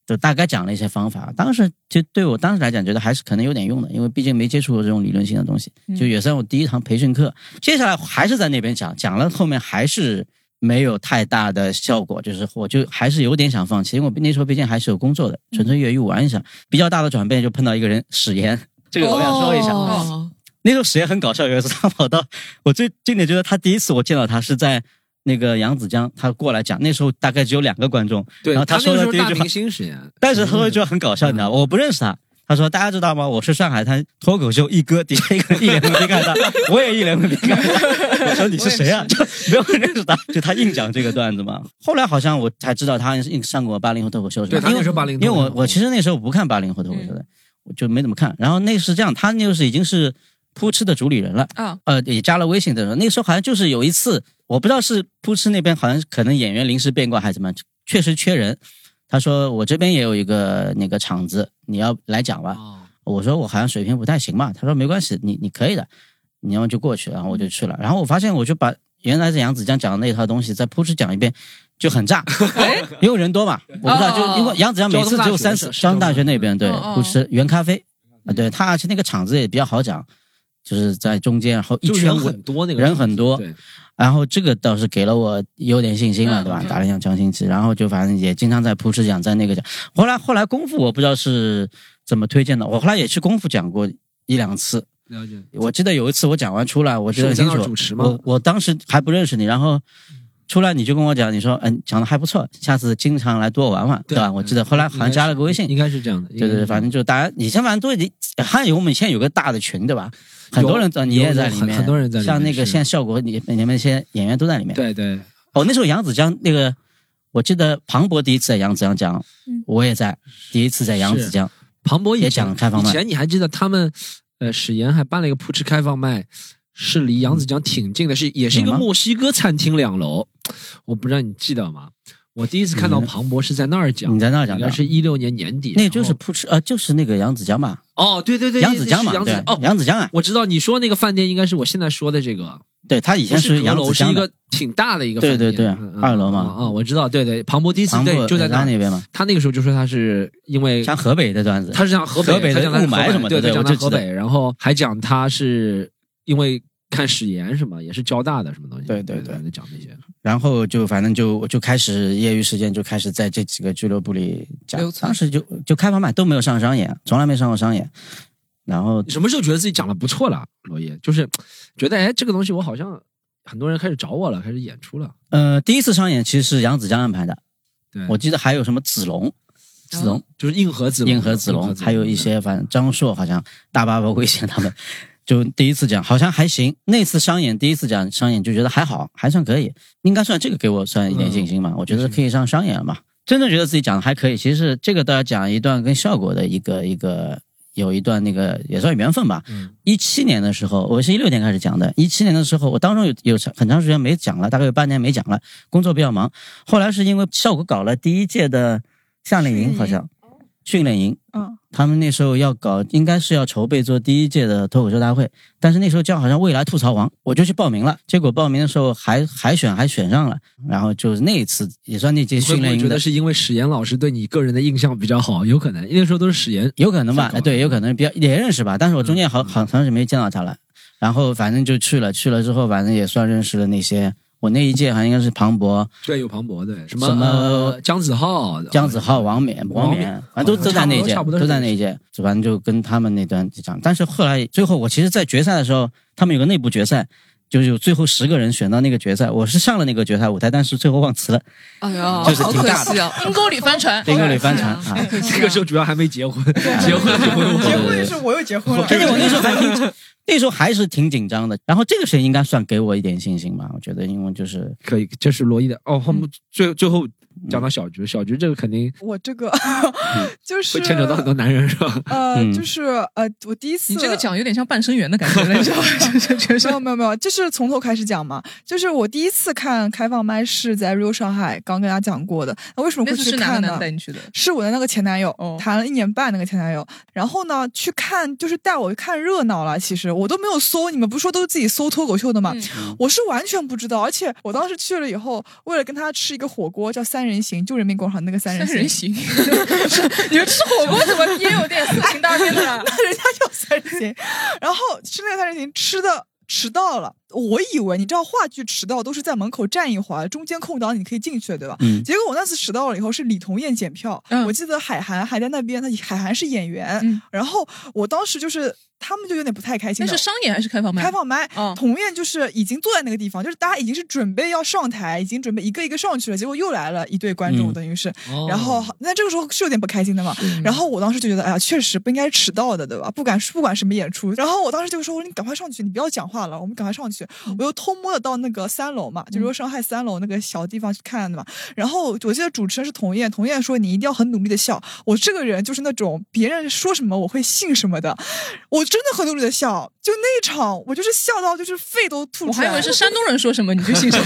[SPEAKER 5] 就大概讲了一些方法。当时就对我当时来讲，觉得还是可能有点用的，因为毕竟没接触过这种理论性的东西。就也算我第一堂培训课，接下来还是在那边讲，讲了后面还是。没有太大的效果，就是我就还是有点想放弃，因为我那时候毕竟还是有工作的，纯粹业余玩一下。比较大的转变就碰到一个人史岩，这个我想说一下。
[SPEAKER 2] 哦
[SPEAKER 5] 那时候实验很搞笑，有一次他跑到我最经典就是他第一次我见到他是在那个扬子江，他过来讲，那时候大概只有两个观众，
[SPEAKER 6] 对，
[SPEAKER 5] 然后
[SPEAKER 6] 他
[SPEAKER 5] 说
[SPEAKER 6] 那
[SPEAKER 5] 的
[SPEAKER 6] 个
[SPEAKER 5] 第
[SPEAKER 6] 时
[SPEAKER 5] 一
[SPEAKER 6] 候大
[SPEAKER 5] 句话
[SPEAKER 6] 明，星实验，
[SPEAKER 5] 但是他说一句话很搞笑，你知道吗？我不认识他。他说：“大家知道吗？我是上海滩脱口秀一哥，底下一个人一脸懵逼 看他，我也一脸懵逼看他。我说你是谁啊？就没有人认识他，就他硬讲这个段子嘛。后来好像我才知道他上过八零后脱口秀，是吧
[SPEAKER 6] 对他
[SPEAKER 5] 因为
[SPEAKER 6] 那时候八零，
[SPEAKER 5] 因为我我其实那时候不看八零后脱口秀的，我就没怎么看。然后那是这样，他那就是已经是扑哧的主理人了，
[SPEAKER 4] 啊，
[SPEAKER 5] 呃，也加了微信的时候，那个时候好像就是有一次，我不知道是扑哧那边好像是可能演员临时变卦还是怎么样，确实缺人。他说我这边也有一个那个场子，你要来讲吧。
[SPEAKER 6] 哦
[SPEAKER 5] 我说我好像水平不太行嘛，他说没关系，你你可以的，你要么就过去，然后我就去了，然后我发现我就把原来在扬子江讲的那套东西再扑哧讲一遍。就很炸，因为人多嘛，我不知道，
[SPEAKER 2] 哦
[SPEAKER 5] 就因为扬子江每次只有三
[SPEAKER 6] 哎
[SPEAKER 5] 四，
[SPEAKER 6] 交通大学是是
[SPEAKER 5] 交通大学那边对
[SPEAKER 4] 哦哦，
[SPEAKER 5] 不吃原咖啡
[SPEAKER 6] 嗯
[SPEAKER 5] 啊，对他而且那个场子也比较好讲，就是在中间，然后一
[SPEAKER 6] 就
[SPEAKER 5] 圈
[SPEAKER 6] 人
[SPEAKER 5] 很
[SPEAKER 6] 很多那个
[SPEAKER 5] 人很多，
[SPEAKER 6] 对，
[SPEAKER 5] 然后这个倒是给了我有点信心
[SPEAKER 4] 嗯
[SPEAKER 5] 了，对吧？
[SPEAKER 4] 嗯
[SPEAKER 5] 打了一场强心剂，然后就反正也经常在扑哧讲，在那个讲。后来后来功夫我不知道是怎么推荐的，我后来也去功夫讲过一两次。
[SPEAKER 6] 了解。
[SPEAKER 5] 我记得有一次我讲完出来，我记
[SPEAKER 6] 是
[SPEAKER 5] 得
[SPEAKER 6] 你
[SPEAKER 5] 很
[SPEAKER 6] 在
[SPEAKER 5] 清
[SPEAKER 6] 那儿
[SPEAKER 5] 楚，
[SPEAKER 6] 主持吗
[SPEAKER 5] 我？我当时还不认识你，然后出来你就跟我讲，你说嗯讲的还不错，下次经常来多玩玩，对吧？我记得后来好像加了个微信
[SPEAKER 6] 嗯应，该是这样的。
[SPEAKER 5] 对对对，反正就大家以前反正都已经汉语，我们以前有个大的群，对吧？很多人在，呃你也在里
[SPEAKER 6] 有
[SPEAKER 5] 面，
[SPEAKER 6] 很很多人在里面
[SPEAKER 5] 像那个
[SPEAKER 6] 是
[SPEAKER 5] 现在效果，你你们一些演员都在里面。
[SPEAKER 6] 对对，
[SPEAKER 5] 哦，那时候扬子江那个，我记得庞博第一次在扬子江讲，我也在第一次在扬子江，
[SPEAKER 6] 庞博以前
[SPEAKER 5] 也讲开放麦
[SPEAKER 6] 以前你还记得他们，呃，史岩还办了一个扑哧开放麦，是离扬子江挺近的，是也是一个
[SPEAKER 5] 有吗
[SPEAKER 6] 墨西哥餐厅两楼。我不知道你记得吗？我第一次看到
[SPEAKER 5] 嗯
[SPEAKER 6] 庞博是在那儿讲，
[SPEAKER 5] 你在那儿讲
[SPEAKER 6] 应该
[SPEAKER 5] 的，
[SPEAKER 6] 是一六年年底，
[SPEAKER 5] 那就是
[SPEAKER 6] 然
[SPEAKER 5] 扑哧呃，就是那个扬子江吧，
[SPEAKER 6] 后哦，对对对，
[SPEAKER 5] 扬子江
[SPEAKER 6] 那
[SPEAKER 5] 嘛
[SPEAKER 6] 是，扬
[SPEAKER 5] 对
[SPEAKER 6] 子，哦。
[SPEAKER 5] 扬子江啊，
[SPEAKER 6] 我知道你说那个饭店应该是我现在说的这个，
[SPEAKER 5] 对他以
[SPEAKER 6] 不
[SPEAKER 5] 前
[SPEAKER 6] 是阁
[SPEAKER 5] 扬
[SPEAKER 6] 楼，
[SPEAKER 5] 子
[SPEAKER 6] 是
[SPEAKER 5] 江
[SPEAKER 6] 一
[SPEAKER 5] 的
[SPEAKER 6] 个，挺大的一个饭店，
[SPEAKER 5] 对对对
[SPEAKER 6] 嗯嗯
[SPEAKER 5] 二楼嘛
[SPEAKER 6] 啊、嗯我知道，对对，庞博第一次
[SPEAKER 5] 庞
[SPEAKER 6] 对
[SPEAKER 5] 博
[SPEAKER 6] 就在
[SPEAKER 5] 他
[SPEAKER 6] 那儿，
[SPEAKER 5] 那边嘛，
[SPEAKER 6] 他那个时候就说他是因为
[SPEAKER 5] 像河北的段子，
[SPEAKER 6] 他是讲河北，
[SPEAKER 5] 河北的
[SPEAKER 6] 他讲他
[SPEAKER 5] 雾霾
[SPEAKER 6] 河北
[SPEAKER 5] 什么的
[SPEAKER 6] 对
[SPEAKER 5] 对
[SPEAKER 6] 讲
[SPEAKER 5] 我
[SPEAKER 6] 他
[SPEAKER 5] 就
[SPEAKER 6] 河
[SPEAKER 5] 记得
[SPEAKER 6] 北，然后还讲他是因为看史岩什么，也是交大的什么东西，
[SPEAKER 5] 对对对
[SPEAKER 6] 对，讲那些。
[SPEAKER 5] 然后就反正就就开始业余时间就开始在这几个俱乐部里讲
[SPEAKER 2] 留，存
[SPEAKER 5] 当时就就开放麦都没有上商演，从来没上过商演，然后
[SPEAKER 6] 你什么时候觉得自己讲的不错了，罗烨？就是觉得哎，这个东西我好像很多人开始找我了，开始演出了。
[SPEAKER 5] 呃第一次商演其实是杨子江安排的，
[SPEAKER 6] 对，
[SPEAKER 2] 嗯
[SPEAKER 5] 我记得还有什么子龙。子龙，
[SPEAKER 6] 就是硬核子龙，
[SPEAKER 5] 硬核子龙，嗯还有一些反正张硕好像大巴包威胁他们， 就第一次讲好像还行。那次商演第一次讲商演就觉得还好，还算可以，应该算这个给我算一点信心吧。我觉得可以上商演了嘛，真正觉得自己讲的还可以。其实这个倒要讲一段跟效果的一个一个。有一段那个也算缘分吧。一七年的时候，我是一六年开始讲的，一七年的时候，我当中有有长很长时间没讲了，大概有半年没讲了，工作比较忙。后来是因为效果搞了第一届的夏令营，好像训练营，
[SPEAKER 3] 嗯，
[SPEAKER 5] 他们那时候要搞，应该是要筹备做第一届的脱口秀大会，但是那时候叫好像未来吐槽王，我就去报名了。结果报名的时候还海选还选上了，然后就是那一次也算那届
[SPEAKER 6] 会
[SPEAKER 5] 训
[SPEAKER 6] 不
[SPEAKER 5] 练
[SPEAKER 6] 会
[SPEAKER 5] 营
[SPEAKER 6] 觉
[SPEAKER 5] 的
[SPEAKER 6] 得是因为史岩老师对你个人的印象比较好？有可能，那时候都是史岩。
[SPEAKER 5] 有可能吧
[SPEAKER 6] 香？港
[SPEAKER 5] 对，有可能比较也认识吧，但是
[SPEAKER 6] 嗯
[SPEAKER 5] 我中间好好长时间没见到他了。然后反正就去了，去了之后反正也算认识了那些。我那一届好像应该是庞博、
[SPEAKER 6] 对，有庞博，对，什么
[SPEAKER 5] 什么
[SPEAKER 6] 呃姜子浩、哦
[SPEAKER 5] 姜子浩、王冕、王
[SPEAKER 6] 王
[SPEAKER 5] 冕
[SPEAKER 6] 冕，哦
[SPEAKER 5] 反正都都在那一届，
[SPEAKER 6] 差不多差不多
[SPEAKER 5] 都在那一届，反正就跟他们那段几场。但是后来最后，我其实，在决赛的时候，他们有个内部决赛，就是有最后十个人选到那个决赛，我是上了那个决赛舞台，但是最后忘词了，
[SPEAKER 2] 哎呀，
[SPEAKER 5] 就是
[SPEAKER 2] 好
[SPEAKER 5] 挺
[SPEAKER 2] 可
[SPEAKER 5] 大的
[SPEAKER 2] 惜啊！
[SPEAKER 4] 阴沟里翻船，
[SPEAKER 5] 冰沟里翻船啊。
[SPEAKER 2] 可惜啊
[SPEAKER 6] 这个时候主要还没结婚，结婚了就
[SPEAKER 3] 结
[SPEAKER 6] 会忘
[SPEAKER 3] 婚
[SPEAKER 6] 了。
[SPEAKER 3] 的时候我又结婚了，
[SPEAKER 5] 但是我那时候还挺，那时候还是挺紧张的。然后这个事情应该算给我一点信心吧，我觉得，因为就是
[SPEAKER 6] 可以，这是罗伊的哦。后面最最后讲到小菊，小菊这个肯定
[SPEAKER 3] 我这个 就是
[SPEAKER 6] 会牵扯到很多男人，是吧？
[SPEAKER 3] 呃
[SPEAKER 5] 嗯，
[SPEAKER 3] 就是呃，我第一次
[SPEAKER 4] 你这个讲有点像半生缘的感觉了，你知道吗？就就
[SPEAKER 3] 没有没有没有，就是从头开始讲嘛。就是我第一次看开放麦是在 Real 上海，刚跟大家讲过的。那为什么
[SPEAKER 4] 那
[SPEAKER 3] 会
[SPEAKER 4] 次
[SPEAKER 3] 去
[SPEAKER 4] 是哪个男
[SPEAKER 3] 看
[SPEAKER 4] 的
[SPEAKER 3] 呢？
[SPEAKER 4] 带你去的？
[SPEAKER 3] 是我的那个前男友，
[SPEAKER 4] 哦
[SPEAKER 3] 谈了一年半那个前男友。然后呢，去看就是带我看热闹了。其实我都没有搜，你们不是说都是自己搜脱口秀的吗？
[SPEAKER 4] 嗯
[SPEAKER 3] 我是完全不知道。而且我当时去了以后，为了跟他吃一个火锅，叫三人行，就人民广场那个三人
[SPEAKER 4] 三
[SPEAKER 3] 行。
[SPEAKER 4] 人行， 你们吃火锅怎么也有点色情大片的？啊
[SPEAKER 3] 人家叫三人行，然后吃那个三人行吃的迟到了，我以为你知道话剧迟到都是在门口站一会儿，中间空档你可以进去的，对吧？
[SPEAKER 5] 嗯
[SPEAKER 3] 结果我那次迟到了以后是李彤燕检票，
[SPEAKER 4] 嗯
[SPEAKER 3] 我记得海涵还在那边，他海涵是演员，
[SPEAKER 4] 嗯
[SPEAKER 3] 然后我当时就是他们就有点不太开心
[SPEAKER 4] 那
[SPEAKER 3] 了
[SPEAKER 4] 是。商演还是开放麦？
[SPEAKER 3] 开放麦
[SPEAKER 4] 哦，
[SPEAKER 3] 童燕就是已经坐在那个地方，就是大家已经是准备要上台，已经准备一个一个上去了，结果又来了一对观众，
[SPEAKER 5] 嗯
[SPEAKER 3] 等于是，
[SPEAKER 4] 哦
[SPEAKER 3] 然后那这个时候是有点不开心的嘛
[SPEAKER 5] 是。
[SPEAKER 3] 然后我当时就觉得，哎呀，确实不应该迟到的，对吧？不管不管什么演出，然后我当时就说，我说你赶快上去，你不要讲话了，我们赶快上去。
[SPEAKER 4] 嗯
[SPEAKER 3] 我又偷摸的到那个三楼嘛，就是说上海三楼那个小地方去看的嘛。然后我记得主持人是童燕，童燕说你一定要很努力的笑。我这个人就是那种别人说什么我会信什么的，我真的很努力的笑。就那一场，我就是笑到就是肺都吐
[SPEAKER 4] 我
[SPEAKER 3] 出
[SPEAKER 4] 还
[SPEAKER 3] 来
[SPEAKER 4] 以
[SPEAKER 3] 了。
[SPEAKER 4] 为是山东人说什么你就信什么。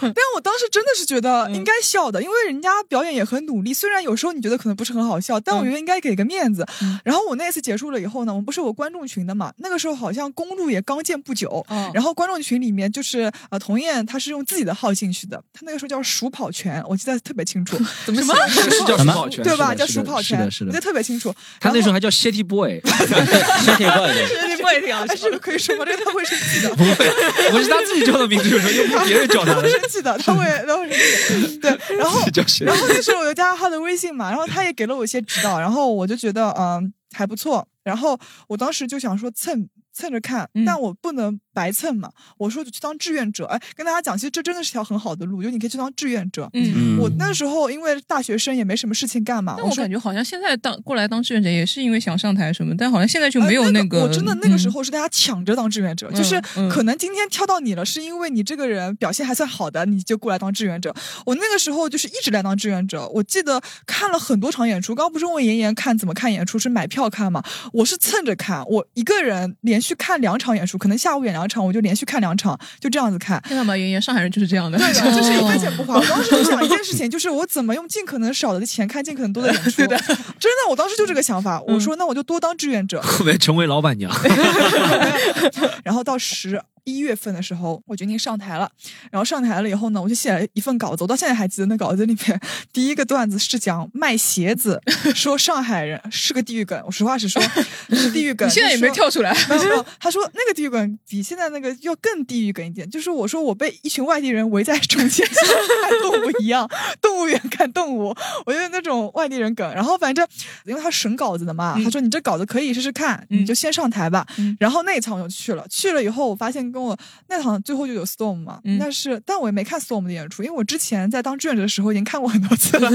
[SPEAKER 3] 但我当时真的是觉得
[SPEAKER 6] 嗯
[SPEAKER 3] 应该笑的，因为人家表演也很努力。虽然有时候你觉得可能不是很好笑，
[SPEAKER 6] 嗯
[SPEAKER 3] 但我觉得应该给个面子。
[SPEAKER 4] 嗯
[SPEAKER 3] 然后我那次结束了以后呢，我们不是有观众群的嘛？那个时候好像公路也刚建不久。
[SPEAKER 4] 哦
[SPEAKER 3] 然后观众群里面就是呃，童燕她是用自己的号进去的，她那个时候叫鼠跑拳，我记得特别清楚，
[SPEAKER 4] 怎么 么？
[SPEAKER 6] 是是叫
[SPEAKER 5] 什么
[SPEAKER 6] 跑拳
[SPEAKER 3] 对吧？
[SPEAKER 6] 是
[SPEAKER 3] 叫
[SPEAKER 6] 的
[SPEAKER 3] 鼠跑
[SPEAKER 6] 是
[SPEAKER 3] 拳，
[SPEAKER 6] 的，是
[SPEAKER 3] 我
[SPEAKER 6] 的
[SPEAKER 3] 记得
[SPEAKER 6] 是的。
[SPEAKER 3] 特别 清楚。
[SPEAKER 6] 他那时
[SPEAKER 3] 还
[SPEAKER 6] 候还叫 Shitty Boy，
[SPEAKER 5] 身体怪的。
[SPEAKER 3] 是不也挺好这个可以说吗？这个他会生气的。
[SPEAKER 6] 不会，不是他自己叫的名字，有时候又不是别人叫他
[SPEAKER 3] 他会
[SPEAKER 6] 的，
[SPEAKER 3] 生气的，他会，他会生气。对，然后
[SPEAKER 6] 自己叫 Shitty
[SPEAKER 3] 然
[SPEAKER 6] Boy。
[SPEAKER 3] 后那时候我就加了他的微信嘛，然后他也给了我一些指导，然后我就觉得嗯、还不错，然后我当时就想说蹭。蹭着看
[SPEAKER 4] 嗯，
[SPEAKER 3] 但我不能白蹭嘛。我说就去当志愿者，哎，跟大家讲，其实这真的是条很好的路，就你可以去当志愿者。
[SPEAKER 4] 嗯。
[SPEAKER 5] 嗯
[SPEAKER 3] 我那时候因为大学生也没什么事情干嘛，
[SPEAKER 4] 但我
[SPEAKER 3] 说
[SPEAKER 4] 感觉好像现在当过来当志愿者也是因为想上台什么，但好像现在就没有
[SPEAKER 3] 哎那
[SPEAKER 4] 个。
[SPEAKER 3] 我真的那个时
[SPEAKER 4] 嗯
[SPEAKER 3] 候是大家抢着当志愿者，
[SPEAKER 4] 嗯
[SPEAKER 3] 就是
[SPEAKER 4] 嗯
[SPEAKER 3] 可能今天挑到你了，是因为你这个人表现还算好的，你就过来当志愿者。我那个时候就是一直来当志愿者，我记得看了很多场演出。刚刚不是问妍妍看怎么看演出，是买票看嘛？我是蹭着看，我一个人连续看两场演出，可能下午演两场，我就连续看两场，就这样子看。
[SPEAKER 4] 天呐，马妍妍，上海人就是这样的，
[SPEAKER 3] 对的，就是一分
[SPEAKER 4] 哦
[SPEAKER 3] 钱不花。我当时就想一件事情，就是我怎么用尽可能少的钱看尽可能多的演 出。的，真的，我当时就这个想法。
[SPEAKER 4] 嗯
[SPEAKER 3] 我说，那我就多当志愿者。
[SPEAKER 6] 后面成为老板娘，
[SPEAKER 3] 然后到十一月份的时候，我决定上台了。然后上台了以后呢，我就写了一份稿子，我到现在还记得那稿子里面 第一个段子是讲卖鞋子，说上海人是个地狱梗。我实话实说，是地狱梗。
[SPEAKER 4] 你现在也没
[SPEAKER 3] 就是说
[SPEAKER 4] 跳出来。
[SPEAKER 3] 没有没 有，他说那个地狱梗比现在那个要更地狱梗一点，就是我说我被一群外地人围在中间， 像看动物一样，动物园看动物，我觉得那种外地人梗。然后反正因为他审稿子的嘛，
[SPEAKER 4] 嗯
[SPEAKER 3] 他说你这稿子可以试试看，
[SPEAKER 4] 嗯
[SPEAKER 3] 你就先上台吧。
[SPEAKER 4] 嗯
[SPEAKER 3] 然后那一场我就去了，去了以后我发现跟我那场最后就有 Storm 嘛，
[SPEAKER 4] 嗯
[SPEAKER 3] 但是但我也没看 Storm 的演出，因为我之前在当志愿者的时候已经看过很多次了，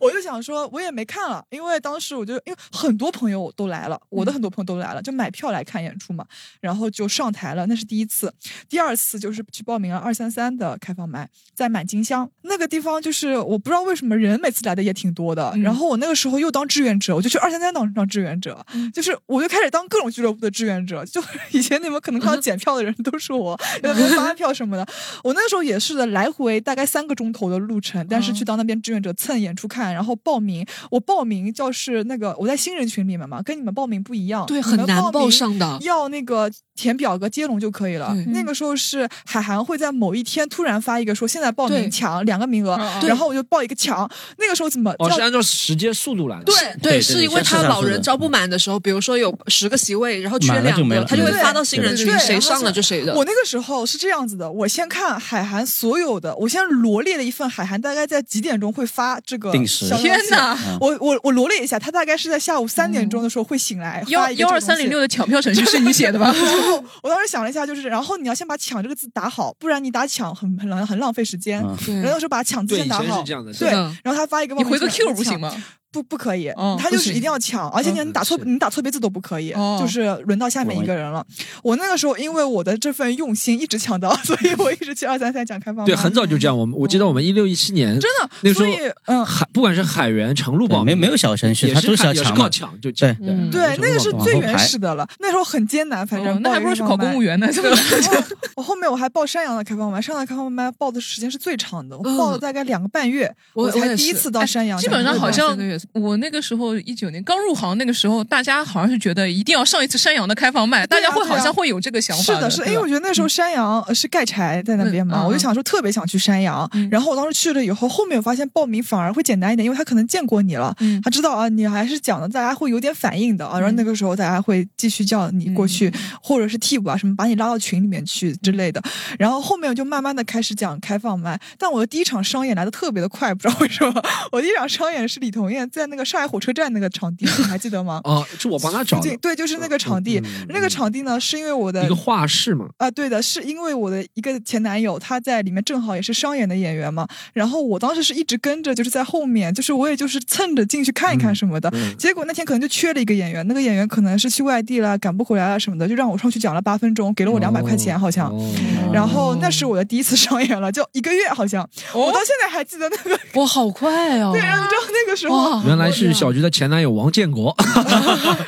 [SPEAKER 3] 我就想说我也没看了，因为当时我就因为很多朋友都来了，我的很多朋友都来了，就买票来看演出嘛，然后就上台了，那是第一次，第二次就是去报名了二三三的开放麦，在满金乡那个地方，就是我不知道为什么人每次来的也挺多的，
[SPEAKER 4] 嗯
[SPEAKER 3] 然后我那个时候又当志愿者，我就去二三三当当志愿者，
[SPEAKER 2] 嗯
[SPEAKER 3] 就是我就开始当各种俱乐部的志愿者，就 以前你们可能
[SPEAKER 2] 嗯
[SPEAKER 3] 看到检票的人都是我，有没有发票什么的，我那时候也是的，来回大概三个钟头的路程，但
[SPEAKER 2] 哦
[SPEAKER 3] 是去到那边志愿者蹭演出看，然后报名，我报名就是那个我在新人群里面嘛，跟你们报名不一样，
[SPEAKER 2] 对，
[SPEAKER 3] 你
[SPEAKER 2] 很
[SPEAKER 3] 们
[SPEAKER 2] 难报
[SPEAKER 3] 名
[SPEAKER 2] 上的。
[SPEAKER 3] 要那个填表格接龙就可以了
[SPEAKER 2] 啊对。
[SPEAKER 3] 那个时候是海涵会在某一天突然发一个说现在报名
[SPEAKER 2] 对
[SPEAKER 3] 抢两个名额
[SPEAKER 4] 嗯，
[SPEAKER 2] 嗯
[SPEAKER 3] 然后我就报一个抢。那个时候怎么
[SPEAKER 6] 哦，是
[SPEAKER 5] 啊
[SPEAKER 3] 叫
[SPEAKER 6] 按照时间速度来的。
[SPEAKER 2] 对
[SPEAKER 5] 对
[SPEAKER 2] 是
[SPEAKER 5] 对
[SPEAKER 2] 因
[SPEAKER 5] 像
[SPEAKER 2] 为他
[SPEAKER 5] 市场
[SPEAKER 2] 老
[SPEAKER 5] 说
[SPEAKER 2] 人
[SPEAKER 5] 的
[SPEAKER 2] 招不满的时候，比如说有十个席位，然后缺
[SPEAKER 5] 满了就
[SPEAKER 2] 两
[SPEAKER 5] 没
[SPEAKER 2] 个，
[SPEAKER 5] 了
[SPEAKER 2] 他就会
[SPEAKER 5] 对
[SPEAKER 2] 发到新人
[SPEAKER 3] 对
[SPEAKER 2] 群，
[SPEAKER 3] 对
[SPEAKER 2] 谁
[SPEAKER 3] 然后
[SPEAKER 2] 上了
[SPEAKER 3] 是
[SPEAKER 2] 就谁的。
[SPEAKER 3] 我那个时候是这样子的，我先看海涵所有的，我先罗列了一份海涵大概在几点钟会发这个
[SPEAKER 5] 定时
[SPEAKER 3] 小消息
[SPEAKER 4] 天哪！
[SPEAKER 5] 嗯
[SPEAKER 3] 我我我罗列一下，他大概是在下午三点钟的时候会醒来，
[SPEAKER 4] 幺
[SPEAKER 3] 发一个
[SPEAKER 4] 幺二
[SPEAKER 3] 这个东
[SPEAKER 4] 三
[SPEAKER 3] 西
[SPEAKER 4] 零六的抢票程序是你写 的吧？
[SPEAKER 3] 然后我当时想了一下，就是然后你要先把“抢”这个字打好，不然你打“抢”很很浪很浪费时间。
[SPEAKER 5] 嗯
[SPEAKER 2] 对
[SPEAKER 3] 然后说把“抢”字
[SPEAKER 6] 对，
[SPEAKER 3] 先
[SPEAKER 6] 以
[SPEAKER 3] 打
[SPEAKER 6] 前
[SPEAKER 3] 好
[SPEAKER 6] 是这。样的。
[SPEAKER 3] 对
[SPEAKER 2] 的，
[SPEAKER 3] 然后他发一个
[SPEAKER 4] 嗯你
[SPEAKER 3] 问
[SPEAKER 4] 回个 Q 不行
[SPEAKER 3] 吗？
[SPEAKER 4] 吗？
[SPEAKER 3] 不，不可以，
[SPEAKER 4] 哦
[SPEAKER 3] 他就
[SPEAKER 4] 不
[SPEAKER 3] 是
[SPEAKER 4] 行
[SPEAKER 3] 一定要抢，而且你
[SPEAKER 6] 嗯
[SPEAKER 3] 打错，
[SPEAKER 6] 是
[SPEAKER 3] 你打错别字都不可以，
[SPEAKER 4] 哦
[SPEAKER 3] 就是轮到下面一个人了。我那个时候因为我的这份用心一直抢到， 所以我一直去二三三讲开放麦。
[SPEAKER 6] 对，很早就这样。我们我记得我们一六一七年
[SPEAKER 3] 真的，
[SPEAKER 6] 那个时
[SPEAKER 3] 所
[SPEAKER 6] 候
[SPEAKER 3] 以嗯，
[SPEAKER 6] 海，不管是海源、程璐
[SPEAKER 5] 对
[SPEAKER 6] 报
[SPEAKER 5] 没
[SPEAKER 6] 名，
[SPEAKER 5] 没有小程序，
[SPEAKER 6] 也
[SPEAKER 5] 它都
[SPEAKER 6] 是
[SPEAKER 5] 是
[SPEAKER 6] 看
[SPEAKER 5] 要
[SPEAKER 6] 也是
[SPEAKER 5] 抢
[SPEAKER 6] 靠
[SPEAKER 5] 的。
[SPEAKER 6] 抢，就？
[SPEAKER 5] 对
[SPEAKER 2] 嗯
[SPEAKER 3] 对，那个是
[SPEAKER 5] 往
[SPEAKER 3] 最
[SPEAKER 5] 后
[SPEAKER 3] 原
[SPEAKER 5] 排
[SPEAKER 3] 始的了。那时候很艰难，反
[SPEAKER 4] 哦
[SPEAKER 3] 正、
[SPEAKER 4] 那还不如去考公务
[SPEAKER 3] 员。
[SPEAKER 4] 员呢，是吧？
[SPEAKER 3] 然后我后面我还报山羊的开放麦，山羊的开放麦报的时间是最长的，我报
[SPEAKER 4] 嗯
[SPEAKER 3] 了大概两个半月，
[SPEAKER 2] 我我
[SPEAKER 3] 才
[SPEAKER 2] 也
[SPEAKER 3] 第一
[SPEAKER 2] 是
[SPEAKER 3] 次到
[SPEAKER 4] 哎
[SPEAKER 3] 山羊
[SPEAKER 4] 基
[SPEAKER 3] 讲
[SPEAKER 4] 本
[SPEAKER 3] 开放麦。
[SPEAKER 4] 上好像
[SPEAKER 2] 对对对
[SPEAKER 4] 我那个时候一九年刚入行，那个时候大家好像是觉得一定要上一次山羊的开放麦，
[SPEAKER 3] 对
[SPEAKER 4] 大
[SPEAKER 3] 啊
[SPEAKER 4] 家会
[SPEAKER 3] 对啊
[SPEAKER 4] 好像会有这个想
[SPEAKER 3] 是
[SPEAKER 4] 法
[SPEAKER 3] 的，
[SPEAKER 4] 的。
[SPEAKER 3] 是的，
[SPEAKER 4] 对
[SPEAKER 3] 因为
[SPEAKER 4] 吧
[SPEAKER 3] 我觉得那时候山羊呃是盖柴在那边
[SPEAKER 4] 嗯
[SPEAKER 3] 嘛，
[SPEAKER 4] 嗯
[SPEAKER 3] 我就想说特别想去山羊，
[SPEAKER 4] 嗯
[SPEAKER 3] 然后我当时去了以后，后面我发现报名反而会简单一点，因为他可能见过你了，
[SPEAKER 4] 嗯
[SPEAKER 3] 他知道啊你还是讲的，大家会有点反应的啊，然后那个时候大家会继续叫你过
[SPEAKER 4] 嗯
[SPEAKER 3] 去，或者是替补啊什么，把你拉到群里面去之类的。然后后面我就慢慢的开始讲开放麦，但我的第一场商演来的特别的快，不知道为什么，我第一场商演是李彤燕在那个上海火车站那个场地，你还记得吗
[SPEAKER 6] 哦，是我帮他找
[SPEAKER 3] 附近
[SPEAKER 6] 的
[SPEAKER 3] 对，就是那个场地，
[SPEAKER 6] 嗯
[SPEAKER 3] 那个场地呢，是因为我的
[SPEAKER 6] 一个画室嘛。
[SPEAKER 3] 啊，对的，是因为我的一个前男友，他在里面正好也是商演的演员嘛，然后我当时是一直跟着，就是在后面，就是我也就是蹭着进去看一看什么的。
[SPEAKER 6] 嗯
[SPEAKER 3] 结果那天可能就缺了一个演员，那个演员可能是去外地了，赶不回来了什么的，就让我上去讲了八分钟，给了我两百块钱好像。
[SPEAKER 6] 哦
[SPEAKER 3] 然后那是我的第一次商演了，就一个月好像，
[SPEAKER 4] 哦
[SPEAKER 3] 我到现在还记得那个，
[SPEAKER 2] 哇，好快哦！
[SPEAKER 3] 对，啊然后你知道那个时候，
[SPEAKER 4] 哦
[SPEAKER 2] 哇，
[SPEAKER 6] 原来是小菊的前男友王建国，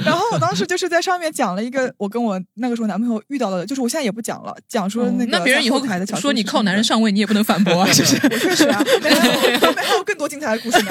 [SPEAKER 3] 然后我当时就是在上面讲了一个我跟我那个时候男朋友遇到的，就是我现在也不讲了，讲说
[SPEAKER 4] 哦
[SPEAKER 3] 那个
[SPEAKER 4] 嗯那别人以后
[SPEAKER 3] 在台的小
[SPEAKER 4] 说你
[SPEAKER 3] 故事
[SPEAKER 4] 靠
[SPEAKER 3] 什么
[SPEAKER 4] 男
[SPEAKER 3] 的
[SPEAKER 4] 人上位，你也不能反 驳啊，就是
[SPEAKER 3] 确实啊，没有，后面还有更多精彩的故事呢。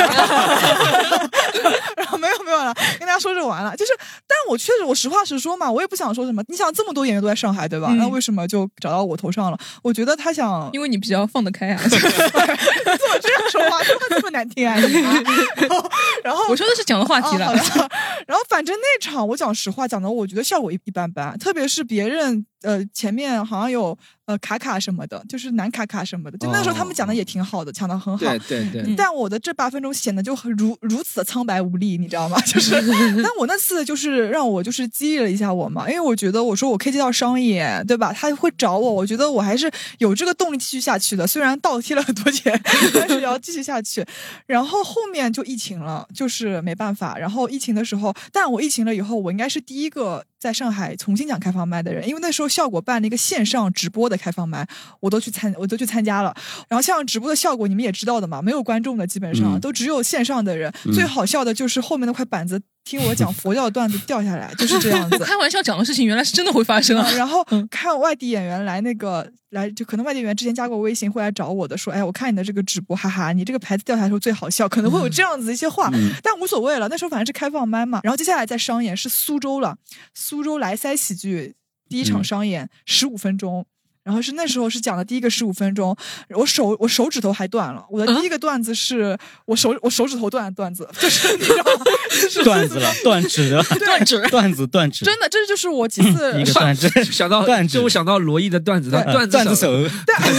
[SPEAKER 3] 然后没有没有了，跟大家说就完了。就是，但我确实，我实话实说嘛，我也不想说什么。你想，这么多演员都在上海，对吧？
[SPEAKER 4] 嗯
[SPEAKER 3] 那为什么就找到我头上了？我觉得他 想
[SPEAKER 4] 因为你比较放得开 啊。
[SPEAKER 3] 这么这样说话，说话这么难听啊！你 啊然后，然后
[SPEAKER 4] 我说的是哦讲的话题
[SPEAKER 3] 啊
[SPEAKER 4] 了
[SPEAKER 3] 好。的然后反正那场我讲实话，讲的我觉得效果一一般般，特别是别人呃前面好像有呃卡卡什么的，就是男卡卡什么的，就
[SPEAKER 4] 哦
[SPEAKER 3] 那时候他们讲的也挺好的，讲的很好
[SPEAKER 6] 对。对对，
[SPEAKER 4] 嗯
[SPEAKER 3] 但我的这八分钟显得就很如如此的苍白无力，你知道吗？ 就是，但我那次就是让我就是激励了一下我嘛，因为我觉得我说我可以接到商演，对吧？他会找我，我觉得我还是有这个动力继续下去的。虽然倒贴了很多钱， 但是也要继续下去。然后后面就疫情了，就是没办法。然后疫情的时候，但我疫情了以后，我应该是第一个在上海重新讲开放麦的人，因为那时候效果办了一个线上直播的开放麦，我都去参，我都去参加了。然后像直播的效果，你们也知道的嘛，没有观众的，基本上、
[SPEAKER 5] 嗯
[SPEAKER 3] 都只有线上的人。
[SPEAKER 5] 嗯
[SPEAKER 3] 最好笑的就是后面那块板子，听我讲佛教的段子掉下来，就是这样子。
[SPEAKER 4] 开玩笑讲的事情，原来是真的会发生啊
[SPEAKER 3] 啊！然后
[SPEAKER 5] 嗯
[SPEAKER 3] 看外地演员来那个来，就可能外地演员之前加过微信，会来找我的，说：“哎，我看你的这个直播，哈哈，你这个牌子掉下来的时候最好笑。”可能会有这样子一些话，
[SPEAKER 5] 嗯
[SPEAKER 3] 但无所谓了。那时候反正是开放麦嘛。然后接下来在商演是苏州了，苏州莱塞喜剧第一场
[SPEAKER 5] 嗯
[SPEAKER 3] 商演十五、15分钟。然后是那时候是讲的第一个十五分钟，我手我手指头还断了。我的
[SPEAKER 5] 啊
[SPEAKER 3] 第一个段子是、我手我手指头断的段子，就是你知道吗？ 就是
[SPEAKER 5] 段子了，断指了，
[SPEAKER 3] 断
[SPEAKER 5] 指， 段子断指，
[SPEAKER 3] 真的，这就是我几次
[SPEAKER 5] 一个断指，
[SPEAKER 6] 想到
[SPEAKER 5] 断指
[SPEAKER 6] 啊就我想到罗毅的段子，他
[SPEAKER 3] 对
[SPEAKER 6] 段
[SPEAKER 5] 段子
[SPEAKER 6] 手
[SPEAKER 5] 手，
[SPEAKER 3] 但
[SPEAKER 5] 赚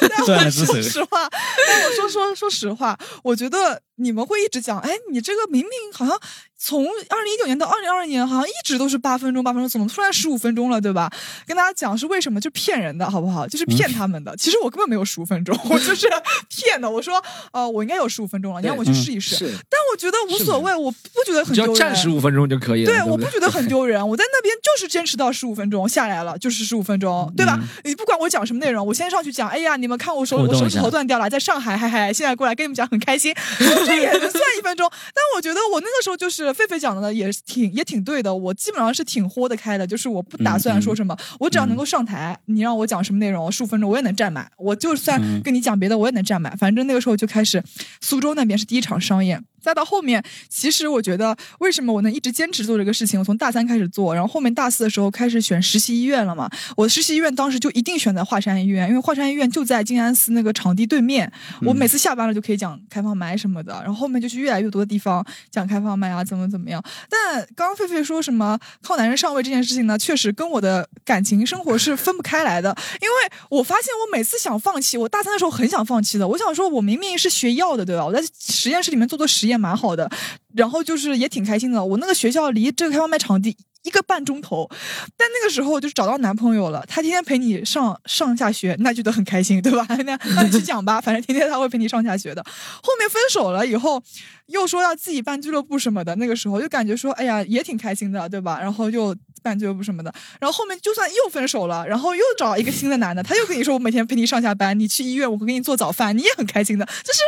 [SPEAKER 3] 但
[SPEAKER 5] 了
[SPEAKER 3] 我
[SPEAKER 5] 之
[SPEAKER 3] 说
[SPEAKER 5] 谁
[SPEAKER 3] 实话，但我说说说实话，我觉得你们会一直讲，哎，你这个明明好像从二零一九年到二零二二年，好像一直都是八分钟八分钟，怎么突然十五分钟了，对吧？跟大家讲是为什么，就骗人的好不好？就是骗他们的。其实我根本没有十五分钟，我就是骗的。我说，呃，我应该有十五分钟了，你让我去
[SPEAKER 5] 嗯
[SPEAKER 3] 试一试。
[SPEAKER 6] 是，
[SPEAKER 3] 但我觉得无所谓，我不觉得很
[SPEAKER 6] 只
[SPEAKER 3] 丢
[SPEAKER 6] 要
[SPEAKER 3] 人。
[SPEAKER 6] 站十五分钟就可以了。
[SPEAKER 3] 对，
[SPEAKER 6] 对
[SPEAKER 3] 我
[SPEAKER 6] 不
[SPEAKER 3] 不
[SPEAKER 6] 对
[SPEAKER 3] 觉得很丢人。我在那边就是坚持到十五分钟下来了，就是十五分钟，对吧？你不管我讲什么内容，我先上去讲，哎呀，你们看我手
[SPEAKER 5] 互
[SPEAKER 3] 我
[SPEAKER 5] 动
[SPEAKER 3] 手
[SPEAKER 5] 一
[SPEAKER 3] 指
[SPEAKER 5] 下
[SPEAKER 3] 头断掉了，在上海，嗨嗨，现在过来跟你们讲很开心，这也能算一分钟。但我觉得我那个时候就是狒狒讲的也是挺也挺对的，我基本上是挺豁得开的，就是我不打算说什么，我只要能够上台，你让我讲什么内容，十五分钟我也能站满，我就算
[SPEAKER 5] 嗯
[SPEAKER 3] 跟你讲别的我也能站满，反正那个时候就开始，苏州那边是第一场商演。再到后面，其实我觉得为什么我能一直坚持做这个事情？我从大三开始做，然后后面大四的时候开始选实习医院了嘛。我实习医院当时就一定选在华山医院，因为华山医院就在静安寺那个场地对面。我每次下班了就可以讲开放麦什么的，然后后面就去越来越多的地方讲开放麦啊，怎么怎么样。但刚刚狒狒说什么靠男人上位这件事情呢，确实跟我的感情生活是分不开来的，因为我发现我每次想放弃，我大三的时候很想放弃的，我想说我明明是学药的，对吧？我在实验室里面做做实验蛮好的，然后就是也挺开心的。我那个学校离这个开放麦场地一个半钟头，但那个时候就是找到男朋友了，他天天陪你上上下学，那觉得很开心，对吧？ 那那你去讲吧，反正天天他会陪你上下学的。后面分手了以后，又说要自己办俱乐部什么的，那个时候就感觉说，哎呀，也挺开心的，对吧？然后又办俱乐部什么的，然后后面就算又分手了，然后又找一个新的男的，他又跟你说我每天陪你上下班，你去医院我会给你做早饭，你也很开心的，就是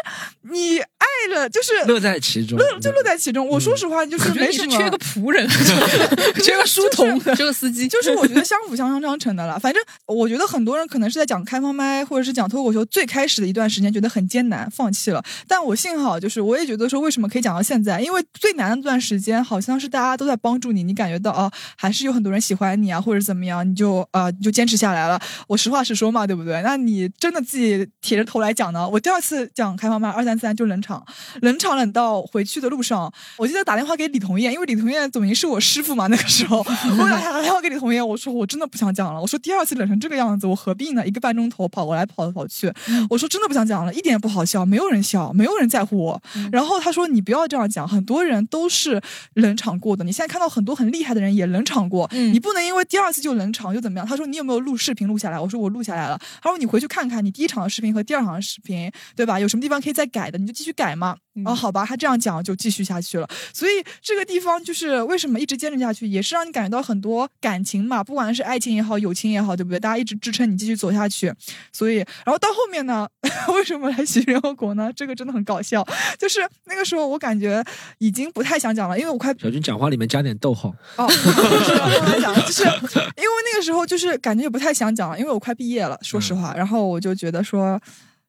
[SPEAKER 3] 你爱了，就是
[SPEAKER 6] 乐在其中，
[SPEAKER 3] 乐就乐在其中。我说实话，就
[SPEAKER 4] 嗯
[SPEAKER 3] 是
[SPEAKER 4] 我觉得
[SPEAKER 3] 没
[SPEAKER 4] 你
[SPEAKER 3] 什
[SPEAKER 4] 是
[SPEAKER 3] 么，
[SPEAKER 4] 缺个 仆人，啊 缺个书童，缺个司机，
[SPEAKER 3] 就是我觉得相辅相成相成的了。反正我觉得很多人可能是在讲开放麦或者是讲脱口秀最开始的一段时间觉得很艰难，放弃了。但我幸好就是我也觉得说为什么可以讲到现在，因为最难的那段时间好像是大家都在帮助你，你感觉到啊还是有很多人喜欢你啊或者怎么样，你就啊你就坚持下来了。我实话实说嘛，对不对？那你真的自己铁着头来讲呢？我第二次讲开放麦二三三就冷场，冷场冷到回去的路上，我记得打电话给李彤燕，因为李彤燕总于是我师傅嘛，那个时候我打打电话给李彤燕，我说我真的不想讲了，我说第二次冷成这个样子，我何必呢？一个半钟头跑过来跑来跑去，我说真的不想讲了，一点也不好笑，没有人笑，没有人在乎我。然后他说你不要这样讲，很多人都是冷场过的，你现在看到很多很厉害的人也冷场过，
[SPEAKER 4] 嗯
[SPEAKER 3] 你不能因为第二次就冷场就怎么样？他说你有没有录视频录下来？我说我录下来了。他说你回去看看你第一场的视频和第二场的视频，对吧？有什么地方可以再改的，你就继续改嘛。
[SPEAKER 4] 嗯
[SPEAKER 3] 哦，好吧，他这样讲就继续下去了。所以这个地方就是为什么一直坚持下去，也是让你感觉到很多感情嘛，不管是爱情也好，友情也好，对不对？大家一直支撑你继续走下去。所以，然后到后面呢， 为什么来学联合国呢？这个真的很搞笑。就是那个时候，我感觉已经不太想讲了，因为我快
[SPEAKER 6] 小军讲话里面加点逗号，
[SPEAKER 3] 哦，就是我刚才讲，就是因为那个时候就是感觉也不太想讲了，因为我快毕业了，说实
[SPEAKER 5] 嗯
[SPEAKER 3] 话，然后我就觉得说。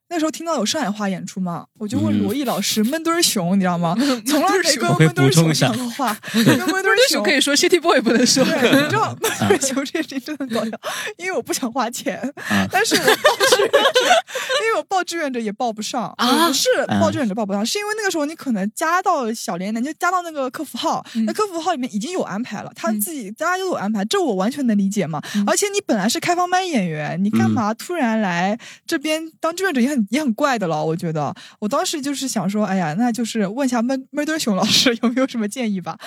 [SPEAKER 3] 那时候听到有上海话演出嘛，我就问
[SPEAKER 5] 嗯
[SPEAKER 3] 罗毅老 师闷墩儿熊，你知道吗？从来没跟
[SPEAKER 5] 我可以
[SPEAKER 3] 闷墩儿
[SPEAKER 5] 补充
[SPEAKER 3] 熊
[SPEAKER 5] 一下
[SPEAKER 3] 讲过话，跟闷墩儿
[SPEAKER 4] 那时
[SPEAKER 3] 熊
[SPEAKER 4] 候可以说 City Boy 不能说，
[SPEAKER 3] 对，你知道闷墩儿熊这件事情真的很搞笑，因为我不想花钱，
[SPEAKER 5] 啊
[SPEAKER 3] 但是我报志愿者，因为我报志愿者也报不上，嗯
[SPEAKER 4] 啊
[SPEAKER 3] 不是报志愿者报不上，是因为那个时候你可能加到小连，你就加到那个客服号，
[SPEAKER 4] 嗯
[SPEAKER 3] 那客服号里面已经有安排了，他
[SPEAKER 4] 嗯
[SPEAKER 3] 自己大家都有安排，这我完全能理解嘛。
[SPEAKER 4] 嗯
[SPEAKER 3] 而且你本来是开放麦演员，你干嘛突然来这边当志愿者也很也很怪的了，我觉得。我当时就是想说，哎呀，那就是问一下闷闷墩熊老师 有没有什么建议吧。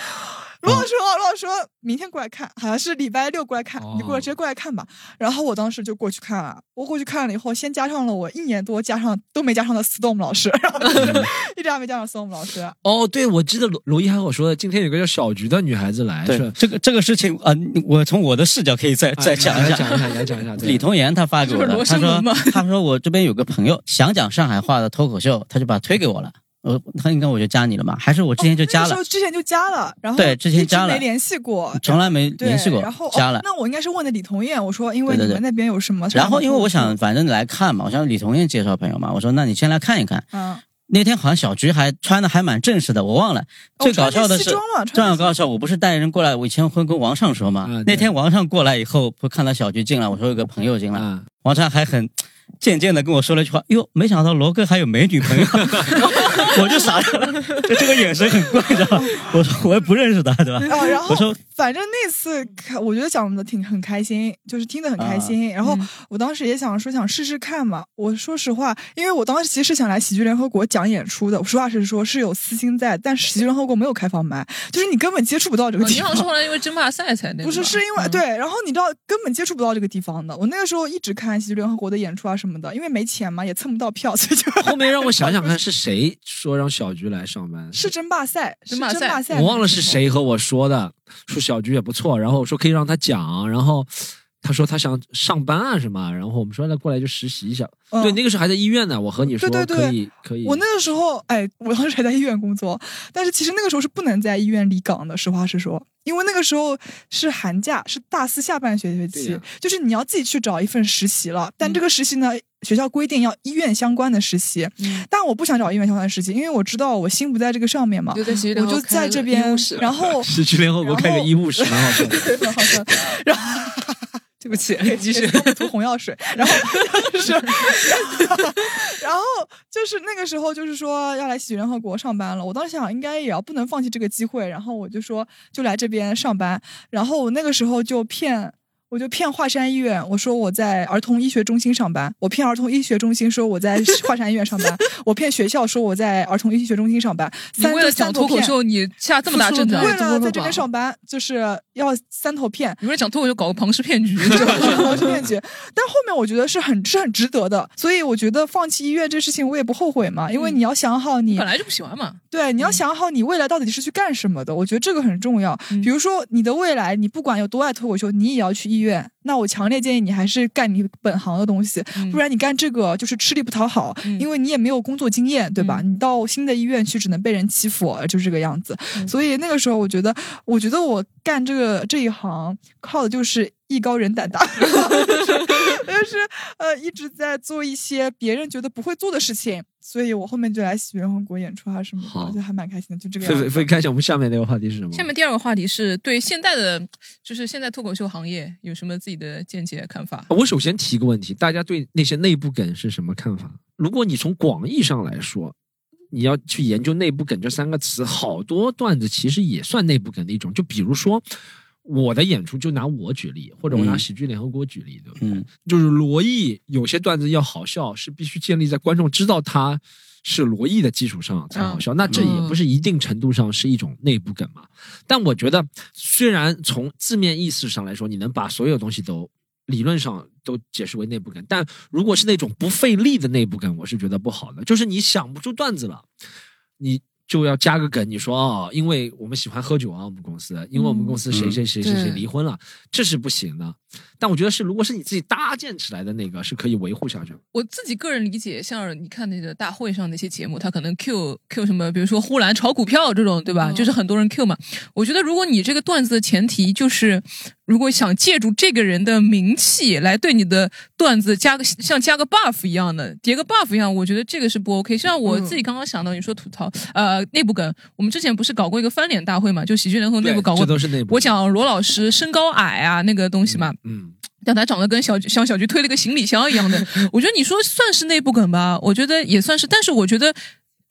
[SPEAKER 3] 罗
[SPEAKER 5] 嗯
[SPEAKER 3] 老师，罗老师说明天过来看，好像是礼拜六过来看，你过来
[SPEAKER 6] 哦
[SPEAKER 3] 直接过来看吧。然后我当时就过去看了，我过去看了以后，先加上了我一年多加上都没加上的 Storm 老师，然后就是
[SPEAKER 5] 嗯
[SPEAKER 3] 一直还没加上 Storm 老师。
[SPEAKER 6] 哦，对，我记得罗罗毅还和我说，今天有个叫小菊的女孩子来，是
[SPEAKER 5] 对
[SPEAKER 6] 吧，
[SPEAKER 5] 这个这个事情啊、你我从我的视角可以再再讲一
[SPEAKER 6] 啊哎
[SPEAKER 5] 下。
[SPEAKER 6] 来讲一下，来 讲一下，对
[SPEAKER 5] 李童言他发给我
[SPEAKER 4] 这
[SPEAKER 5] 的，
[SPEAKER 4] 不是
[SPEAKER 5] 他
[SPEAKER 4] 罗生
[SPEAKER 5] 说
[SPEAKER 4] 门吗
[SPEAKER 5] 他说我这边有个朋友想讲上海话的脱口秀，他就把他推给我了。我他你看我就加你了嘛，还是我之前就加
[SPEAKER 3] 哦那个
[SPEAKER 5] 了，
[SPEAKER 3] 时候之前就加了，然后
[SPEAKER 5] 对之前
[SPEAKER 3] 一直
[SPEAKER 5] 加了
[SPEAKER 3] 没联系过，
[SPEAKER 5] 从来没
[SPEAKER 3] 对
[SPEAKER 5] 联系过
[SPEAKER 3] 然后，
[SPEAKER 5] 加
[SPEAKER 3] 哦
[SPEAKER 5] 了。
[SPEAKER 3] 那我应该是问的李彤燕，我说因为你
[SPEAKER 5] 对对对
[SPEAKER 3] 们那边有什么？
[SPEAKER 5] 然后因为我想，反正来看嘛，我向李彤燕介绍朋友嘛，我说那你先来看一看。
[SPEAKER 3] 嗯，
[SPEAKER 5] 那天好像小菊还穿的还蛮正式的，我忘了。
[SPEAKER 3] 哦
[SPEAKER 5] 最搞笑的是
[SPEAKER 3] 穿着西装
[SPEAKER 4] 啊
[SPEAKER 3] 嘛，
[SPEAKER 5] 这样
[SPEAKER 3] 穿着西
[SPEAKER 5] 搞笑，我不是带人过来，我以前会跟王上说嘛。
[SPEAKER 6] 啊对
[SPEAKER 5] 那天王上过来以后，不看到小菊进来，我说有个朋友进来，
[SPEAKER 6] 啊，
[SPEAKER 5] 王上还很渐渐的跟我说了一句话：“哟，没想到罗哥还有美女朋友。”我就傻了，就这个眼神很怪，知道吧？我说我也不认识他，对
[SPEAKER 4] 哎
[SPEAKER 5] 吧？
[SPEAKER 3] 啊，然后
[SPEAKER 5] 我说
[SPEAKER 3] 反正那次
[SPEAKER 4] 嗯
[SPEAKER 3] 开我觉得讲的挺很开心，就是听得很
[SPEAKER 6] 啊
[SPEAKER 3] 开心。然后
[SPEAKER 4] 嗯
[SPEAKER 3] 我当时也想说想试试看嘛。我说实话，因为我当时其实是想来喜剧联合国讲演出的，我实话实说是有私心在，但是喜剧联合国没有开放麦，就是你根本接触不到这个
[SPEAKER 4] 哦
[SPEAKER 3] 地
[SPEAKER 4] 你
[SPEAKER 3] 方。
[SPEAKER 4] 好像是后 来因为争霸赛才那个吧，
[SPEAKER 3] 不是，是因为、
[SPEAKER 4] 嗯
[SPEAKER 3] 对，然后你知道根本接触不到这个地方的。我那个时候一直看喜剧联合国的演出啊什么的，因为没钱嘛，也蹭不到票，所以就，
[SPEAKER 6] 后面让我想想看是谁说让小菊来上班
[SPEAKER 3] 是争霸赛，是
[SPEAKER 4] 争霸赛
[SPEAKER 3] 霸赛，
[SPEAKER 6] 我忘了是。谁和我说的，说小菊也不错，然后我说可以让她讲，然后她说她想上班啊什么，然后我们说那过来就实习一下。
[SPEAKER 3] 嗯
[SPEAKER 6] 对，那个时候还在医院呢，我和你说
[SPEAKER 3] 对对对
[SPEAKER 6] 可以可以，
[SPEAKER 3] 我那个时候，哎，我当时还在医院工作，但是其实那个时候是不能在医院离岗的，实话实说，因为那个时候是寒假，是大四下半学学期，
[SPEAKER 6] 对呀
[SPEAKER 3] 就是你要自己去找一份实习了。但这个实习呢，学校规定要医院相关的实习，
[SPEAKER 6] 嗯
[SPEAKER 3] 但我不想找医院相关的实习，因为我知道我心不在这个上面嘛
[SPEAKER 2] 就，在喜剧
[SPEAKER 3] 我
[SPEAKER 2] 联合
[SPEAKER 3] 就
[SPEAKER 2] 国开
[SPEAKER 3] 在
[SPEAKER 2] 了
[SPEAKER 3] 这
[SPEAKER 2] 医
[SPEAKER 3] 边
[SPEAKER 2] 务室，
[SPEAKER 3] 然后
[SPEAKER 6] 是去联合国开个医务室，蛮 好笑的。
[SPEAKER 3] 很好笑。然后 对不 起，继续涂红药水。然后 就是，然后就是那个时候就是说要来喜剧联合国上班了。我当时想应该也要不能放弃这个机会，然后我就说就来这边上班。然后我那个时候就骗。我就骗华山医院，我说我在儿童医学中心上班；我骗儿童医学中心说我在华山医院上班； 我骗学校说我在儿童医学中心上班。
[SPEAKER 4] 你
[SPEAKER 3] 三
[SPEAKER 4] 为了
[SPEAKER 3] 这三
[SPEAKER 4] 讲
[SPEAKER 3] 头
[SPEAKER 4] 脱口
[SPEAKER 3] 骗
[SPEAKER 4] 秀，你下啊这么大阵
[SPEAKER 2] 付出
[SPEAKER 4] 仗
[SPEAKER 2] 了
[SPEAKER 3] 为
[SPEAKER 2] 对，
[SPEAKER 3] 了在这边上班，就是要三头骗，
[SPEAKER 4] 你为了讲脱口秀搞个庞氏 骗局，对吧？
[SPEAKER 3] 我是面具。但后面我觉得是很是很值得的，所以我觉得放弃医院这事情我也不后悔嘛，因为你要想好你、
[SPEAKER 4] 本嗯来就嗯不喜欢嘛，
[SPEAKER 3] 对你要想好你未来到底是去干什么的，我觉得这个很重要。
[SPEAKER 4] 嗯
[SPEAKER 3] 比如说你的未来，你不管有多爱脱口秀，你也要去医院。那我强烈建议你还是干你本行的东西，
[SPEAKER 4] 嗯
[SPEAKER 3] 不然你干这个就是吃力不讨好，
[SPEAKER 4] 嗯
[SPEAKER 3] 因为你也没有工作经验，对吧？你到新的医院去，只能被人欺负，就是这个样子。
[SPEAKER 4] 嗯
[SPEAKER 3] 所以那个时候，我觉得，我觉得我干这个这一行靠的就是艺高人胆大， 就是呃一直在做一些别人觉得不会做的事情。所以我后面就来喜剧联合国演出啊什么的，
[SPEAKER 6] 好
[SPEAKER 3] 我觉得还蛮开心的，就这个
[SPEAKER 6] 飞飞
[SPEAKER 3] 样子
[SPEAKER 6] 飞，。看一下我们下面那个话题是什么？
[SPEAKER 4] 下面第二个话题是对现在的，就是现在脱口秀行业有什么自己的见解看法？
[SPEAKER 6] 我首先提一个问题，大家对那些内部梗是什么看法？如果你从广义上来说，你要去研究内部梗这三个词，好多段子其实也算内部梗的一种。就比如说我的演出，就拿我举例，或者我拿
[SPEAKER 5] 嗯
[SPEAKER 6] 喜剧联合国举例，对不对？
[SPEAKER 5] 嗯
[SPEAKER 6] 就是罗毅有些段子要好笑，是必须建立在观众知道他是罗毅的基础上才好
[SPEAKER 5] 嗯
[SPEAKER 6] 笑。那这也不是一定程度上是一种内部梗嘛。但我觉得，虽然从字面意思上来说，你能把所有东西都理论上都解释为内部梗，但如果是那种不费力的内部梗，我是觉得不好的。就是你想不出段子了，你。就要加个梗，你说哦，因为我们喜欢喝酒啊，我们公司，因为我们公司谁谁谁谁谁
[SPEAKER 2] 嗯
[SPEAKER 6] 离婚了，这是不行的。但我觉得是，如果是你自己搭建起来的那个，是可以维护下去的。
[SPEAKER 4] 我自己个人理解，像你看那个大会上那些节目，他可能 Q Q 什么，比如说呼兰炒股票这种，对吧？就是很多人 Q 嘛。我觉得如果你这个段子的前提就是，如果想借助这个人的名气来对你的段子加个像加个 buff 一样的叠个 buff 一样，我觉得这个是不 OK。像我自己刚刚想到，你说吐槽呃内部梗，我们之前不是搞过一个翻脸大会嘛？就喜剧联合内部搞
[SPEAKER 6] 这
[SPEAKER 4] 过。
[SPEAKER 6] 都是内部。
[SPEAKER 4] 我讲罗老师身高矮啊，那个东西嘛，
[SPEAKER 6] 嗯，
[SPEAKER 4] 但他长得跟小像小菊推了个行李箱一样 的，我觉得你说算是内部梗吧，我觉得也算是，但是我觉得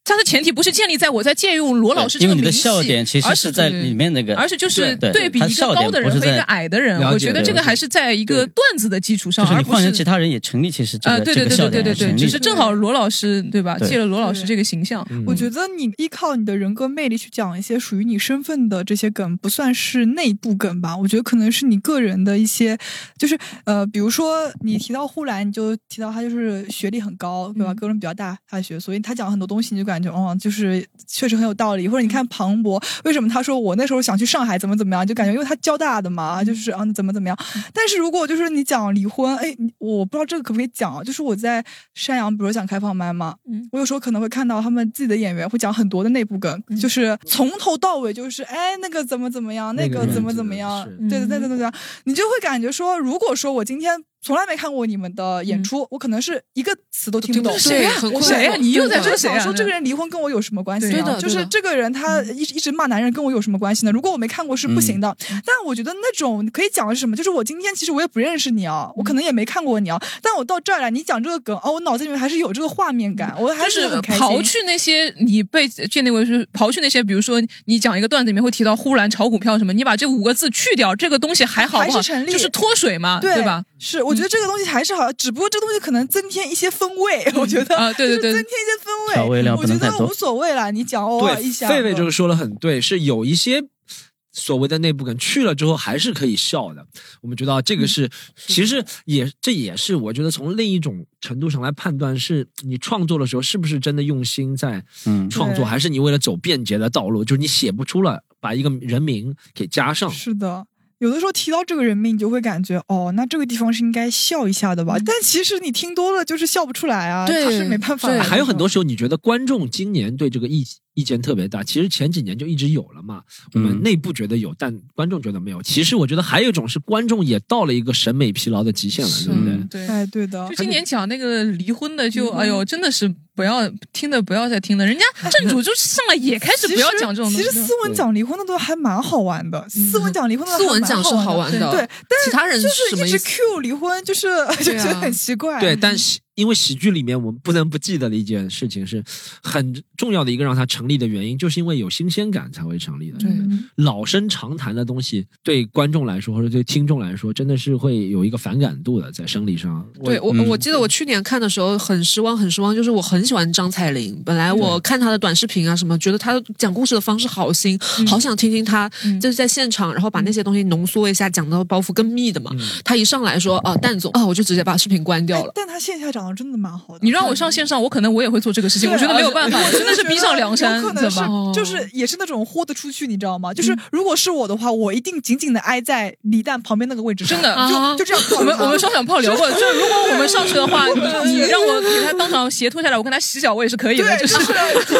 [SPEAKER 4] 它的前提不是建立在我在借用罗老师这
[SPEAKER 5] 因
[SPEAKER 4] 个
[SPEAKER 5] 为你的
[SPEAKER 4] 名气
[SPEAKER 5] 笑点其
[SPEAKER 4] 而
[SPEAKER 5] 实是在里面那个，
[SPEAKER 4] 而且就是
[SPEAKER 5] 对对
[SPEAKER 4] 比
[SPEAKER 5] 他
[SPEAKER 4] 一个
[SPEAKER 5] 笑点
[SPEAKER 4] 高的
[SPEAKER 5] 不
[SPEAKER 4] 人
[SPEAKER 5] 是
[SPEAKER 4] 和一个
[SPEAKER 5] 在
[SPEAKER 4] 矮的人，
[SPEAKER 6] 了解
[SPEAKER 4] 我觉得这个
[SPEAKER 6] 了解
[SPEAKER 4] 还是在一个
[SPEAKER 6] 对
[SPEAKER 4] 段子的基础上，
[SPEAKER 5] 就
[SPEAKER 4] 而
[SPEAKER 5] 是你
[SPEAKER 4] 不
[SPEAKER 5] 换成
[SPEAKER 4] 是
[SPEAKER 5] 其他人也成立，其实这
[SPEAKER 4] 啊，
[SPEAKER 5] 个
[SPEAKER 4] 对
[SPEAKER 5] 这
[SPEAKER 4] 对
[SPEAKER 5] 个
[SPEAKER 4] 对
[SPEAKER 5] 笑
[SPEAKER 4] 对对
[SPEAKER 5] 点
[SPEAKER 4] 对
[SPEAKER 5] 也
[SPEAKER 4] 对，
[SPEAKER 5] 成立
[SPEAKER 4] 只
[SPEAKER 5] 的
[SPEAKER 4] 是。正好罗老师对吧，
[SPEAKER 5] 对
[SPEAKER 4] 借了罗老师
[SPEAKER 2] 对
[SPEAKER 4] 这个形象，
[SPEAKER 6] 嗯
[SPEAKER 3] 我觉得你依靠你的人格魅力去讲一些属于你身份的这些梗，不算是内部梗吧？我觉得可能是你个人的一些，就是呃，比如说你提到呼兰，你就提到他就是学历很高，对吧？
[SPEAKER 4] 嗯
[SPEAKER 3] 哥伦比亚大大学，所以他讲很多东西，你就感觉哦，就是确实很有道理。或者你看庞博，为什么他说我那时候想去上海怎么怎么样，就感觉因为他交大的嘛，
[SPEAKER 2] 嗯
[SPEAKER 3] 就是啊怎么怎么样。但是如果就是你讲离婚，哎，你我不知道这个可不可以讲啊，就是我在山羊，比如讲开放麦嘛，
[SPEAKER 2] 嗯
[SPEAKER 3] 我有时候可能会看到他们自己的演员会讲很多的内部梗，
[SPEAKER 2] 嗯
[SPEAKER 3] 就是从头到尾就是哎那个怎么怎么样，那
[SPEAKER 6] 那个
[SPEAKER 3] 个怎
[SPEAKER 6] 样
[SPEAKER 3] 么
[SPEAKER 6] 子
[SPEAKER 2] 嗯
[SPEAKER 3] 怎么样
[SPEAKER 6] 是，
[SPEAKER 3] 对对对对对，你就会感觉说，如果说我今天从来没看过你们的演出，我可能是一个词都听不懂。
[SPEAKER 2] 嗯听不懂谁呀啊
[SPEAKER 3] 我
[SPEAKER 2] 很困惑
[SPEAKER 3] 谁呀？啊
[SPEAKER 2] 你又在
[SPEAKER 3] 我就
[SPEAKER 2] 这
[SPEAKER 4] 谁
[SPEAKER 3] 想
[SPEAKER 4] 呀
[SPEAKER 3] 说，这个人离婚跟我有什么关系
[SPEAKER 2] 对
[SPEAKER 3] 呢？
[SPEAKER 2] 的
[SPEAKER 3] 就是
[SPEAKER 2] 对的
[SPEAKER 3] 这个人他一直一直骂男人，跟我有什么关系呢？如果我没看过是不行的。但我觉得那种可以讲的是什么？就是我今天其实我也不认识你啊，我可能也没看过你啊，但我到这儿来，你讲这个梗哦，我脑子里面还是有这个画面感，我还
[SPEAKER 4] 就是
[SPEAKER 3] 很开心。
[SPEAKER 4] 刨去那些你被建立为是刨去那些，比如说你讲一个段子里面会提到呼兰炒股票什么，你把这五个字去掉，这个东西还好不好？
[SPEAKER 3] 还是成立
[SPEAKER 4] 就是脱水嘛，
[SPEAKER 3] 对
[SPEAKER 4] 吧？？
[SPEAKER 3] 是，我觉得这个东西还是好，只不过这个东西可能增添一些风味，我觉得
[SPEAKER 4] 啊对对
[SPEAKER 3] 就
[SPEAKER 4] 对
[SPEAKER 3] 是增添一些风味，
[SPEAKER 5] 调味料
[SPEAKER 3] 我
[SPEAKER 5] 不
[SPEAKER 3] 觉
[SPEAKER 5] 能
[SPEAKER 3] 得
[SPEAKER 5] 太多
[SPEAKER 3] 无所谓啦。你讲偶尔一
[SPEAKER 6] 对，
[SPEAKER 3] 下，嗯
[SPEAKER 6] 狒狒这个说的很对，是有一些所谓的内部梗去了之后还是可以笑的。我们觉得啊这
[SPEAKER 3] 嗯
[SPEAKER 6] 个是，其实也这也是我觉得从另一种程度上来判断，是你创作的时候是不是真的用心在
[SPEAKER 5] 嗯
[SPEAKER 6] 创作，
[SPEAKER 3] 对
[SPEAKER 6] 还是你为了走便捷的道路，就是你写不出了，把一个人名给加上。
[SPEAKER 3] 是的。有的时候提到这个人名，你就会感觉哦，那这个地方是应该笑一下的吧？但其实你听多了就是笑不出来啊，
[SPEAKER 2] 嗯对
[SPEAKER 3] 这是没办法
[SPEAKER 2] 对
[SPEAKER 3] 的。
[SPEAKER 6] 还有很多时候，你觉得观众今年对这个意意见特别大，其实前几年就一直有了嘛。我们
[SPEAKER 5] 嗯
[SPEAKER 6] 内部觉得有，但观众觉得没有。其实我觉得还有一种是观众也到了一个审美疲劳的极限了，对不对？
[SPEAKER 4] 对
[SPEAKER 3] 哎，对的嗯
[SPEAKER 4] 就，今年讲那个离婚的就，哎呦，真的是不要听的，不要再听了。 人家正主就上来也开始
[SPEAKER 3] 其
[SPEAKER 4] 不要
[SPEAKER 3] 实
[SPEAKER 4] 讲这种东
[SPEAKER 3] 其
[SPEAKER 4] 西
[SPEAKER 3] 实。斯文讲离婚的都还蛮好玩的，斯文讲离婚的
[SPEAKER 2] 嗯斯文讲是
[SPEAKER 3] 还蛮
[SPEAKER 2] 好
[SPEAKER 3] 好
[SPEAKER 2] 玩的，
[SPEAKER 3] 对，但
[SPEAKER 2] 其他人
[SPEAKER 3] 就是
[SPEAKER 2] 什么
[SPEAKER 3] 一
[SPEAKER 2] 意
[SPEAKER 3] 直
[SPEAKER 2] 思？
[SPEAKER 3] Q 离婚，就是 就
[SPEAKER 2] 对
[SPEAKER 3] 觉
[SPEAKER 2] 啊
[SPEAKER 3] 得很奇怪。
[SPEAKER 6] 对，但喜因为喜剧里面我们不能不记得的一件事情是很重要的一个让它成立的原因，就是因为有新鲜感才会成立的。
[SPEAKER 4] 对
[SPEAKER 3] 嗯
[SPEAKER 6] 老生常谈的东西，对观众来说或者对听众来说，真的是会有一个反感度的，在生理上。
[SPEAKER 2] 对我，
[SPEAKER 6] 嗯
[SPEAKER 2] 我记得我去年看的时候很失望，很失望，就是我很喜欢张彩玲。本来我看她的短视频啊什么，觉得她讲故事的方式好新，好想听听她
[SPEAKER 4] 嗯
[SPEAKER 2] 就是在现场，然后把那些东西浓缩一下，讲到包袱更密的嘛。她一上来说啊，蛋总啊，我就直接把视频关掉
[SPEAKER 3] 哎
[SPEAKER 2] 了。
[SPEAKER 3] 但他线下长得真的蛮好的。
[SPEAKER 4] 你让我上线上，我可能我也会做这个事
[SPEAKER 3] 啊
[SPEAKER 4] 情。我觉得没有办法，
[SPEAKER 3] 我
[SPEAKER 4] 真的是逼上梁山，
[SPEAKER 3] 有可
[SPEAKER 4] 怎么哦嗯办？
[SPEAKER 3] 能是就是也是那种豁得出去，你知道吗？就是如果是我的话，我一定紧紧的挨在李诞旁边那个位置
[SPEAKER 4] 真
[SPEAKER 3] 上，
[SPEAKER 4] 的
[SPEAKER 2] 啊
[SPEAKER 3] 就就这样抱
[SPEAKER 4] 我
[SPEAKER 3] 着
[SPEAKER 4] 们
[SPEAKER 3] 他。
[SPEAKER 4] 我们双响炮聊过，就是如果我们上去的话，你你
[SPEAKER 3] 对
[SPEAKER 4] 让我给他当场斜拖下来，我跟他洗脚，我也是可以的，
[SPEAKER 3] 对，
[SPEAKER 4] 就
[SPEAKER 3] 就是 是接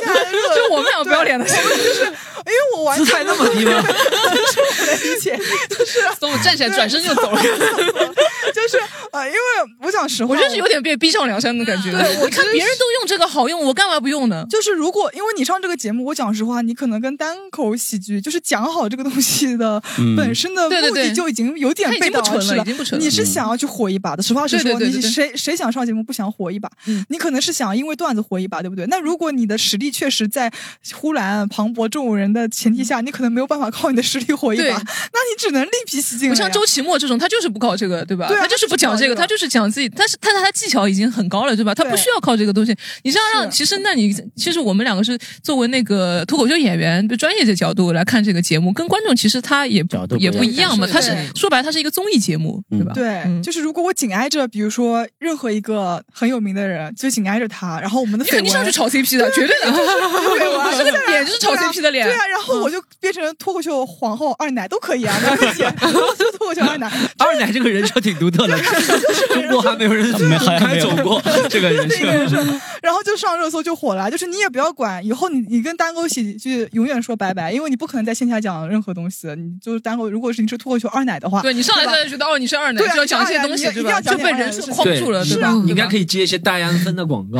[SPEAKER 3] 下来这个
[SPEAKER 4] 就我们俩不要脸的
[SPEAKER 3] 对我们就是因为我完
[SPEAKER 6] 姿
[SPEAKER 3] 全
[SPEAKER 6] 态那么低吗？
[SPEAKER 3] 不能理解， 就是
[SPEAKER 4] 等我站起来转身就走了。
[SPEAKER 3] 就是呃，因为我讲实话，
[SPEAKER 4] 我真是有点被逼上梁山的感觉。
[SPEAKER 3] 对我
[SPEAKER 4] 你看别人都用这个好用，我干嘛不用呢？
[SPEAKER 3] 就是如果因为你上这个节目，我讲实话，你可能跟单口喜剧就是讲好这个东西的
[SPEAKER 5] 嗯
[SPEAKER 3] 本身的
[SPEAKER 4] 对对
[SPEAKER 3] 目的
[SPEAKER 4] 对
[SPEAKER 3] 就已经有点
[SPEAKER 4] 它已
[SPEAKER 3] 背
[SPEAKER 4] 经不
[SPEAKER 3] 道而
[SPEAKER 4] 纯
[SPEAKER 3] 驰
[SPEAKER 4] 了已经不纯了
[SPEAKER 3] 你是想要去火一把的，实话实
[SPEAKER 4] 对对
[SPEAKER 3] 说，
[SPEAKER 4] 对对
[SPEAKER 3] 你
[SPEAKER 4] 对
[SPEAKER 3] 谁谁想上节目不想火一把
[SPEAKER 4] 嗯？
[SPEAKER 3] 你可能是想因为段子火一把，对不对？那如果你的实力确实在呼兰、庞博这种人的前提下，你可能没有办法靠你的实力火一把，
[SPEAKER 4] 对
[SPEAKER 3] 那你只能另辟蹊径
[SPEAKER 4] 不
[SPEAKER 3] 了呀。
[SPEAKER 4] 像周奇墨这种，他就是不搞这个，对吧？
[SPEAKER 3] 对啊
[SPEAKER 4] 他就是不讲这个，
[SPEAKER 3] 他
[SPEAKER 4] 他
[SPEAKER 3] 就
[SPEAKER 4] 就是讲自己，但是但是他技巧已经很高了，对吧？他不需要靠这个东西。你这样让，
[SPEAKER 3] 是
[SPEAKER 4] 其实那你其实我们两个是作为那个脱口秀演员，就专业的角度来看这个节目，跟观众其实他也不
[SPEAKER 5] 角度不一
[SPEAKER 4] 也
[SPEAKER 5] 样
[SPEAKER 4] 不一样嘛。
[SPEAKER 2] 是
[SPEAKER 4] 他是
[SPEAKER 3] 对
[SPEAKER 4] 说白，了，他是一个综艺节目，对吧？
[SPEAKER 3] 对，
[SPEAKER 4] 嗯
[SPEAKER 3] 就是如果我紧挨着，比如说任何一个很有名的人，就紧挨着他，然后我们的
[SPEAKER 4] 你肯定
[SPEAKER 3] 绯闻
[SPEAKER 4] 上去炒 CP 的，绝对的。
[SPEAKER 3] 对，我
[SPEAKER 4] 这个脸就是炒 CP 的脸嗯
[SPEAKER 3] 对啊，然后我就变成脱口秀皇后二奶都可以啊，没问题， 我就脱口秀二奶。
[SPEAKER 6] 二奶这个人设挺独特的， 中国还 没有人
[SPEAKER 5] 没还
[SPEAKER 6] 还
[SPEAKER 5] 没有
[SPEAKER 6] 走过这个人
[SPEAKER 3] 这个人
[SPEAKER 6] 设。
[SPEAKER 3] 设， 然后就上热搜就火了，就是你也不要管，以后你你跟单口喜剧永远说拜拜，因为你不可能在线下讲任何东西，你就是单口，如果是你是脱口秀二奶的话，
[SPEAKER 4] 对你上来
[SPEAKER 3] 对
[SPEAKER 4] 大
[SPEAKER 3] 吧
[SPEAKER 4] 家觉得哦，你是二奶，
[SPEAKER 3] 对啊
[SPEAKER 4] 就要讲这些东西，
[SPEAKER 3] 你一定
[SPEAKER 4] 对
[SPEAKER 3] 要
[SPEAKER 4] 吧？
[SPEAKER 3] 讲
[SPEAKER 4] 就
[SPEAKER 3] 点
[SPEAKER 4] 被
[SPEAKER 3] 二奶
[SPEAKER 4] 人
[SPEAKER 3] 的
[SPEAKER 4] 设
[SPEAKER 3] 事情啊
[SPEAKER 4] 框住了，
[SPEAKER 6] 你
[SPEAKER 4] 对吧？
[SPEAKER 6] 你应该可以接一些大安芬的广告，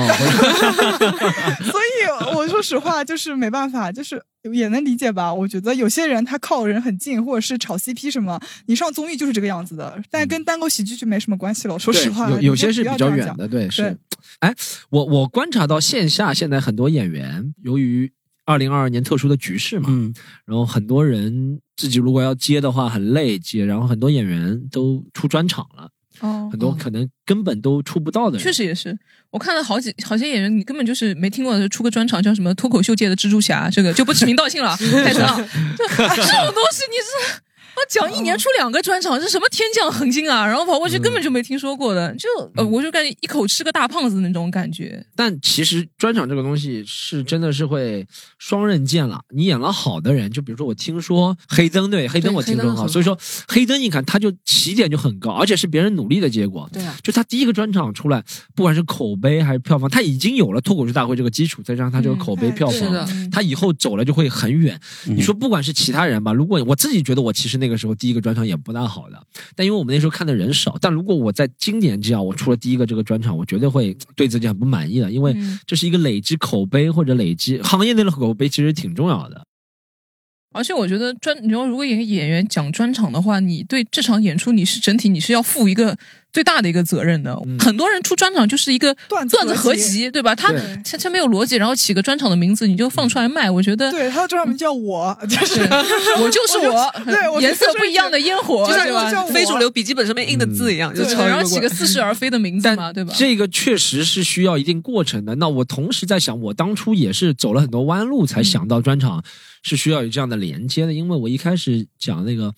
[SPEAKER 3] 所以我说实话，就是没办法，就是也能理解吧。我觉得有些人他靠人很近，或者是炒 CP 什么，你上综艺就是这个样子的，但跟单口喜剧就没什么关系了。我说
[SPEAKER 6] 嗯对
[SPEAKER 3] 实话，
[SPEAKER 6] 有
[SPEAKER 3] 你
[SPEAKER 6] 有
[SPEAKER 3] 就
[SPEAKER 6] 些是
[SPEAKER 3] 不要
[SPEAKER 6] 比较
[SPEAKER 3] 这样
[SPEAKER 6] 远
[SPEAKER 3] 讲。
[SPEAKER 6] 的，对是。哎，我我观察到线下现在很多演员，由于二零二二年特殊的局势嘛，
[SPEAKER 5] 嗯
[SPEAKER 6] 然后很多人自己如果要接的话很累接，然后很多演员都出专场了，
[SPEAKER 3] 哦
[SPEAKER 6] 很多可能根本都出不到的人。
[SPEAKER 4] 确实也是，我看了好几好些演员，你根本就是没听过的，出个专场叫什么脱口秀界的蜘蛛侠，这个就不指名道 姓了，太深了。这这种东西你是。我讲一年出两个专场，这什么天降横金啊！然后跑过
[SPEAKER 6] 嗯
[SPEAKER 4] 去根本就没听说过的，就呃，我就感觉一口吃个大胖子那种感觉。
[SPEAKER 6] 但其实专场这个东西是真的是会双刃剑了。你演了好的人，就比如说我听说黑灯，对黑灯我听说
[SPEAKER 2] 黑
[SPEAKER 6] 很
[SPEAKER 2] 灯很
[SPEAKER 6] 好，
[SPEAKER 2] 好
[SPEAKER 6] 所以说黑灯你看他就起点就很高，而且是别人努力的结果。
[SPEAKER 2] 对啊，
[SPEAKER 6] 就他第一个专场出来，不管是口碑还是票房，他已经有了脱口秀大会这个基础，再加上他这个
[SPEAKER 4] 嗯
[SPEAKER 6] 口碑票
[SPEAKER 2] 是
[SPEAKER 6] 房，
[SPEAKER 2] 的
[SPEAKER 6] 他以后走了就会很远。
[SPEAKER 5] 嗯
[SPEAKER 6] 你说不管是其他人吧，如果我自己觉得我其实那那个时候第一个专场也不大好的，但因为我们那时候看的人少，但如果我在今年这样，我出了第一个这个专场，我绝对会对自己很不满意的，因为
[SPEAKER 4] 嗯
[SPEAKER 6] 这是一个累积口碑或者累积行业内的口碑，其实挺重要的。
[SPEAKER 4] 而且我觉得专，你要如果演演员讲专场的话，你对这场演出你是整体你是要负一个最大的一个责任的。
[SPEAKER 6] 嗯
[SPEAKER 4] 很多人出专场就是一个
[SPEAKER 3] 段子
[SPEAKER 4] 段子合
[SPEAKER 3] 合
[SPEAKER 4] 集，对吧？他
[SPEAKER 6] 对
[SPEAKER 4] 他他没有逻辑，然后起个专场的名字你就放出来卖，我觉得
[SPEAKER 3] 对，他的专场名叫我，就是
[SPEAKER 4] 对我嗯就是我，
[SPEAKER 3] 对我
[SPEAKER 4] 颜
[SPEAKER 3] 就是
[SPEAKER 4] 色不一样的烟火，
[SPEAKER 3] 就像
[SPEAKER 4] 对
[SPEAKER 3] 就像
[SPEAKER 4] 吧？
[SPEAKER 3] 我
[SPEAKER 2] 非主流笔记本上面印的字一样，就
[SPEAKER 3] 对
[SPEAKER 2] 抄
[SPEAKER 4] 然后
[SPEAKER 2] 一
[SPEAKER 4] 起
[SPEAKER 2] 个
[SPEAKER 4] 个似是而非的名字嘛，对吧？
[SPEAKER 6] 这个确实是需要一定过程的。那我同时在想，我当初也是走了很多弯路才想到专场是需要有这样的连接的。因为我一开始讲那
[SPEAKER 4] 嗯
[SPEAKER 6] 个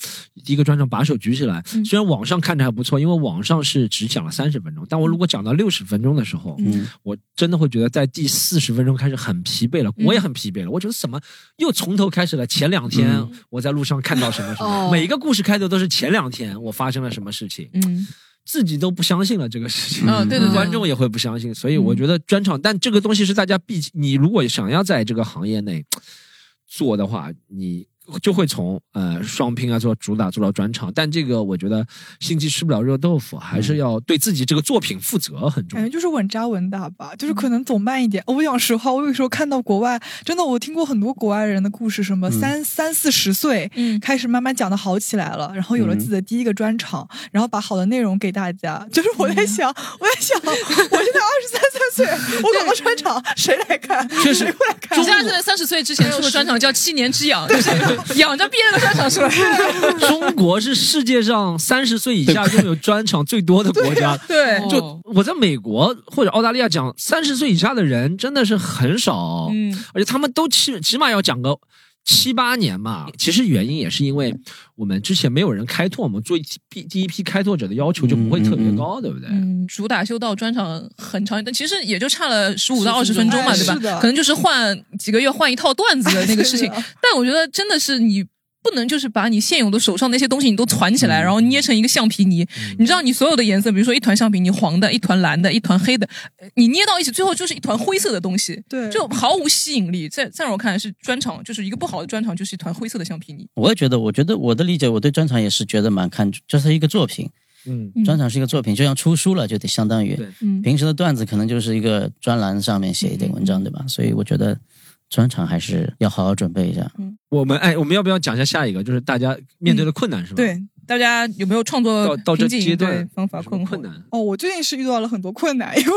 [SPEAKER 6] 第一个专场把手举起来，虽然网上看着还不错，因为网上是只讲了三十分钟，但我
[SPEAKER 4] 嗯
[SPEAKER 6] 如果讲到六十分钟的时候，
[SPEAKER 5] 嗯
[SPEAKER 6] 我真的会觉得在第四十分钟开始很疲惫了，
[SPEAKER 4] 嗯
[SPEAKER 6] 我也很疲惫了。我觉得怎么又从头开始了？前两天
[SPEAKER 4] 嗯
[SPEAKER 6] 我在路上看到什么什么，
[SPEAKER 2] 哦
[SPEAKER 6] 每一个故事开头都是前两天我发生了什么事情。
[SPEAKER 4] 嗯
[SPEAKER 6] 自己都不相信了这个事情，
[SPEAKER 4] 嗯对对嗯对
[SPEAKER 6] 观众也会不相信，所以我觉得专场，但这个东西是大家必，你如果想要在这个行业内做的话，你就会从呃双拼啊做主打做到专场，但这个我觉得心机吃不了热豆腐，还
[SPEAKER 4] 嗯
[SPEAKER 6] 是要对自己这个作品负责很 重
[SPEAKER 4] 哎
[SPEAKER 3] 感
[SPEAKER 6] 要
[SPEAKER 3] 觉。就是稳扎稳打吧，就是可能走慢一点。我讲实话，我有时候看到国外，真的我听过很多国外人的故事，什么
[SPEAKER 6] 嗯
[SPEAKER 3] 三、三四十岁，
[SPEAKER 4] 嗯
[SPEAKER 3] 开始慢慢讲的好起来了，然后有
[SPEAKER 6] 嗯
[SPEAKER 3] 了自己的第一个专场，然后把好的内容给大家。就是我
[SPEAKER 4] 嗯
[SPEAKER 3] 在想，我在想，我现在二十三三岁，我搞个专场，谁来看？
[SPEAKER 6] 确实
[SPEAKER 3] 谁会来看？
[SPEAKER 4] 你像在三十岁之前出的专场叫《七年之 痒》，就是养着憋了个专场出来。
[SPEAKER 6] 中国是世界上三十岁以下拥有专场最多的国家，
[SPEAKER 4] 对
[SPEAKER 6] 就我在美国或者澳大利亚讲，三十岁以下的人真的是很少，
[SPEAKER 4] 嗯
[SPEAKER 6] 而且他们都起起码要讲个七八年嘛。其实原因也是因为我们之前没有人开拓，我们做一批第一批开拓者的要求就不会特别高，对不对？
[SPEAKER 4] 嗯，主打修道专场很长，但其实也就差了十五到二十
[SPEAKER 6] 15
[SPEAKER 4] 分钟嘛，
[SPEAKER 3] 哎
[SPEAKER 4] 对吧
[SPEAKER 3] 是的？
[SPEAKER 4] 可能就是换几个月换一套段子的那个事情
[SPEAKER 3] 是的。
[SPEAKER 4] 但我觉得真的是你。不能就是把你现有的手上那些东西你都攒起
[SPEAKER 6] 嗯
[SPEAKER 4] 来，然后捏成一个橡皮泥。你知道你所有的颜色，比如说一团橡皮泥，黄的、一团蓝的、一团黑的，你捏到一起，最后就是一团灰色的东西，
[SPEAKER 3] 对
[SPEAKER 4] 就毫无吸引力。在在我看来是专场，就是一个不好的专场，就是一团灰色的橡皮泥。
[SPEAKER 5] 我也觉得，我觉得我的理解，我对专场也是觉得蛮看重，就是一个作品，
[SPEAKER 6] 嗯，
[SPEAKER 4] 嗯
[SPEAKER 5] 专场是一个作品，就像出书了，就得相当于
[SPEAKER 6] 对
[SPEAKER 4] 嗯
[SPEAKER 5] 平时的段子可能就是一个专栏上面写一点文章，对吧？所以我觉得专场还是要好好准备一下。
[SPEAKER 6] 我们哎，我们要不要讲一下下一个？就是大家面对的困难是吧？，
[SPEAKER 3] 对。
[SPEAKER 4] 大家有没有创作
[SPEAKER 6] 到到这
[SPEAKER 4] 呃瓶颈
[SPEAKER 6] 阶
[SPEAKER 4] 对
[SPEAKER 6] 段
[SPEAKER 4] 方法
[SPEAKER 6] 有什么
[SPEAKER 4] 困惑
[SPEAKER 6] 困难，
[SPEAKER 3] 哦，我最近是遇到了很多困难，因 为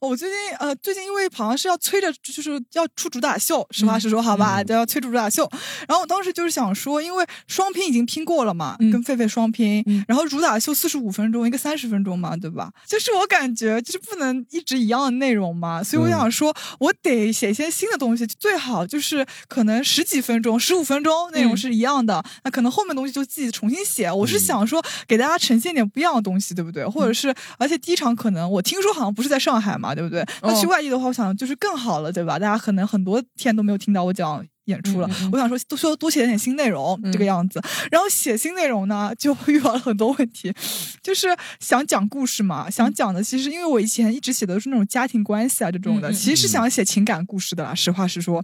[SPEAKER 3] 哦我最近呃，最近因为好像是要催着，就是要出主打秀，实话
[SPEAKER 4] 嗯
[SPEAKER 3] 实说，好吧，就要催出主打秀。然后我当时就是想说，因为双拼已经拼过了嘛，
[SPEAKER 4] 嗯
[SPEAKER 3] 跟狒狒双拼，
[SPEAKER 4] 嗯
[SPEAKER 3] 然后主打秀四十五分钟，一个三十分钟嘛，对吧？就是我感觉就是不能一直一样的内容嘛，所以我
[SPEAKER 6] 嗯
[SPEAKER 3] 想说，我得写一些新的东西，最好就是可能十几分钟、十五分钟内容
[SPEAKER 4] 嗯
[SPEAKER 3] 是一样的，那可能后面东西就自己重新写。我是
[SPEAKER 6] 嗯
[SPEAKER 3] 想说给大家呈现点不一样的东西，对不对？
[SPEAKER 4] 嗯
[SPEAKER 3] 或者是，而且第一场可能我听说好像不是在上海嘛，对不对？那去
[SPEAKER 4] 哦
[SPEAKER 3] 外地的话，我想就是更好了，对吧？大家可能很多天都没有听到我讲。演出了，
[SPEAKER 4] 嗯嗯嗯
[SPEAKER 3] 我想说多说多写点新内容、
[SPEAKER 4] 嗯
[SPEAKER 3] 这个样子，然后写新内容呢就遇到了很多问题，就是想讲故事嘛，想
[SPEAKER 4] 嗯
[SPEAKER 3] 讲的其实因为我以前一直写的都是那种家庭关系啊这种的，
[SPEAKER 4] 嗯嗯
[SPEAKER 3] 其实是
[SPEAKER 6] 嗯
[SPEAKER 3] 想写情感故事的啦，实话实说，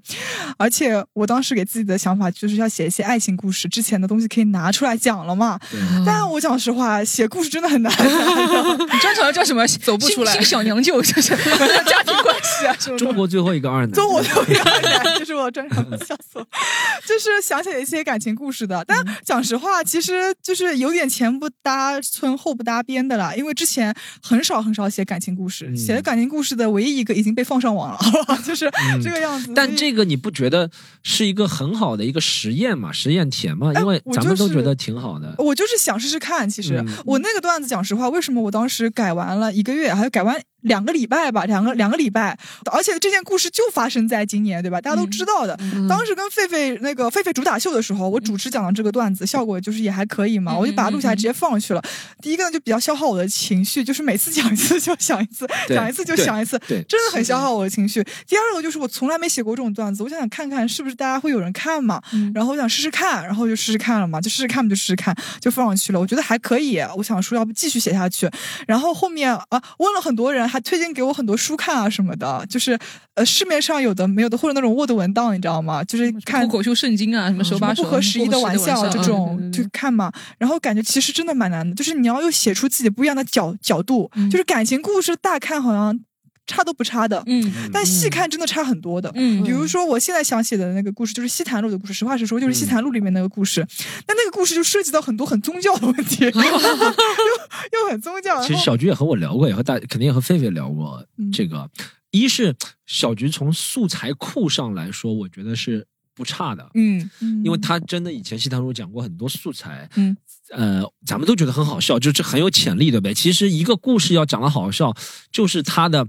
[SPEAKER 3] 而且我当时给自己的想法就是要写一些爱情故事，之前的东西可以拿出来讲了嘛。但我讲实话，写故事真的 很难。
[SPEAKER 4] 你专场叫什 么？走
[SPEAKER 2] 不出来
[SPEAKER 4] 新小娘舅 就是家庭关 系啊什么
[SPEAKER 6] 中
[SPEAKER 4] 的。
[SPEAKER 6] 国最后一个二 难，
[SPEAKER 3] 做我都有 点，就是我专场笑死我，就是想写一些感情故事的。但
[SPEAKER 6] 嗯
[SPEAKER 3] 讲实话，其实就是有点前不搭村后不搭边的啦，因为之前很少很少写感情故事，
[SPEAKER 6] 嗯
[SPEAKER 3] 写的感情故事的唯一一个已经被放上网了， 好吧，就是
[SPEAKER 6] 嗯
[SPEAKER 3] 这个样子。
[SPEAKER 6] 但
[SPEAKER 3] 所以
[SPEAKER 6] 这个你不觉得是一个很好的一个实验嘛？实验田嘛？因为
[SPEAKER 3] 我
[SPEAKER 6] 咱们
[SPEAKER 3] 就
[SPEAKER 6] 都
[SPEAKER 3] 是
[SPEAKER 6] 觉得挺好的。
[SPEAKER 3] 我就是想试试看，其实、
[SPEAKER 6] 嗯
[SPEAKER 3] 我那个段子，讲实话，为什么我当时改完了一个月，还有改完两个礼拜吧，两个两个礼拜，而且这件故事就发生在今年，对吧？大家都知道的。当时跟狒狒那个狒狒主打秀的时候，我主持讲的这个段子，效果就是也还可以嘛，
[SPEAKER 4] 嗯
[SPEAKER 3] 我就把它录下来直接放上去了。第一个呢，就比较消耗我的情绪，就是每次讲一次就想一次，
[SPEAKER 6] 对
[SPEAKER 3] 讲一次就想一次，
[SPEAKER 6] 对对
[SPEAKER 3] 真的很消耗我的情绪。第二个就是我从来没写过这种段子，我想想看看是不是大家会有人看嘛，
[SPEAKER 4] 嗯
[SPEAKER 3] 然后我想试试看，然后就试试看了嘛，就试试看嘛，就试试看，就放上去了。我觉得还可以，我想说要不继续写下去。然后后面啊，问了很多人，还推荐给我很多书看啊什么的，就是呃市面上有的没有的，或者那种 Word 文档，你知道吗？就是看
[SPEAKER 4] 脱口秀圣经啊，什么手
[SPEAKER 3] 嗯什么
[SPEAKER 4] 把
[SPEAKER 3] 不
[SPEAKER 4] 手
[SPEAKER 3] 合时宜的玩笑嗯这种就看嘛，然后感觉其实真的蛮难的，就是你要又写出自己不一样的角角度，
[SPEAKER 4] 嗯
[SPEAKER 3] 就是感情故事大看好像差都不差的，
[SPEAKER 4] 嗯
[SPEAKER 3] 但细看真的差很多的。
[SPEAKER 4] 嗯
[SPEAKER 3] 比如说我现在想写的那个故事，就是《西坛路》的故事。实话实说，就是《西坛路》里面那个故事，那那个故事就涉及到很多很宗教的问题， 又又很宗教。然后
[SPEAKER 6] 其实小菊也和我聊过，也和大肯定也和狒狒聊过
[SPEAKER 3] 嗯
[SPEAKER 6] 这个。一是小菊从素材库上来说，我觉得是不差的，
[SPEAKER 4] 嗯
[SPEAKER 6] 因为他真的以前西塘路讲过很多素材，
[SPEAKER 4] 嗯，
[SPEAKER 6] 呃，咱们都觉得很好笑，就这很有潜力，对不对？其实一个故事要讲的好笑，就是它的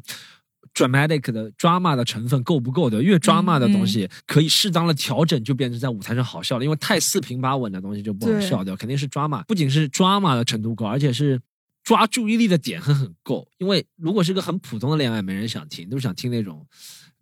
[SPEAKER 6] dramatic 的 drama 的成分够不够
[SPEAKER 3] 嗯
[SPEAKER 6] 的，越 drama 的东西、可以适当的调整，就变成在舞台上好笑了，因为太四平八稳的东西就不好
[SPEAKER 3] 对
[SPEAKER 6] 笑掉，肯定是 drama，不仅是 drama 的程度高，而且是。抓注意力的点很很够，因为如果是个很普通的恋爱，没人想听，都想听那种，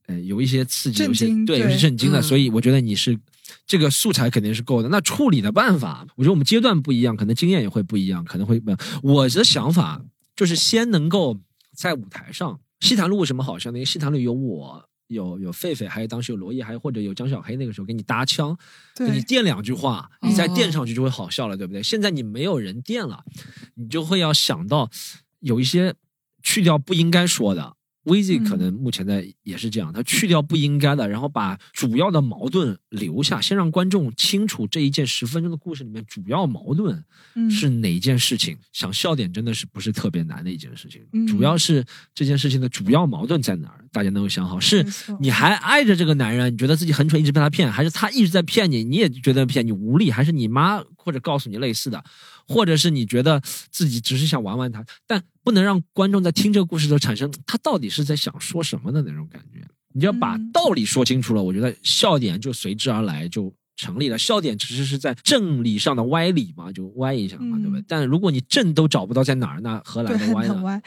[SPEAKER 6] 呃，有一些刺激，有
[SPEAKER 3] 震
[SPEAKER 6] 一些
[SPEAKER 3] 惊
[SPEAKER 6] 对，有
[SPEAKER 3] 对
[SPEAKER 6] 些震惊的，
[SPEAKER 2] 嗯
[SPEAKER 6] 所以我觉得你是这个素材肯定是够的。那处理的办法，我觉得我们阶段不一样，可能经验也会不一样，可能会不。我的想法就是先能够在舞台上，西坛路为什么好笑呢？因为西坛路有我。有有狒狒，还有当时有罗毅，还有或者有江小黑，那个时候给你搭腔，给你
[SPEAKER 3] 对嗯
[SPEAKER 6] 垫两句话，你再
[SPEAKER 2] 哦
[SPEAKER 6] 垫上去就会好笑了，对不对？现在你没有人垫了，你就会要想到有一些去掉不应该说的。VZ
[SPEAKER 3] 嗯
[SPEAKER 6] 可能目前在也是这样，他去掉不应该的，然后把主要的矛盾留下，先让观众清楚这一件十分钟的故事里面主要矛盾
[SPEAKER 3] 嗯
[SPEAKER 6] 是哪一件事情。想笑点真的是不是特别难的一件事情，
[SPEAKER 3] 嗯
[SPEAKER 6] 主要是这件事情的主要矛盾在哪儿，大家能够想好是
[SPEAKER 3] 没错
[SPEAKER 6] 你还爱着这个男人，你觉得自己很蠢，一直被他骗，还是他一直在骗你，你也觉得骗你无力，还是你妈或者告诉你类似的，或者是你觉得自己只是想玩玩他，但不能让观众在听这个故事的时候产生他到底是在想说什么的那种感觉。你要把
[SPEAKER 3] 嗯
[SPEAKER 6] 道理说清楚了，我觉得笑点就随之而来就成立了。笑点只是是在正理上的歪理嘛，就歪一下嘛，
[SPEAKER 3] 嗯
[SPEAKER 6] 对不对？但如果你正都找不到在哪儿，那何来
[SPEAKER 3] 对，
[SPEAKER 6] 的
[SPEAKER 3] 很
[SPEAKER 6] 歪
[SPEAKER 3] 很
[SPEAKER 6] 呢？
[SPEAKER 3] 歪。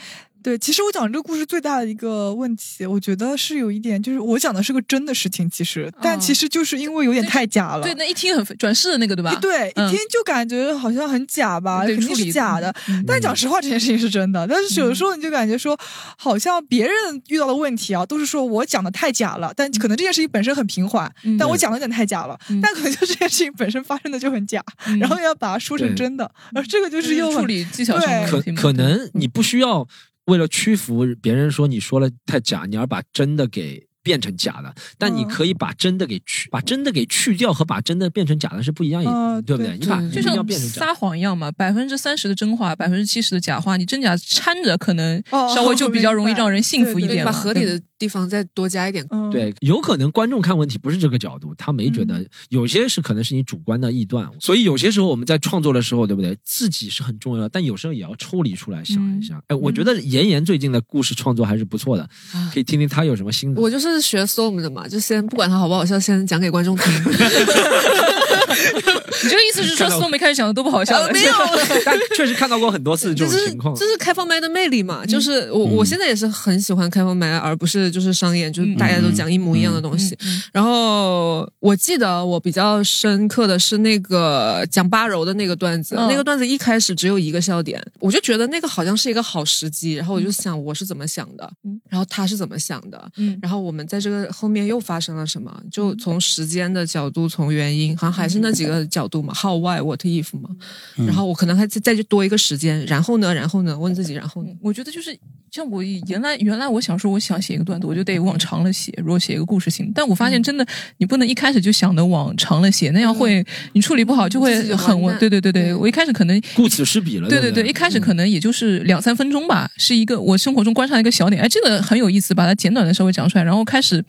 [SPEAKER 3] 对，其实我讲这个故事最大的一个问题，我觉得是有一点，就是我讲的是个真的事情，其实，但其实就是因为有点
[SPEAKER 4] 嗯对
[SPEAKER 3] 太假了。
[SPEAKER 4] 对，那一听很转世的那个对吧？
[SPEAKER 3] 对，一
[SPEAKER 4] 嗯
[SPEAKER 3] 听就感觉好像很假吧，
[SPEAKER 4] 对
[SPEAKER 3] 肯定
[SPEAKER 4] 处理嗯
[SPEAKER 3] 是假的。但讲实话，这件事情是真的。但是有的时候你就感觉说，好像别人遇到的问题啊，都是说我讲的太假了，但可能这件事情本身很平缓，
[SPEAKER 4] 嗯
[SPEAKER 3] 但我讲的有点太假了，
[SPEAKER 4] 嗯
[SPEAKER 3] 但可能就这件事情本身发生的就很假，
[SPEAKER 4] 嗯
[SPEAKER 3] 然后要把它说成
[SPEAKER 6] 对
[SPEAKER 3] 真的，而这个就
[SPEAKER 4] 就是
[SPEAKER 3] 又很
[SPEAKER 4] 处理技巧上的
[SPEAKER 6] 可
[SPEAKER 4] 问题嘛
[SPEAKER 6] 可能你不需要为了屈服别人说你说了太假，你而把真的给变成假的，但你
[SPEAKER 3] 嗯
[SPEAKER 6] 可以把真的给去，把真的给去掉和把真的变成假的是不一样的，
[SPEAKER 3] 嗯
[SPEAKER 6] 对不对？
[SPEAKER 3] 对
[SPEAKER 6] 你把
[SPEAKER 2] 对
[SPEAKER 6] 一
[SPEAKER 4] 就
[SPEAKER 6] 定
[SPEAKER 4] 像
[SPEAKER 6] 要变成假的。
[SPEAKER 4] 撒谎一样嘛，百分之三十的真话，百分之七十的假话，你真假掺着，可能
[SPEAKER 3] 哦
[SPEAKER 4] 稍微就比较容易让人信服一
[SPEAKER 3] 对
[SPEAKER 4] 点
[SPEAKER 3] 对
[SPEAKER 4] 嘛。
[SPEAKER 2] 把合理的地方再多加一点。
[SPEAKER 3] 嗯，
[SPEAKER 6] 对，有可能观众看问题不是这个角度，他没觉得有些是可能是你主观的臆断，所以有些时候我们在创作的时候，对不对？自己是很重要的，但有时候也要抽离出来想一想。哎，我觉得妍妍最近的故事创作还是不错的，
[SPEAKER 2] 啊
[SPEAKER 6] 可以听听她有什么新的。
[SPEAKER 2] 我就是学 storm 的嘛，就先不管它好不好笑，先讲给观众听。
[SPEAKER 4] 你这个意思是说，宋梅开始讲的都不好笑了？
[SPEAKER 3] 呃
[SPEAKER 2] 没有，
[SPEAKER 6] 但确实看到过很多次这
[SPEAKER 2] 就
[SPEAKER 6] 种
[SPEAKER 2] 是
[SPEAKER 6] 情况。嗯
[SPEAKER 2] 这是开放麦的魅力嘛，就是我我现在也是很喜欢开放麦，而不是就是商演，就是大家
[SPEAKER 6] 嗯
[SPEAKER 2] 都讲一模一样的东西。然后我记得我比较深刻的是那个讲八柔的那个段子，
[SPEAKER 4] 嗯
[SPEAKER 2] 那个段子一开始只有一个笑点，我就觉得那个好像是一个好时机，然后我就想我是怎么想的，
[SPEAKER 4] 嗯
[SPEAKER 2] 然后他是怎么想的，
[SPEAKER 4] 嗯
[SPEAKER 2] 然后我们在这个后面又发生了什么？就从时间的角度，从原因，好像还是那几个角度
[SPEAKER 4] 嗯
[SPEAKER 2] 嘛，how why what if 嘛，然后我可能还再再去多一个时间，然后呢，然后呢，问自己，然后呢，
[SPEAKER 4] 我觉得就是像我原来原来我想说我想写一个段子，我就得往长了写。如果写一个故事性，但我发
[SPEAKER 2] 嗯
[SPEAKER 4] 现真的你不能一开始就想的往长了写，那样会你处理不好就
[SPEAKER 2] 嗯自
[SPEAKER 4] 会
[SPEAKER 2] 己就
[SPEAKER 4] 很
[SPEAKER 2] 完
[SPEAKER 4] 我
[SPEAKER 2] 蛋
[SPEAKER 4] 对对对对，
[SPEAKER 2] 对
[SPEAKER 4] 我一开始可能
[SPEAKER 6] 顾此失彼了。
[SPEAKER 4] 对
[SPEAKER 6] 对
[SPEAKER 4] 对
[SPEAKER 6] 不
[SPEAKER 4] 对，一开
[SPEAKER 2] 嗯
[SPEAKER 4] 始可能也就是两三分钟吧，是一个我生活中观察一个小点，哎，这个很有意思，把它简短的稍微讲出来，然后开始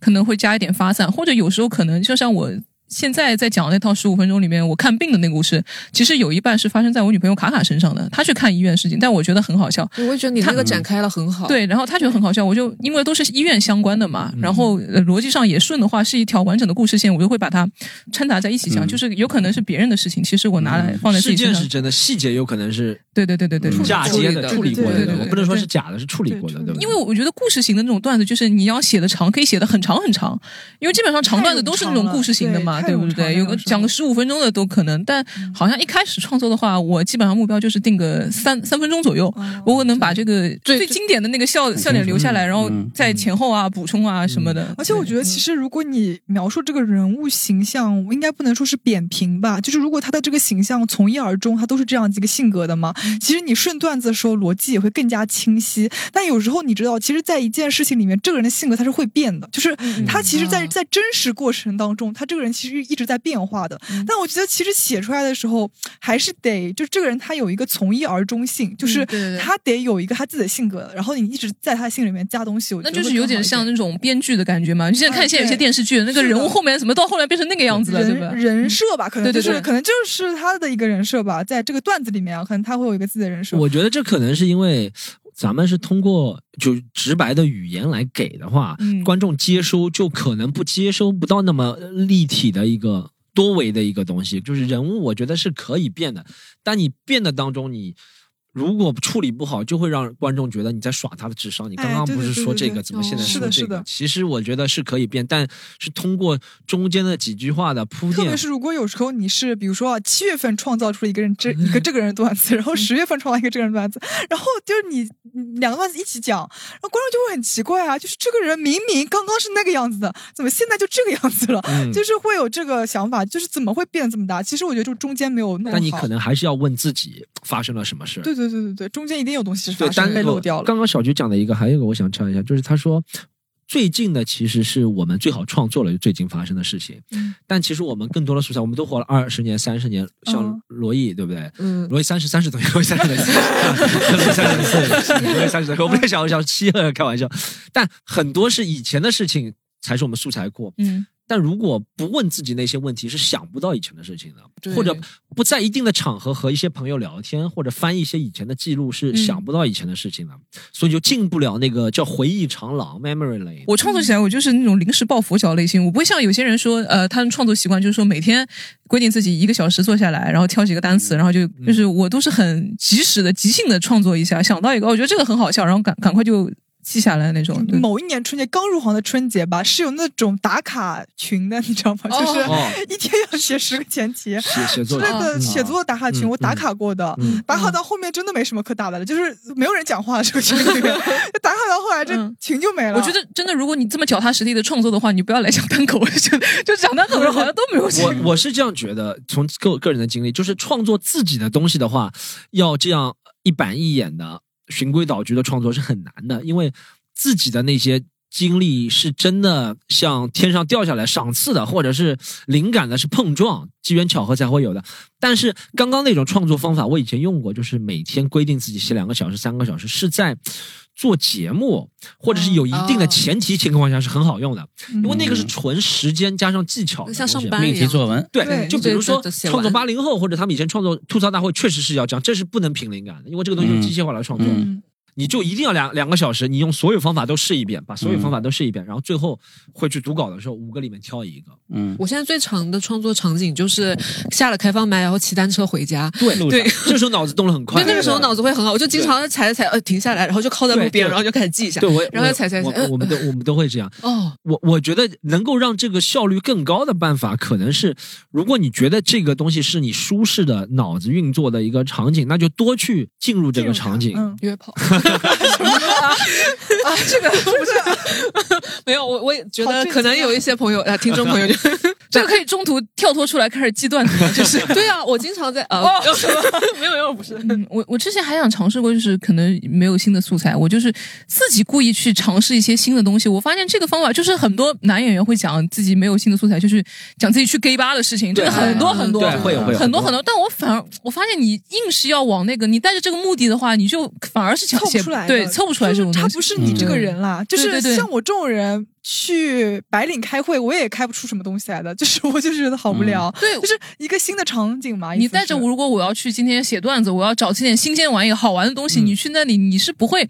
[SPEAKER 4] 可能会加一点发散，或者有时候可能就像我。现在在讲那套十五分钟里面，我看病的那个故事，其实有一半是发生在我女朋友卡卡身上的。她去看医院的事情，但我觉得很好笑，
[SPEAKER 2] 我会觉得你
[SPEAKER 4] 嗯
[SPEAKER 2] 那个展开了很好，，
[SPEAKER 4] 对，然后他觉得很好笑，我就因为都是医院相关的嘛，然后呃逻辑上也顺的话，是一条完整的故事线，我就会把它掺杂在一起讲，就是有可能是别人的事情，其实我拿来放在自己
[SPEAKER 6] 事
[SPEAKER 4] 身
[SPEAKER 6] 件
[SPEAKER 4] 上
[SPEAKER 6] 是，真的，细节有可能是嗯
[SPEAKER 4] 对对对对对，
[SPEAKER 6] 嫁接的、处
[SPEAKER 2] 处
[SPEAKER 6] 理
[SPEAKER 2] 理
[SPEAKER 6] 过
[SPEAKER 3] 的对
[SPEAKER 6] 的
[SPEAKER 3] 对对，对
[SPEAKER 6] 我不能说是假的，是处理过的，
[SPEAKER 3] 对
[SPEAKER 6] 对不
[SPEAKER 4] 因
[SPEAKER 6] 对？
[SPEAKER 4] 为我觉得故事型的那种段子，就是你要写的长，可以写的很长很长，因为基本上长段子都是那种故事型的嘛，嘛，
[SPEAKER 3] 太
[SPEAKER 4] 对不
[SPEAKER 3] 冗长了
[SPEAKER 4] 对？有个
[SPEAKER 3] 有时候
[SPEAKER 4] 讲个十五分钟的都可能，但好像一开始创作的话，我基本上目标就是定个三三分钟左右，
[SPEAKER 3] 嗯
[SPEAKER 4] 如果能把这个最经典的那个笑笑点留下来，然后
[SPEAKER 3] 嗯
[SPEAKER 4] 在前后啊补充啊什么的。
[SPEAKER 3] 而且我觉得，
[SPEAKER 4] 嗯
[SPEAKER 3] 其实如果你描述这个人物形象，我应该不能说是扁平吧，就是如果他的这个形象从一而终，他都是这样几个性格的嘛，
[SPEAKER 4] 嗯
[SPEAKER 3] 其实你顺段子的时候逻辑也会更加清晰。但有时候你知道，其实，在一件事情里面，这个人的性格他是会变的，就是他其实在，在
[SPEAKER 4] 嗯
[SPEAKER 3] 真实过程当中，他这个人其实一直在变化的。
[SPEAKER 4] 嗯
[SPEAKER 3] 但我觉得，其实写出来的时候，还是得就是这个人他有一个从一而终性，就是
[SPEAKER 4] 嗯对对对
[SPEAKER 3] 他得有一个他自己的性格，然后你一直在他的性里面加东西，我觉
[SPEAKER 4] 那
[SPEAKER 3] 得
[SPEAKER 4] 就是
[SPEAKER 3] 会
[SPEAKER 4] 有
[SPEAKER 3] 更好
[SPEAKER 4] 点
[SPEAKER 3] 一
[SPEAKER 4] 像那种编剧的感觉嘛，你现在看现在有些电视剧，那个
[SPEAKER 3] 嗯是
[SPEAKER 4] 人物
[SPEAKER 3] 的
[SPEAKER 4] 后面怎么到后来变成那个样子了，对吧
[SPEAKER 3] 人？
[SPEAKER 6] 嗯
[SPEAKER 3] 人设吧，可能
[SPEAKER 4] 对
[SPEAKER 3] 就
[SPEAKER 4] 对
[SPEAKER 3] 是
[SPEAKER 4] 对
[SPEAKER 3] 可能就是他的一个人设吧，在这个段子里面啊，可能他会有一个自己的人设。
[SPEAKER 6] 我觉得这可能是因为咱们是通过就直白的语言来给的话，
[SPEAKER 3] 嗯
[SPEAKER 6] 观众接收就可能不接收不到那么立体的一个多维的一个东西。就是人物，我觉得是可以变的，但你变的当中你。如果处理不好，就会让观众觉得你在耍他的智商。你刚
[SPEAKER 3] 哎
[SPEAKER 6] 刚
[SPEAKER 3] 对
[SPEAKER 6] 不
[SPEAKER 3] 对
[SPEAKER 6] 是
[SPEAKER 3] 对
[SPEAKER 6] 说
[SPEAKER 3] 对
[SPEAKER 6] 这个，
[SPEAKER 3] 对
[SPEAKER 6] 怎么现在
[SPEAKER 3] 哦是
[SPEAKER 6] 说
[SPEAKER 3] 的
[SPEAKER 6] 这
[SPEAKER 3] 是
[SPEAKER 6] 个
[SPEAKER 3] 的？
[SPEAKER 6] 其实我觉得是可以变，但是通过中间的几句话的铺
[SPEAKER 3] 特
[SPEAKER 6] 垫
[SPEAKER 3] 别，是如果有时候你是比如说啊，七月份创造出了一个人 这一个这个人的段子，然后十月份创造一个这个人的段子，然后就是你你两个段子一起讲，然后观众就会很奇怪啊，就是这个人明明刚刚是那个样子的，怎么现在就这个样子了？
[SPEAKER 6] 嗯
[SPEAKER 3] 就是会有这个想法，就是怎么会变得这么大？其实我觉得就中间没有弄好。
[SPEAKER 6] 但你可能还是要问自己发生了什么事。
[SPEAKER 3] 对对对对对，中间一定有东西是
[SPEAKER 6] 对
[SPEAKER 3] 发，生
[SPEAKER 6] 单
[SPEAKER 3] 被
[SPEAKER 6] 个
[SPEAKER 3] 漏掉了。
[SPEAKER 6] 刚刚小菊讲的一个，还有一个我想插一下，就是他说。最近的其实是我们最好创作了最近发生的事情，
[SPEAKER 3] 嗯
[SPEAKER 6] 但其实我们更多的素材，我们都活了二十年、三十年，像
[SPEAKER 3] 嗯
[SPEAKER 6] 罗毅对不对？
[SPEAKER 2] 嗯，
[SPEAKER 6] 罗毅三十三十多岁，罗毅三十多 岁，罗毅三十多岁，罗毅三十多岁，我不在想想七了，开玩笑。但很多是以前的事情才是我们素材库，
[SPEAKER 4] 嗯，
[SPEAKER 6] 但如果不问自己那些问题，是想不到以前的事情的，
[SPEAKER 4] 对
[SPEAKER 6] 或者不在一定的场合和一些朋友聊天，或者翻一些以前的记录，是
[SPEAKER 4] 嗯
[SPEAKER 6] 想不到以前的事情的，所以就进不了那个叫回忆长廊 （memory lane）。
[SPEAKER 4] 我创作起来，我就是那种临时抱佛脚类型，我不会像有些人说，呃，他们创作习惯就是说每天规定自己一个小时坐下来，然后挑几个单
[SPEAKER 3] 嗯
[SPEAKER 4] 词，然后就就是我都是很及时的、即兴的创作一下，想到一个，哦我觉得这个很好笑，然后赶赶快就记下来那种。对
[SPEAKER 3] 某一年春节刚入行的春节吧，是有那种打卡群的，你知道吗？
[SPEAKER 4] 哦
[SPEAKER 3] 就是
[SPEAKER 6] 哦，
[SPEAKER 3] 一天要写十个前提
[SPEAKER 6] 写写
[SPEAKER 3] 之
[SPEAKER 6] 作
[SPEAKER 3] 类
[SPEAKER 6] 者
[SPEAKER 3] 的
[SPEAKER 6] 嗯
[SPEAKER 3] 写作打卡群，
[SPEAKER 6] 嗯
[SPEAKER 3] 我打卡过的。
[SPEAKER 6] 嗯
[SPEAKER 3] 打卡到后面真的没什么可打的了，就是没有人讲话这个群里面， 打卡到后来这
[SPEAKER 4] 嗯
[SPEAKER 3] 群就没了。
[SPEAKER 4] 我觉得真的，如果你这么脚踏实地的创作的话，你不要来讲单口， 就就讲单口的好像都没有什么。
[SPEAKER 6] 我我是这样觉得，从个个人的经历，就是创作自己的东西的话，要这样一板一眼的循规蹈矩的创作是很难的，因为自己的那些经历是真的像天上掉下来赏赐的，或者是灵感的，是碰撞、机缘巧合才会有的。但是刚刚那种创作方法，我以前用过，就是每天规定自己写两个小时、三个小时，是在做节目或者是有一定的前提情况下是很好用的，
[SPEAKER 3] 嗯
[SPEAKER 6] 因为那个是纯时间加上技巧的东西，
[SPEAKER 2] 像上班
[SPEAKER 5] 命
[SPEAKER 2] 一
[SPEAKER 5] 题
[SPEAKER 2] 样。
[SPEAKER 5] 作文，
[SPEAKER 3] 对
[SPEAKER 6] 对，就比如
[SPEAKER 2] 就
[SPEAKER 6] 说
[SPEAKER 2] 就就写
[SPEAKER 6] 创作
[SPEAKER 2] 完
[SPEAKER 6] 八零后或者他们以前创作吐槽大会，确实是要这样，这是不能凭灵感的，因为这个东西用机械化来创作，
[SPEAKER 5] 嗯
[SPEAKER 6] 你就一定要两两个小时，你用所有方法都试一遍，把所有
[SPEAKER 5] 嗯
[SPEAKER 6] 方法都试一遍，然后最后会去读稿的时候，五个里面挑一个。
[SPEAKER 5] 嗯，
[SPEAKER 2] 我现在最长的创作场景就是下了开放麦，然后骑单车回家。
[SPEAKER 6] 对
[SPEAKER 2] 对，
[SPEAKER 6] 这时候脑子动得很快。
[SPEAKER 2] 对，那个时候脑子会很好，我就经
[SPEAKER 6] 对
[SPEAKER 2] 常踩着踩，呃，停下来，然后就靠在路
[SPEAKER 6] 对
[SPEAKER 2] 边，
[SPEAKER 6] 对
[SPEAKER 2] 然后就开始记一下。
[SPEAKER 6] 对我，
[SPEAKER 2] 然后
[SPEAKER 6] 我
[SPEAKER 2] 踩踩踩
[SPEAKER 6] 我
[SPEAKER 2] 呃
[SPEAKER 6] 我们都我们都会这样。
[SPEAKER 2] 哦，
[SPEAKER 6] 我我觉得能够让这个效率更高的办法，可能是如果你觉得这个东西是你舒适的脑子运作的一个场景，那就多去进入这个场景。
[SPEAKER 3] 嗯，
[SPEAKER 2] 约炮啊，这个不是没有，我我也觉
[SPEAKER 3] 好
[SPEAKER 2] 得
[SPEAKER 3] 震
[SPEAKER 2] 可能有一些朋友啊，听众朋友就。
[SPEAKER 4] 这个可以中途跳脱出来开始记段子，就是
[SPEAKER 2] 对啊，我经常在啊，
[SPEAKER 4] 哦
[SPEAKER 2] 没有没有不是，
[SPEAKER 4] 嗯，我我之前还想尝试过，就是可能没有新的素材，我就是自己故意去尝试一些新的东西。我发现这个方法就是很多男演员会讲自己没有新的素材，就是讲自己去 gay 吧的事情，这
[SPEAKER 6] 对
[SPEAKER 4] 个很多很多，
[SPEAKER 6] 对会有会有
[SPEAKER 4] 很多
[SPEAKER 6] 很多
[SPEAKER 4] 很多。但我反而我发现你硬是要往那个，你带着这个目的的话，你就反而是想
[SPEAKER 3] 凑不
[SPEAKER 4] 嗯写
[SPEAKER 3] 出来的，
[SPEAKER 4] 对，凑不出来这种
[SPEAKER 3] 就是
[SPEAKER 4] 东西。嗯
[SPEAKER 3] 他不是你这个人啦，就
[SPEAKER 4] 对
[SPEAKER 3] 是
[SPEAKER 4] 对对
[SPEAKER 3] 像我这种人去白领开会，我也开不出什么东西来的， 就是我就是觉得好无聊，
[SPEAKER 4] 嗯对
[SPEAKER 3] 就是一个新的场景嘛。
[SPEAKER 4] 你
[SPEAKER 3] 意思是
[SPEAKER 4] 带着我，如果我要去今天写段子，我要找起点新鲜玩意、好玩的东西，你去那里你是不会，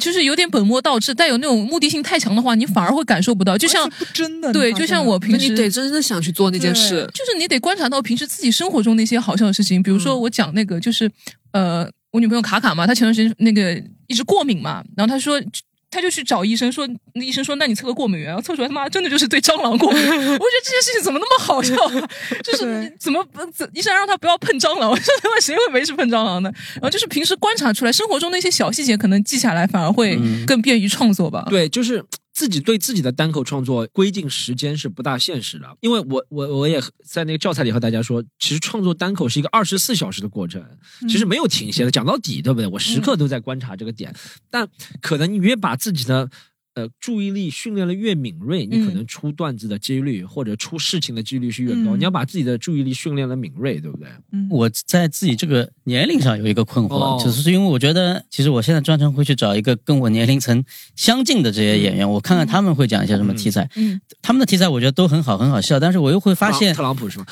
[SPEAKER 4] 就是有点本末倒置，带有那种目的性太强的话，你反而会感受不到。就像
[SPEAKER 3] 而且不真的，
[SPEAKER 4] 对，
[SPEAKER 3] 你发
[SPEAKER 4] 就
[SPEAKER 3] 现
[SPEAKER 4] 像
[SPEAKER 3] 吗
[SPEAKER 4] 我
[SPEAKER 2] 那
[SPEAKER 4] 平时
[SPEAKER 2] 你得真的想去做那件事
[SPEAKER 3] 对，
[SPEAKER 4] 就是你得观察到平时自己生活中那些好笑的事情，比如说我讲那个就是、呃，我女朋友卡卡嘛，她前段时间那个一直过敏嘛，然后她说。他就去找医生说，那医生说，那你测个过敏源，啊测出来他妈真的就是对蟑螂过敏。 我觉得这件事情怎么那么好笑啊？就是你怎么怎医生让他不要碰蟑螂，我说他妈谁会没事碰蟑螂呢？然后就是平时观察出来，生活中的一些小细节可能记下来，反而会更便于创作吧。
[SPEAKER 6] 对，就是自己对自己的单口创作规定时间是不大现实的，因为我我我也在那个教材里和大家说，其实创作单口是一个二十四小时的过程，其实没有停歇的，讲到底，对不对？我时刻都在观察这个点，但可能你越把自己的。呃，注意力训练的越敏锐，你可
[SPEAKER 4] 嗯
[SPEAKER 6] 能出段子的几率、或者出事情的几率是越高。
[SPEAKER 3] 嗯
[SPEAKER 6] 你要把自己的注意力训练的敏锐，对不对？
[SPEAKER 5] 我在自己这个年龄上有一个困惑，
[SPEAKER 6] 哦
[SPEAKER 5] 只是因为我觉得，其实我现在专程会去找一个跟我年龄层相近的这些演员，我看看他们会讲一些什么题材。
[SPEAKER 4] 嗯嗯嗯
[SPEAKER 5] 他们的题材我觉得都很好，很好笑，但是我又会发现
[SPEAKER 6] 特，朗普是吗？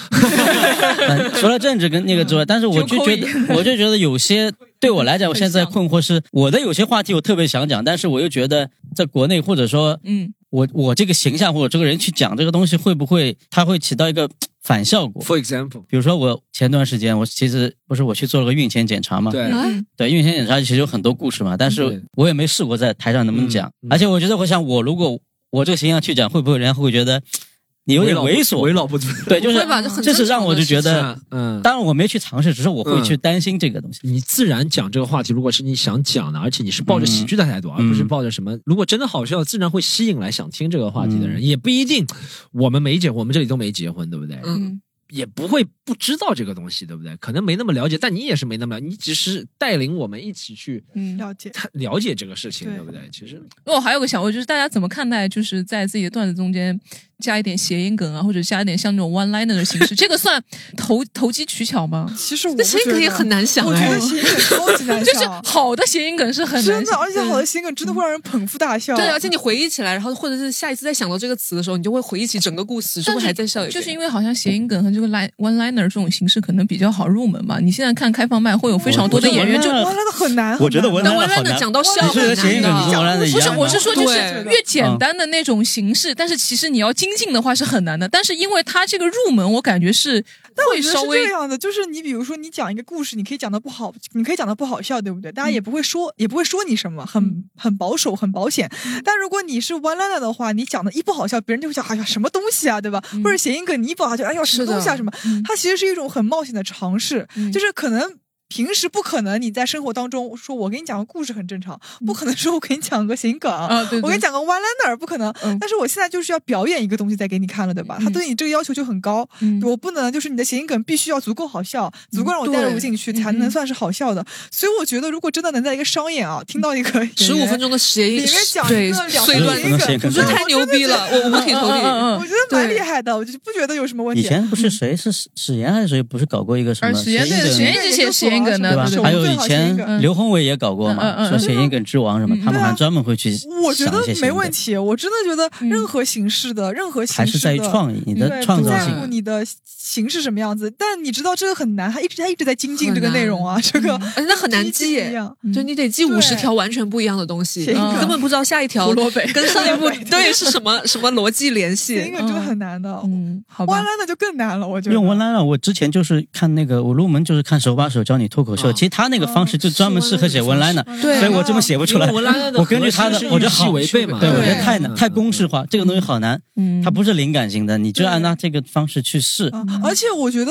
[SPEAKER 5] 嗯除了政治跟那个之外，但是我就觉
[SPEAKER 4] 嗯就
[SPEAKER 5] 得，我就觉得有 些对我来讲，我现在
[SPEAKER 4] 很像
[SPEAKER 5] 困惑是，我的有些话题我特别想讲，但是我又觉得在国内或者说
[SPEAKER 4] 嗯，
[SPEAKER 5] 我我这个形象或者这个人去讲这个东西，会不会它会起到一个反效果？
[SPEAKER 6] For example，
[SPEAKER 5] 比如说我前段时间，我其实不是我去做了个孕前检查嘛，
[SPEAKER 6] 对，
[SPEAKER 4] 嗯
[SPEAKER 5] 对，孕前检查其实有很多故事嘛，但
[SPEAKER 6] 对
[SPEAKER 5] 是我也没试过在台上能不能讲，
[SPEAKER 6] 嗯嗯
[SPEAKER 5] 而且我觉得我想我如果我这个形象去讲，会不会人家会觉得你有点猥
[SPEAKER 6] 为老
[SPEAKER 5] 琐？
[SPEAKER 6] 为老不尊。
[SPEAKER 5] 对，就是
[SPEAKER 2] 不会吧这很
[SPEAKER 5] 这是
[SPEAKER 2] 正常
[SPEAKER 5] 让我
[SPEAKER 2] 的
[SPEAKER 5] 就觉
[SPEAKER 6] 是
[SPEAKER 5] 得
[SPEAKER 6] 啊，嗯，
[SPEAKER 5] 当然我没去尝试，只是我会去担心这个东西。
[SPEAKER 6] 你自然讲这个话题，如果是你想讲的，而且你是抱着喜剧的态度，
[SPEAKER 5] 嗯
[SPEAKER 6] 而不是抱着什么，如果真的好笑，自然会吸引来想听这个话题的
[SPEAKER 5] 嗯
[SPEAKER 6] 人。也不一定，我们没结，我们这里都没结婚，对不对？
[SPEAKER 2] 嗯，
[SPEAKER 6] 也不会不知道这个东西，对不对？可能没那么了解，但你也是没那么了解，你只是带领我们一起去
[SPEAKER 4] 嗯，
[SPEAKER 3] 了解。
[SPEAKER 6] 探了解这个事情，
[SPEAKER 3] 对
[SPEAKER 6] 对不对？其实
[SPEAKER 4] 我哦还有个想问，就是大家怎么看待，就是在自己的段子中间加一点谐音梗啊，或者加一点像那种 one liner 的形 式，这个算投投机取巧吗？
[SPEAKER 3] 其实我
[SPEAKER 2] 那谐音梗也很难想
[SPEAKER 3] 我觉
[SPEAKER 2] 哎
[SPEAKER 3] 得，谐音梗超级难
[SPEAKER 4] 就
[SPEAKER 3] 想，
[SPEAKER 4] 是好的谐音梗是很难
[SPEAKER 3] 真的，
[SPEAKER 4] 想
[SPEAKER 3] 而且好的谐音梗真的会让人捧腹大笑。
[SPEAKER 2] 对，而且你回忆起来，然后或者是下一次再想到这个词的时候，你就会回忆起整个故事，就
[SPEAKER 4] 但
[SPEAKER 2] 会
[SPEAKER 4] 是
[SPEAKER 2] 还在笑一遍。
[SPEAKER 4] 就是因为好像谐音梗和这个 line one liner 这种形式可能比较好入门嘛。你现在看开放麦会有非
[SPEAKER 3] 哦
[SPEAKER 4] 常多的演员就。
[SPEAKER 3] 哇，那个很难。
[SPEAKER 5] 我觉得
[SPEAKER 3] 很难
[SPEAKER 5] 我
[SPEAKER 2] 但
[SPEAKER 5] 那
[SPEAKER 2] 文
[SPEAKER 5] 好
[SPEAKER 2] 兰的
[SPEAKER 5] 难
[SPEAKER 2] 讲到笑
[SPEAKER 5] 你是
[SPEAKER 2] 很
[SPEAKER 5] 谐音
[SPEAKER 3] 啊
[SPEAKER 5] 梗，你
[SPEAKER 2] 难
[SPEAKER 5] 跟我
[SPEAKER 2] 的。
[SPEAKER 5] 烂的一
[SPEAKER 4] 不是
[SPEAKER 5] 样，吗？
[SPEAKER 4] 我是说，就是
[SPEAKER 2] 对
[SPEAKER 4] 越简单的那种形式，但是其实你要精进的话是很难的。但是因为它这个入门，我感觉是
[SPEAKER 3] 但我
[SPEAKER 4] 会
[SPEAKER 3] 觉得
[SPEAKER 4] 稍
[SPEAKER 3] 是
[SPEAKER 4] 微
[SPEAKER 3] 这样的，就是你比如说你讲一个故事，你可以讲的不好，你可以讲的不好笑，对不对？大家也
[SPEAKER 4] 嗯
[SPEAKER 3] 不会说，也不会说你什么，很很保守，很保险。
[SPEAKER 4] 嗯
[SPEAKER 3] 但如果你是 one liner 的话，你讲的一不好笑，别人就会想，哎呀，什么东西啊，对吧？或者谐音梗，你一不好笑，哎呦，什么
[SPEAKER 2] 是的
[SPEAKER 3] 东西啊，什么
[SPEAKER 4] 嗯？
[SPEAKER 3] 它其实是一种很冒险的尝试，
[SPEAKER 4] 嗯
[SPEAKER 3] 就是可能。平时不可能，你在生活当中说，我给你讲个故事很正常，不可能说我给你讲个谐音梗，
[SPEAKER 4] 嗯啊，对，对
[SPEAKER 3] 我给你讲个 one liner 不可能
[SPEAKER 4] 嗯。
[SPEAKER 3] 但是我现在就是要表演一个东西再给你看了，对吧？他
[SPEAKER 4] 嗯
[SPEAKER 3] 对你这个要求就很高，
[SPEAKER 4] 嗯
[SPEAKER 3] 我不能就是你的谐音梗必须要足够好笑，足够让我带入
[SPEAKER 2] 对
[SPEAKER 3] 进去，
[SPEAKER 4] 嗯
[SPEAKER 3] 才能
[SPEAKER 4] 嗯
[SPEAKER 3] 算是好笑的。所以我觉得，如果真的能在一个商演啊，听到
[SPEAKER 4] 嗯
[SPEAKER 3] 一 个
[SPEAKER 2] 十五分
[SPEAKER 3] 钟
[SPEAKER 2] 钟的谐
[SPEAKER 3] 里
[SPEAKER 2] 音
[SPEAKER 3] 面讲一
[SPEAKER 2] 对
[SPEAKER 3] 个两
[SPEAKER 2] 碎
[SPEAKER 3] 个
[SPEAKER 2] 段
[SPEAKER 3] 谐音
[SPEAKER 5] 子
[SPEAKER 3] 梗，
[SPEAKER 5] 我觉
[SPEAKER 2] 我觉
[SPEAKER 5] 得
[SPEAKER 2] 得太牛逼了，我五体投
[SPEAKER 4] 嗯嗯
[SPEAKER 2] 地。
[SPEAKER 4] 嗯
[SPEAKER 3] 我觉得蛮
[SPEAKER 2] 对
[SPEAKER 3] 厉害的，我就不觉得有什么问
[SPEAKER 5] 以
[SPEAKER 3] 题。
[SPEAKER 5] 前不是谁是史史岩还是谁不是搞过一个什
[SPEAKER 4] 而
[SPEAKER 5] 么
[SPEAKER 4] 史岩
[SPEAKER 5] 谐
[SPEAKER 4] 对
[SPEAKER 5] 音
[SPEAKER 4] 史岩
[SPEAKER 5] 梗
[SPEAKER 3] 啊
[SPEAKER 4] 一直写谐音梗的
[SPEAKER 5] 对吧
[SPEAKER 4] 对对？嗯
[SPEAKER 5] 还有以前
[SPEAKER 4] 梗
[SPEAKER 5] 刘宏伟也搞过
[SPEAKER 4] 嗯嗯
[SPEAKER 5] 嘛，
[SPEAKER 4] 嗯
[SPEAKER 5] 说谐音梗之王什么
[SPEAKER 4] 嗯，
[SPEAKER 5] 他们
[SPEAKER 3] 对啊
[SPEAKER 5] 还专门会去
[SPEAKER 3] 我觉
[SPEAKER 5] 想
[SPEAKER 3] 得
[SPEAKER 5] 一些谐
[SPEAKER 3] 没
[SPEAKER 5] 音
[SPEAKER 3] 问
[SPEAKER 5] 梗
[SPEAKER 3] 题，我真的觉得
[SPEAKER 4] 嗯
[SPEAKER 3] 任何形式的、任何形式的
[SPEAKER 5] 还是在于创意，你的
[SPEAKER 3] 对
[SPEAKER 5] 创
[SPEAKER 3] 不
[SPEAKER 5] 造
[SPEAKER 3] 在
[SPEAKER 5] 性。
[SPEAKER 3] 乎你的形式什么样子，但你知道这个很难，他一直他一直在精进
[SPEAKER 2] 很
[SPEAKER 3] 这个内
[SPEAKER 2] 难
[SPEAKER 3] 容啊，这个
[SPEAKER 2] 而且那很难记
[SPEAKER 3] 不一
[SPEAKER 2] 耶，
[SPEAKER 3] 样
[SPEAKER 2] 就你得记
[SPEAKER 3] 对
[SPEAKER 2] 五十条完全不一样的东西，
[SPEAKER 3] 谐音
[SPEAKER 4] 梗
[SPEAKER 2] 嗯你根本不知道下一条
[SPEAKER 4] 胡萝卜
[SPEAKER 2] 跟上一步
[SPEAKER 3] 对
[SPEAKER 2] 对是什么什么逻辑联
[SPEAKER 3] 谐音
[SPEAKER 2] 系。
[SPEAKER 3] 梗真的很难的。
[SPEAKER 4] 嗯，好
[SPEAKER 3] 弯
[SPEAKER 4] 吧，
[SPEAKER 3] 弯的就更难了，我觉得。
[SPEAKER 5] 用文兰了，我之前就是看那个我入门就是看手把手教你脱口秀，
[SPEAKER 6] 嗯
[SPEAKER 5] 其实他那个方式就专门适合写文兰的，
[SPEAKER 3] 嗯
[SPEAKER 2] 对
[SPEAKER 5] 所以我这么写不出来。
[SPEAKER 6] 因为文莱的
[SPEAKER 5] 我根据他
[SPEAKER 6] 核
[SPEAKER 5] 的
[SPEAKER 6] 心，是
[SPEAKER 5] 我觉得
[SPEAKER 6] 预期
[SPEAKER 5] 好
[SPEAKER 6] 违背嘛
[SPEAKER 5] 对我觉得
[SPEAKER 3] 对
[SPEAKER 5] 太难
[SPEAKER 6] 嗯
[SPEAKER 5] 太公式化，这个东西好难，
[SPEAKER 4] 嗯，
[SPEAKER 5] 它不是灵感型的，你就
[SPEAKER 3] 对
[SPEAKER 5] 按照这个方式去试。
[SPEAKER 3] 啊，而且我觉得，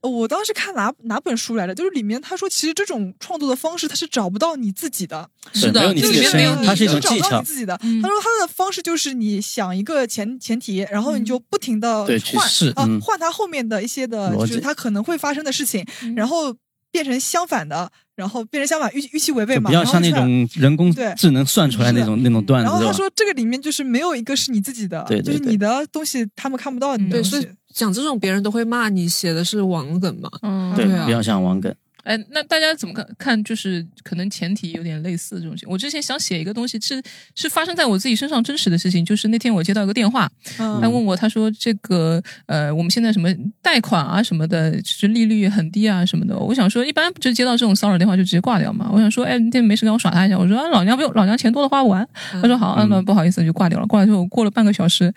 [SPEAKER 3] 呃我当时看哪哪本书来的，就是里面他说，其实这种创作的方式，他是找不到你自己的，
[SPEAKER 5] 是
[SPEAKER 2] 的
[SPEAKER 5] 没有你
[SPEAKER 2] 这
[SPEAKER 5] 自
[SPEAKER 2] 里
[SPEAKER 5] 己的
[SPEAKER 2] 面
[SPEAKER 5] 声
[SPEAKER 2] 没
[SPEAKER 5] 音
[SPEAKER 2] 有，你
[SPEAKER 5] 它是一
[SPEAKER 3] 就
[SPEAKER 5] 种
[SPEAKER 3] 是找
[SPEAKER 5] 技
[SPEAKER 3] 不到
[SPEAKER 5] 巧
[SPEAKER 3] 你。自己的。
[SPEAKER 4] 嗯
[SPEAKER 3] 他说他的方式就是你想一个前前提，然后你就
[SPEAKER 4] 嗯
[SPEAKER 3] 不停的
[SPEAKER 5] 对去
[SPEAKER 3] 换
[SPEAKER 5] 试
[SPEAKER 3] 啊
[SPEAKER 5] 嗯，
[SPEAKER 3] 换他后面的一些的，
[SPEAKER 5] 逻
[SPEAKER 3] 就
[SPEAKER 5] 辑
[SPEAKER 3] 是他可能会发生的事情
[SPEAKER 4] 嗯，
[SPEAKER 3] 然后变成相反的，然后变成相反预预期违背
[SPEAKER 5] 就
[SPEAKER 3] 嘛，
[SPEAKER 5] 不要
[SPEAKER 3] 然后
[SPEAKER 5] 像那
[SPEAKER 3] 出来
[SPEAKER 5] 种人工
[SPEAKER 3] 对
[SPEAKER 5] 智能算出来那种那种段
[SPEAKER 3] 然
[SPEAKER 5] 子，
[SPEAKER 3] 后
[SPEAKER 5] 对
[SPEAKER 3] 他
[SPEAKER 5] 吧？
[SPEAKER 3] 说，这个里面就是没有一个是你自己的，
[SPEAKER 5] 对
[SPEAKER 3] 就
[SPEAKER 5] 对
[SPEAKER 3] 是
[SPEAKER 5] 对
[SPEAKER 3] 你的东西他们看不到你的
[SPEAKER 2] 对，
[SPEAKER 3] 东
[SPEAKER 2] 所
[SPEAKER 3] 西。
[SPEAKER 2] 以讲这种别人都会骂你写的是网梗嘛。
[SPEAKER 4] 嗯，
[SPEAKER 5] 对
[SPEAKER 2] 对，啊
[SPEAKER 5] 不要像王梗。
[SPEAKER 4] 哎，那大家怎么看？看就是可能前提有点类似这种情况。我之前想写一个东西，是是发生在我自己身上真实的事情，就是那天我接到一个电话，
[SPEAKER 3] 嗯
[SPEAKER 4] 他问我，他说这个呃，我们现在什么贷款啊什么的，就是利率很低啊什么的。我想说，一般就接到这种骚扰电话就直接挂掉嘛。我想说，哎，你这没事跟我耍他一下。我说啊，老娘不用，老娘钱多了花不完。
[SPEAKER 3] 嗯
[SPEAKER 4] 他说好，啊，那不好意思，就挂掉了。挂了之后，过了半个小时，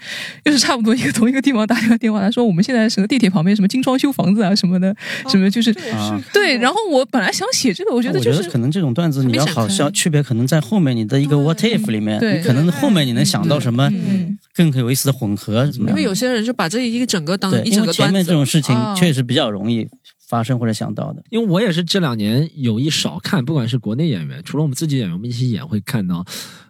[SPEAKER 4] 又是差不多一个同一个地方打一个电话，他说我们现在什么地铁旁边什么精装修房子啊什么的，什么就是
[SPEAKER 3] 哦这个我是
[SPEAKER 5] 啊
[SPEAKER 3] 看
[SPEAKER 4] 对，
[SPEAKER 3] 过
[SPEAKER 4] 然后我本来想写这个，我觉得
[SPEAKER 5] 我
[SPEAKER 4] 就
[SPEAKER 5] 觉得
[SPEAKER 4] 是
[SPEAKER 5] 可能这种段子你要
[SPEAKER 4] 还没
[SPEAKER 5] 好
[SPEAKER 4] 想开
[SPEAKER 5] 像区别，可能在后面你的一个 what if 里面，
[SPEAKER 4] 对
[SPEAKER 5] 你可能后面你能想到什么
[SPEAKER 4] 嗯
[SPEAKER 5] 更有意思的混合怎么
[SPEAKER 2] 因
[SPEAKER 5] 样
[SPEAKER 2] 为？有些人就把这一个整个当
[SPEAKER 5] 对，
[SPEAKER 2] 一
[SPEAKER 5] 因
[SPEAKER 2] 整
[SPEAKER 5] 为
[SPEAKER 2] 个
[SPEAKER 5] 前
[SPEAKER 2] 段
[SPEAKER 5] 面
[SPEAKER 2] 子
[SPEAKER 5] 这，种事情
[SPEAKER 4] 哦
[SPEAKER 5] 确实比较容易发生或者想到的。
[SPEAKER 6] 因为我也是这两年有意少看，不管是国内演员，除了我们自己演员，我们一起演会看到，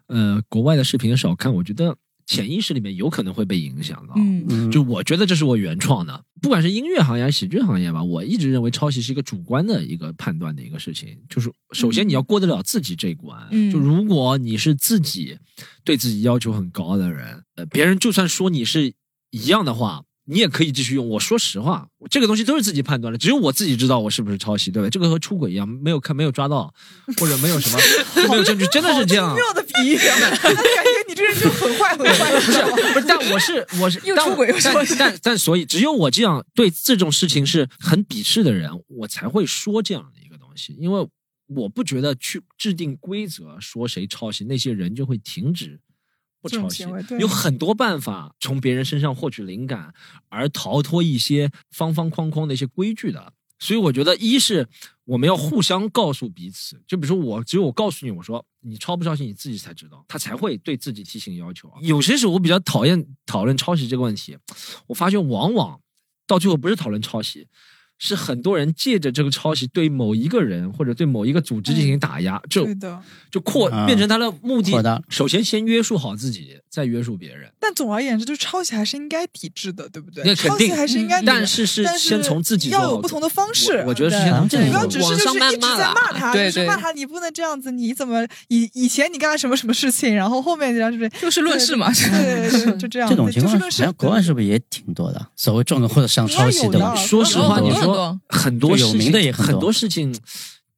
[SPEAKER 6] 呃，国外的视频少看，我觉得潜意识里面有可能会被影响到。
[SPEAKER 4] 嗯
[SPEAKER 5] 嗯，
[SPEAKER 6] 就我觉得这是我原创的，不管是音乐行业还是喜剧行业吧，我一直认为抄袭是一个主观的一个判断的一个事情。就是首先你要过得了自己这一关，
[SPEAKER 4] 嗯
[SPEAKER 6] 就如果你是自己对自己要求很高的人，呃，别人就算说你是一样的话。你也可以继续用。我说实话，这个东西都是自己判断的，只有我自己知道我是不是抄袭，对吧？这个和出轨一样，没有看，没有抓到，或者没有什么， 没有证据，真的是这样。
[SPEAKER 3] 妙的比喻啊， 感觉你这人就很坏很坏。不 是
[SPEAKER 6] 不是，啊但我是 我是
[SPEAKER 4] 又
[SPEAKER 6] 但
[SPEAKER 4] 出
[SPEAKER 6] 我
[SPEAKER 4] 轨又
[SPEAKER 6] 但
[SPEAKER 4] 抄袭
[SPEAKER 6] 但但所以，只有我这样对这种事情是很鄙视的人，我才会说这样的一个东西，因为我不觉得去制定规则说谁抄袭，那些人就会停止不
[SPEAKER 3] 这种
[SPEAKER 6] 抄袭
[SPEAKER 3] 行为对。
[SPEAKER 6] 有很多办法从别人身上获取灵感，而逃脱一些方方框框的一些规矩的。所以我觉得，一是我们要互相告诉彼此，就比如说我，只有我告诉你，我说你抄不抄袭，你自己才知道，他才会对自己提醒要求。啊有些时候我比较讨厌讨论抄袭这个问题，我发现往往到最后不是讨论抄袭，是很多人借着这个抄袭对某一个人或者对某一个组织进行打压，就
[SPEAKER 3] 嗯对的，
[SPEAKER 6] 就扩
[SPEAKER 5] 啊
[SPEAKER 6] 变成他的目
[SPEAKER 5] 扩大
[SPEAKER 6] 的。首先先约束好自己，再约束别人。
[SPEAKER 3] 但总而言之，就是抄袭还是应该抵制的，对不对？
[SPEAKER 6] 那肯定
[SPEAKER 3] 抄袭还是应
[SPEAKER 2] 嗯
[SPEAKER 3] 该抵制，
[SPEAKER 6] 但是是
[SPEAKER 3] 但
[SPEAKER 6] 先从自己做
[SPEAKER 3] 要
[SPEAKER 6] 好
[SPEAKER 3] 有不同的方式。
[SPEAKER 6] 我我觉得是先
[SPEAKER 5] 咱
[SPEAKER 6] 从
[SPEAKER 5] 们
[SPEAKER 6] 自
[SPEAKER 5] 这
[SPEAKER 6] 己
[SPEAKER 3] 不要
[SPEAKER 5] 种
[SPEAKER 6] 做好
[SPEAKER 3] 只是
[SPEAKER 2] 网
[SPEAKER 3] 就
[SPEAKER 2] 上
[SPEAKER 3] 是
[SPEAKER 2] 谩
[SPEAKER 3] 一直
[SPEAKER 2] 骂
[SPEAKER 3] 在
[SPEAKER 2] 啦
[SPEAKER 3] 骂他，
[SPEAKER 2] 对
[SPEAKER 3] 就是
[SPEAKER 2] 对
[SPEAKER 3] 骂他，你不能这样子，你怎么以以前你干了什么什么事情，然后后面你让是不是？
[SPEAKER 4] 就事论事嘛，
[SPEAKER 3] 对对 对，对就这样子。
[SPEAKER 5] 这种情
[SPEAKER 3] 就
[SPEAKER 5] 况
[SPEAKER 3] 事论
[SPEAKER 5] 好
[SPEAKER 3] 事
[SPEAKER 5] 像，国外
[SPEAKER 3] 对
[SPEAKER 5] 是不是也挺多的？所谓撞个或者像抄袭
[SPEAKER 3] 应该有的，
[SPEAKER 5] 的
[SPEAKER 6] 说实话，
[SPEAKER 5] 哦很多
[SPEAKER 6] 你
[SPEAKER 4] 很
[SPEAKER 6] 说
[SPEAKER 4] 多
[SPEAKER 6] 很多
[SPEAKER 5] 对有
[SPEAKER 6] 事情
[SPEAKER 5] 名的也很
[SPEAKER 6] 很
[SPEAKER 5] 多
[SPEAKER 6] 多事情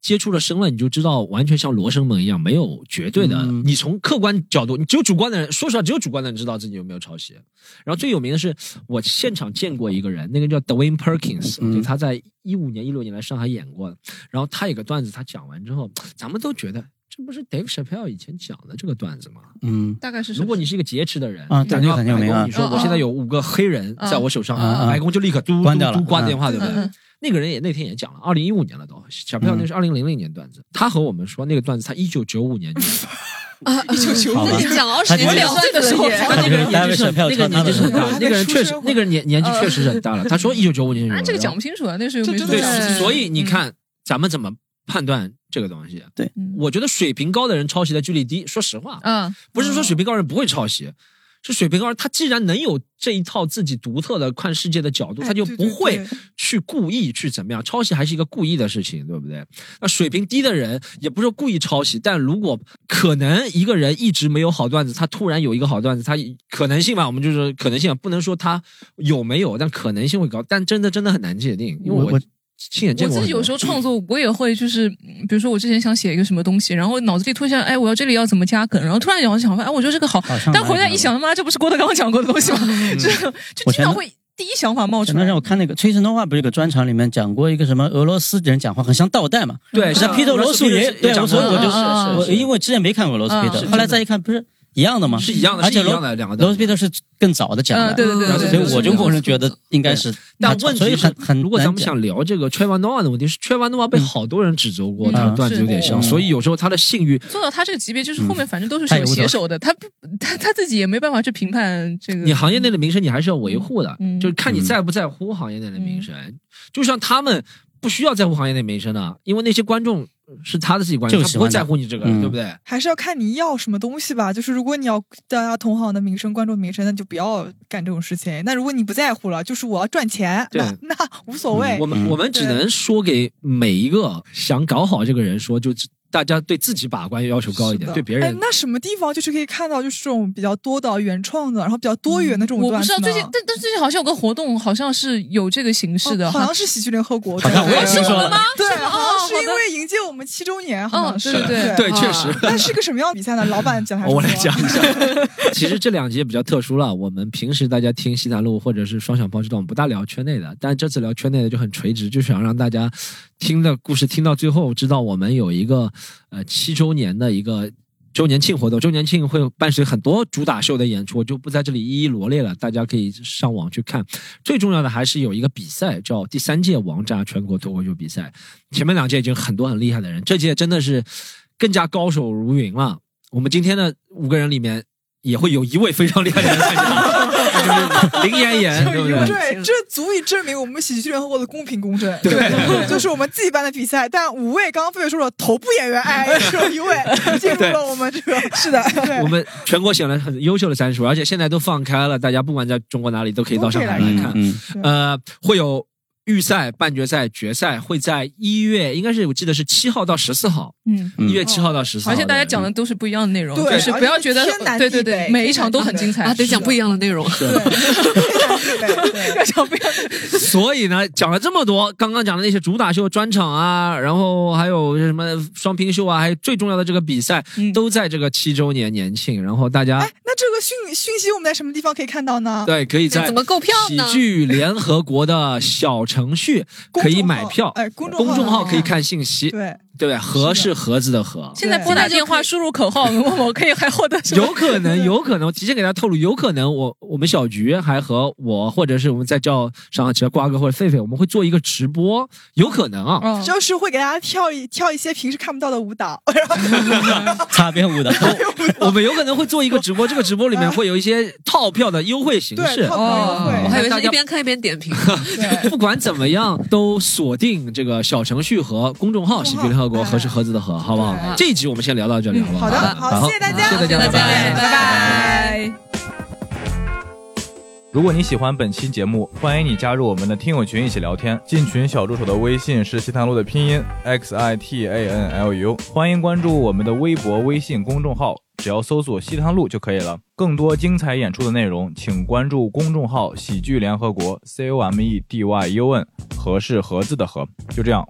[SPEAKER 6] 接触了深了，你就知道完全像罗生门一样，没有绝对的。
[SPEAKER 5] 嗯
[SPEAKER 6] 你从客观角度，你只有主观的人，说实话，只有主观的人知道自己有没有抄袭。然后最有名的是，我现场见过一个人，那个叫 Dwayne Perkins，、
[SPEAKER 5] 嗯
[SPEAKER 6] 就他在一五年、一六年来上海演过的。然后他有个段子，他讲完之后，咱们都觉得这不是 Dave Chappelle 以前讲的这个段子吗？
[SPEAKER 5] 嗯，
[SPEAKER 4] 大概是什
[SPEAKER 6] 如
[SPEAKER 4] 么
[SPEAKER 6] 果你是一个劫持的人
[SPEAKER 5] 啊
[SPEAKER 6] 打
[SPEAKER 5] 对
[SPEAKER 6] 电话
[SPEAKER 5] 很
[SPEAKER 6] 白
[SPEAKER 5] 有名啊
[SPEAKER 6] 宫，你说
[SPEAKER 4] 嗯
[SPEAKER 6] 我现在
[SPEAKER 4] 嗯
[SPEAKER 6] 有五个黑人在我手上
[SPEAKER 5] 嗯嗯，嗯
[SPEAKER 6] 白宫就立刻嘟
[SPEAKER 5] 关
[SPEAKER 6] 嘟
[SPEAKER 5] 掉了
[SPEAKER 6] 嘟挂
[SPEAKER 5] 嗯
[SPEAKER 6] 电话，对不
[SPEAKER 4] 嗯
[SPEAKER 6] 对
[SPEAKER 4] 嗯？
[SPEAKER 6] 那个人也那天也讲了，二零一五年了都，小
[SPEAKER 5] 嗯
[SPEAKER 6] 票那是二零零零年段子，他和我们说那个段子他一九九五年就有了，
[SPEAKER 2] 啊，一九九
[SPEAKER 5] 好吧
[SPEAKER 2] 五年讲了二十
[SPEAKER 5] 他
[SPEAKER 2] 年
[SPEAKER 5] 就是
[SPEAKER 2] 两岁的时候
[SPEAKER 4] 他
[SPEAKER 6] 他那个人年纪是 很
[SPEAKER 5] 单
[SPEAKER 6] 那
[SPEAKER 5] 位
[SPEAKER 6] 个
[SPEAKER 5] 选票
[SPEAKER 6] 年纪是很大
[SPEAKER 4] 嗯
[SPEAKER 3] 超
[SPEAKER 6] 的，
[SPEAKER 3] 他的
[SPEAKER 6] 那个人确
[SPEAKER 3] 出
[SPEAKER 6] 实
[SPEAKER 3] 生
[SPEAKER 6] 那个人年年纪确实很大了，他说一九九五年就有
[SPEAKER 4] 啊
[SPEAKER 6] 了，，
[SPEAKER 4] 这个讲不清楚嗯啊，那时候又没
[SPEAKER 3] 这真
[SPEAKER 6] 嗯对
[SPEAKER 3] 的
[SPEAKER 4] 什么
[SPEAKER 3] 是，
[SPEAKER 6] 所以你看咱们怎么判断这个东西？
[SPEAKER 5] 对
[SPEAKER 4] 嗯
[SPEAKER 6] 我觉得水平高的人抄袭的几率低，说实话，
[SPEAKER 4] 嗯，
[SPEAKER 6] 不是说水平高人不会抄袭，是水平高人他既然能有这一套自己独特的看世界的角度，
[SPEAKER 3] 哎
[SPEAKER 6] 他就
[SPEAKER 3] 对
[SPEAKER 6] 不
[SPEAKER 3] 对
[SPEAKER 6] 会
[SPEAKER 3] 对
[SPEAKER 6] 去故意去怎么样。抄袭还是一个故意的事情，对不对？那水平低的人也不是说故意抄袭，但如果可能一个人一直没有好段子，他突然有一个好段子，他可能性吧，我们就是可能性，不能说他有没有，但可能性会高，但真的真的很难界定，因为
[SPEAKER 5] 我我
[SPEAKER 6] 亲眼见
[SPEAKER 4] 我
[SPEAKER 6] 过很多。
[SPEAKER 4] 自己有时候创作，我也会就是，嗯比如说我之前想写一个什么东西，然后脑子里突然想，哎，我要这里要怎么加梗，然后突然想想，哎，我觉得这个好
[SPEAKER 5] 好，像
[SPEAKER 4] 但回来一想，妈，这不是郭德纲讲过的东西吗？ 就就
[SPEAKER 5] 我
[SPEAKER 4] 经
[SPEAKER 5] 前
[SPEAKER 4] 常
[SPEAKER 5] 段
[SPEAKER 4] 会第一想法冒
[SPEAKER 5] 前
[SPEAKER 4] 出
[SPEAKER 5] 段时间
[SPEAKER 4] 来
[SPEAKER 5] 我。看那个崔承诺话，不是有个专场里面讲过一个什么俄罗斯人讲话很像倒带嘛？
[SPEAKER 6] 对，嗯
[SPEAKER 5] 像披头嗯罗素也对，我所以我就
[SPEAKER 4] 啊
[SPEAKER 5] 我因为我之前没看过罗斯
[SPEAKER 4] 啊
[SPEAKER 5] 皮
[SPEAKER 4] 是
[SPEAKER 5] 特，后来再一看不是一样的吗？
[SPEAKER 6] 是一样的，
[SPEAKER 5] 而且
[SPEAKER 6] 是一
[SPEAKER 5] 罗
[SPEAKER 6] 样的两个
[SPEAKER 5] 罗斯
[SPEAKER 6] 东西
[SPEAKER 5] 皮特是更早的讲
[SPEAKER 4] 嗯，
[SPEAKER 5] 的，
[SPEAKER 4] 对对对
[SPEAKER 5] 然后
[SPEAKER 4] 对，
[SPEAKER 5] 所以我
[SPEAKER 4] 对
[SPEAKER 5] 就个人觉得应该是
[SPEAKER 6] 但
[SPEAKER 5] 他，
[SPEAKER 6] 问
[SPEAKER 5] 所
[SPEAKER 6] 题
[SPEAKER 5] 以
[SPEAKER 6] 是
[SPEAKER 5] 很，很
[SPEAKER 6] 如果咱
[SPEAKER 5] 难嗯
[SPEAKER 6] 们想聊这个 Trevor Noah 的问题，是 Trevor Noah 被好多人指责过，
[SPEAKER 4] 嗯
[SPEAKER 6] 他的段子有点像，
[SPEAKER 5] 是哦嗯
[SPEAKER 6] 所以有时候他的信誉，
[SPEAKER 4] 做到他这个级别，就是后面反正都是
[SPEAKER 5] 太
[SPEAKER 4] 手
[SPEAKER 5] 无聊
[SPEAKER 4] 写手的，他不他他自己也没办法去评判这个。
[SPEAKER 6] 你行业内的名声你还是要维护的，
[SPEAKER 4] 嗯
[SPEAKER 6] 就是看你在不在
[SPEAKER 5] 嗯
[SPEAKER 6] 乎行业内的名声。就像他们不需要在乎行业内名声的，因为那些观众是他的自己观众，
[SPEAKER 5] 就
[SPEAKER 6] 他
[SPEAKER 5] 喜
[SPEAKER 6] 不会
[SPEAKER 5] 欢
[SPEAKER 6] 在乎你这个，
[SPEAKER 5] 嗯
[SPEAKER 6] 对不对？
[SPEAKER 3] 还是要看你要什么东西吧。就是如果你要大家同行的名声、观众名声，那就不要干这种事情。那如果你不在乎了，就是我要赚钱，
[SPEAKER 6] 对嗯
[SPEAKER 3] 那那无所谓。
[SPEAKER 6] 我
[SPEAKER 5] 嗯
[SPEAKER 6] 们我们只能说给每一个想搞好这个人说，就大家对自己把关要求高一
[SPEAKER 3] 是
[SPEAKER 6] 点，
[SPEAKER 3] 的
[SPEAKER 6] 对别
[SPEAKER 3] 哎
[SPEAKER 6] 人，。
[SPEAKER 3] 那什么地方就是可以看到就是这种比较多的原创的，然后比较多元的这种
[SPEAKER 4] 嗯我不
[SPEAKER 3] 段
[SPEAKER 4] 知
[SPEAKER 3] 子呢？
[SPEAKER 4] 道最近，但但最近好像有个活动，好像是有这个形式的，哦
[SPEAKER 3] 哦好像是喜剧联合国，
[SPEAKER 5] 好像我也
[SPEAKER 3] 对
[SPEAKER 5] 听说了，
[SPEAKER 3] 对，好像
[SPEAKER 4] 好的
[SPEAKER 3] 是因为迎接我们七周年，好
[SPEAKER 4] 嗯，
[SPEAKER 3] 像
[SPEAKER 4] 对
[SPEAKER 3] 是
[SPEAKER 4] 对对
[SPEAKER 6] 对确实
[SPEAKER 4] 啊
[SPEAKER 3] 那是个什么样的比赛呢？老板讲还是
[SPEAKER 6] 哦 我来
[SPEAKER 3] 说
[SPEAKER 6] 讲一下，其实这两集比较特殊了。我们平时大家听西南路或者是双响炮知道，我们不大聊圈内的，但这次聊圈内的就很垂直，就想让大家听的故事听到最后，知道我们有一个呃七周年的一个。周年庆活动，周年庆会伴随很多主打秀的演出，我就不在这里一一罗列了，大家可以上网去看。最重要的还是有一个比赛，叫第三届王炸全国脱口秀比赛。前面两届已经很多很厉害的人，这届真的是更加高手如云了。我们今天的五个人里面，也会有一位非常厉害的人参加， 就是林妍妍，对不对？
[SPEAKER 3] 对，这足以证明我们喜剧联合国的公平公正。
[SPEAKER 6] 对
[SPEAKER 3] 就是我们自己办的比赛，但五位刚刚飞飞说了，头部演员哎，只有 一位进入了我们这个。是的，对
[SPEAKER 6] 我们全国选了很优秀的三十而且现在都放开了，大家不管在中国哪里都可以到上海来看。
[SPEAKER 5] 嗯
[SPEAKER 6] 呃，会有预赛、半决赛、决赛，会在一月，应该是我记得是七号到十四号，
[SPEAKER 4] 嗯。
[SPEAKER 5] 嗯
[SPEAKER 6] 一月七号到十四号。
[SPEAKER 4] 而且大家讲的都是不一样的内容，
[SPEAKER 3] 对
[SPEAKER 4] 就是不要觉得
[SPEAKER 3] 而且天南地
[SPEAKER 4] 对
[SPEAKER 3] 北
[SPEAKER 4] 对对，每一场都很精彩
[SPEAKER 2] 啊，得讲不一样的内容。
[SPEAKER 3] 对对
[SPEAKER 4] 要 讲不一样的，
[SPEAKER 6] 所以呢，讲了这么多，刚刚讲的那些主打秀、专场啊，然后还有什么双拼秀啊，还有最重要的这个比赛，
[SPEAKER 4] 嗯
[SPEAKER 6] 都在这个七周年年庆，然后大家、
[SPEAKER 3] 哎，那这个讯讯息我们在什么地方可以看到呢？
[SPEAKER 6] 对可以在
[SPEAKER 2] 怎么购票
[SPEAKER 6] 喜
[SPEAKER 2] 呢
[SPEAKER 6] 剧联合国的小程序
[SPEAKER 3] 公众号，
[SPEAKER 6] 可以买票，
[SPEAKER 3] 哎，公众
[SPEAKER 6] 公众号可以
[SPEAKER 3] 啊。
[SPEAKER 6] 看信息，
[SPEAKER 3] 对，
[SPEAKER 6] 对不对？盒
[SPEAKER 3] 是
[SPEAKER 6] 是盒子的盒。
[SPEAKER 4] 现在拨打电话输入口号，问我可以还获得什么？
[SPEAKER 6] 有可能，有可能，我提前给大家透露，有可能我我们小菊还和我，或者是我们再叫上海其他瓜哥或者狒狒，我们会做一个直播，有可能啊。
[SPEAKER 4] 哦
[SPEAKER 3] 就是会给大家跳一跳一些平时看不到的舞蹈，
[SPEAKER 6] 啊
[SPEAKER 3] 然后
[SPEAKER 5] 擦边 舞的，
[SPEAKER 6] 我们有可能会做一个直播，这个直播里面会有一些套票的优惠形
[SPEAKER 3] 对，
[SPEAKER 6] 式
[SPEAKER 3] 跳。
[SPEAKER 4] 哦
[SPEAKER 3] 舞会，
[SPEAKER 2] 我还以为
[SPEAKER 6] 大
[SPEAKER 2] 是
[SPEAKER 6] 家
[SPEAKER 2] 一边看一边点评，
[SPEAKER 3] 对，
[SPEAKER 6] 不管怎么样，都锁定这个小程序和公众号“喜剧联合国”，
[SPEAKER 3] 哎
[SPEAKER 6] 和是盒子的盒，好不好
[SPEAKER 3] 对？
[SPEAKER 6] 这一集我们先聊到这里，好不好？
[SPEAKER 3] 好的，好，谢谢大家，
[SPEAKER 6] 谢谢大家拜拜
[SPEAKER 2] 拜拜。
[SPEAKER 1] 如果你喜欢本期节目，欢迎你加入我们的听友群一起聊天。进群小助手的微信是西塘路的拼音 x i t a n l u，欢迎关注我们的微博、微信公众号，只要搜索西塘路就可以了。更多精彩演出的内容，请关注公 E 众号“喜剧联合国 ”（C O M E D Y U N），和是盒子的和。就这样，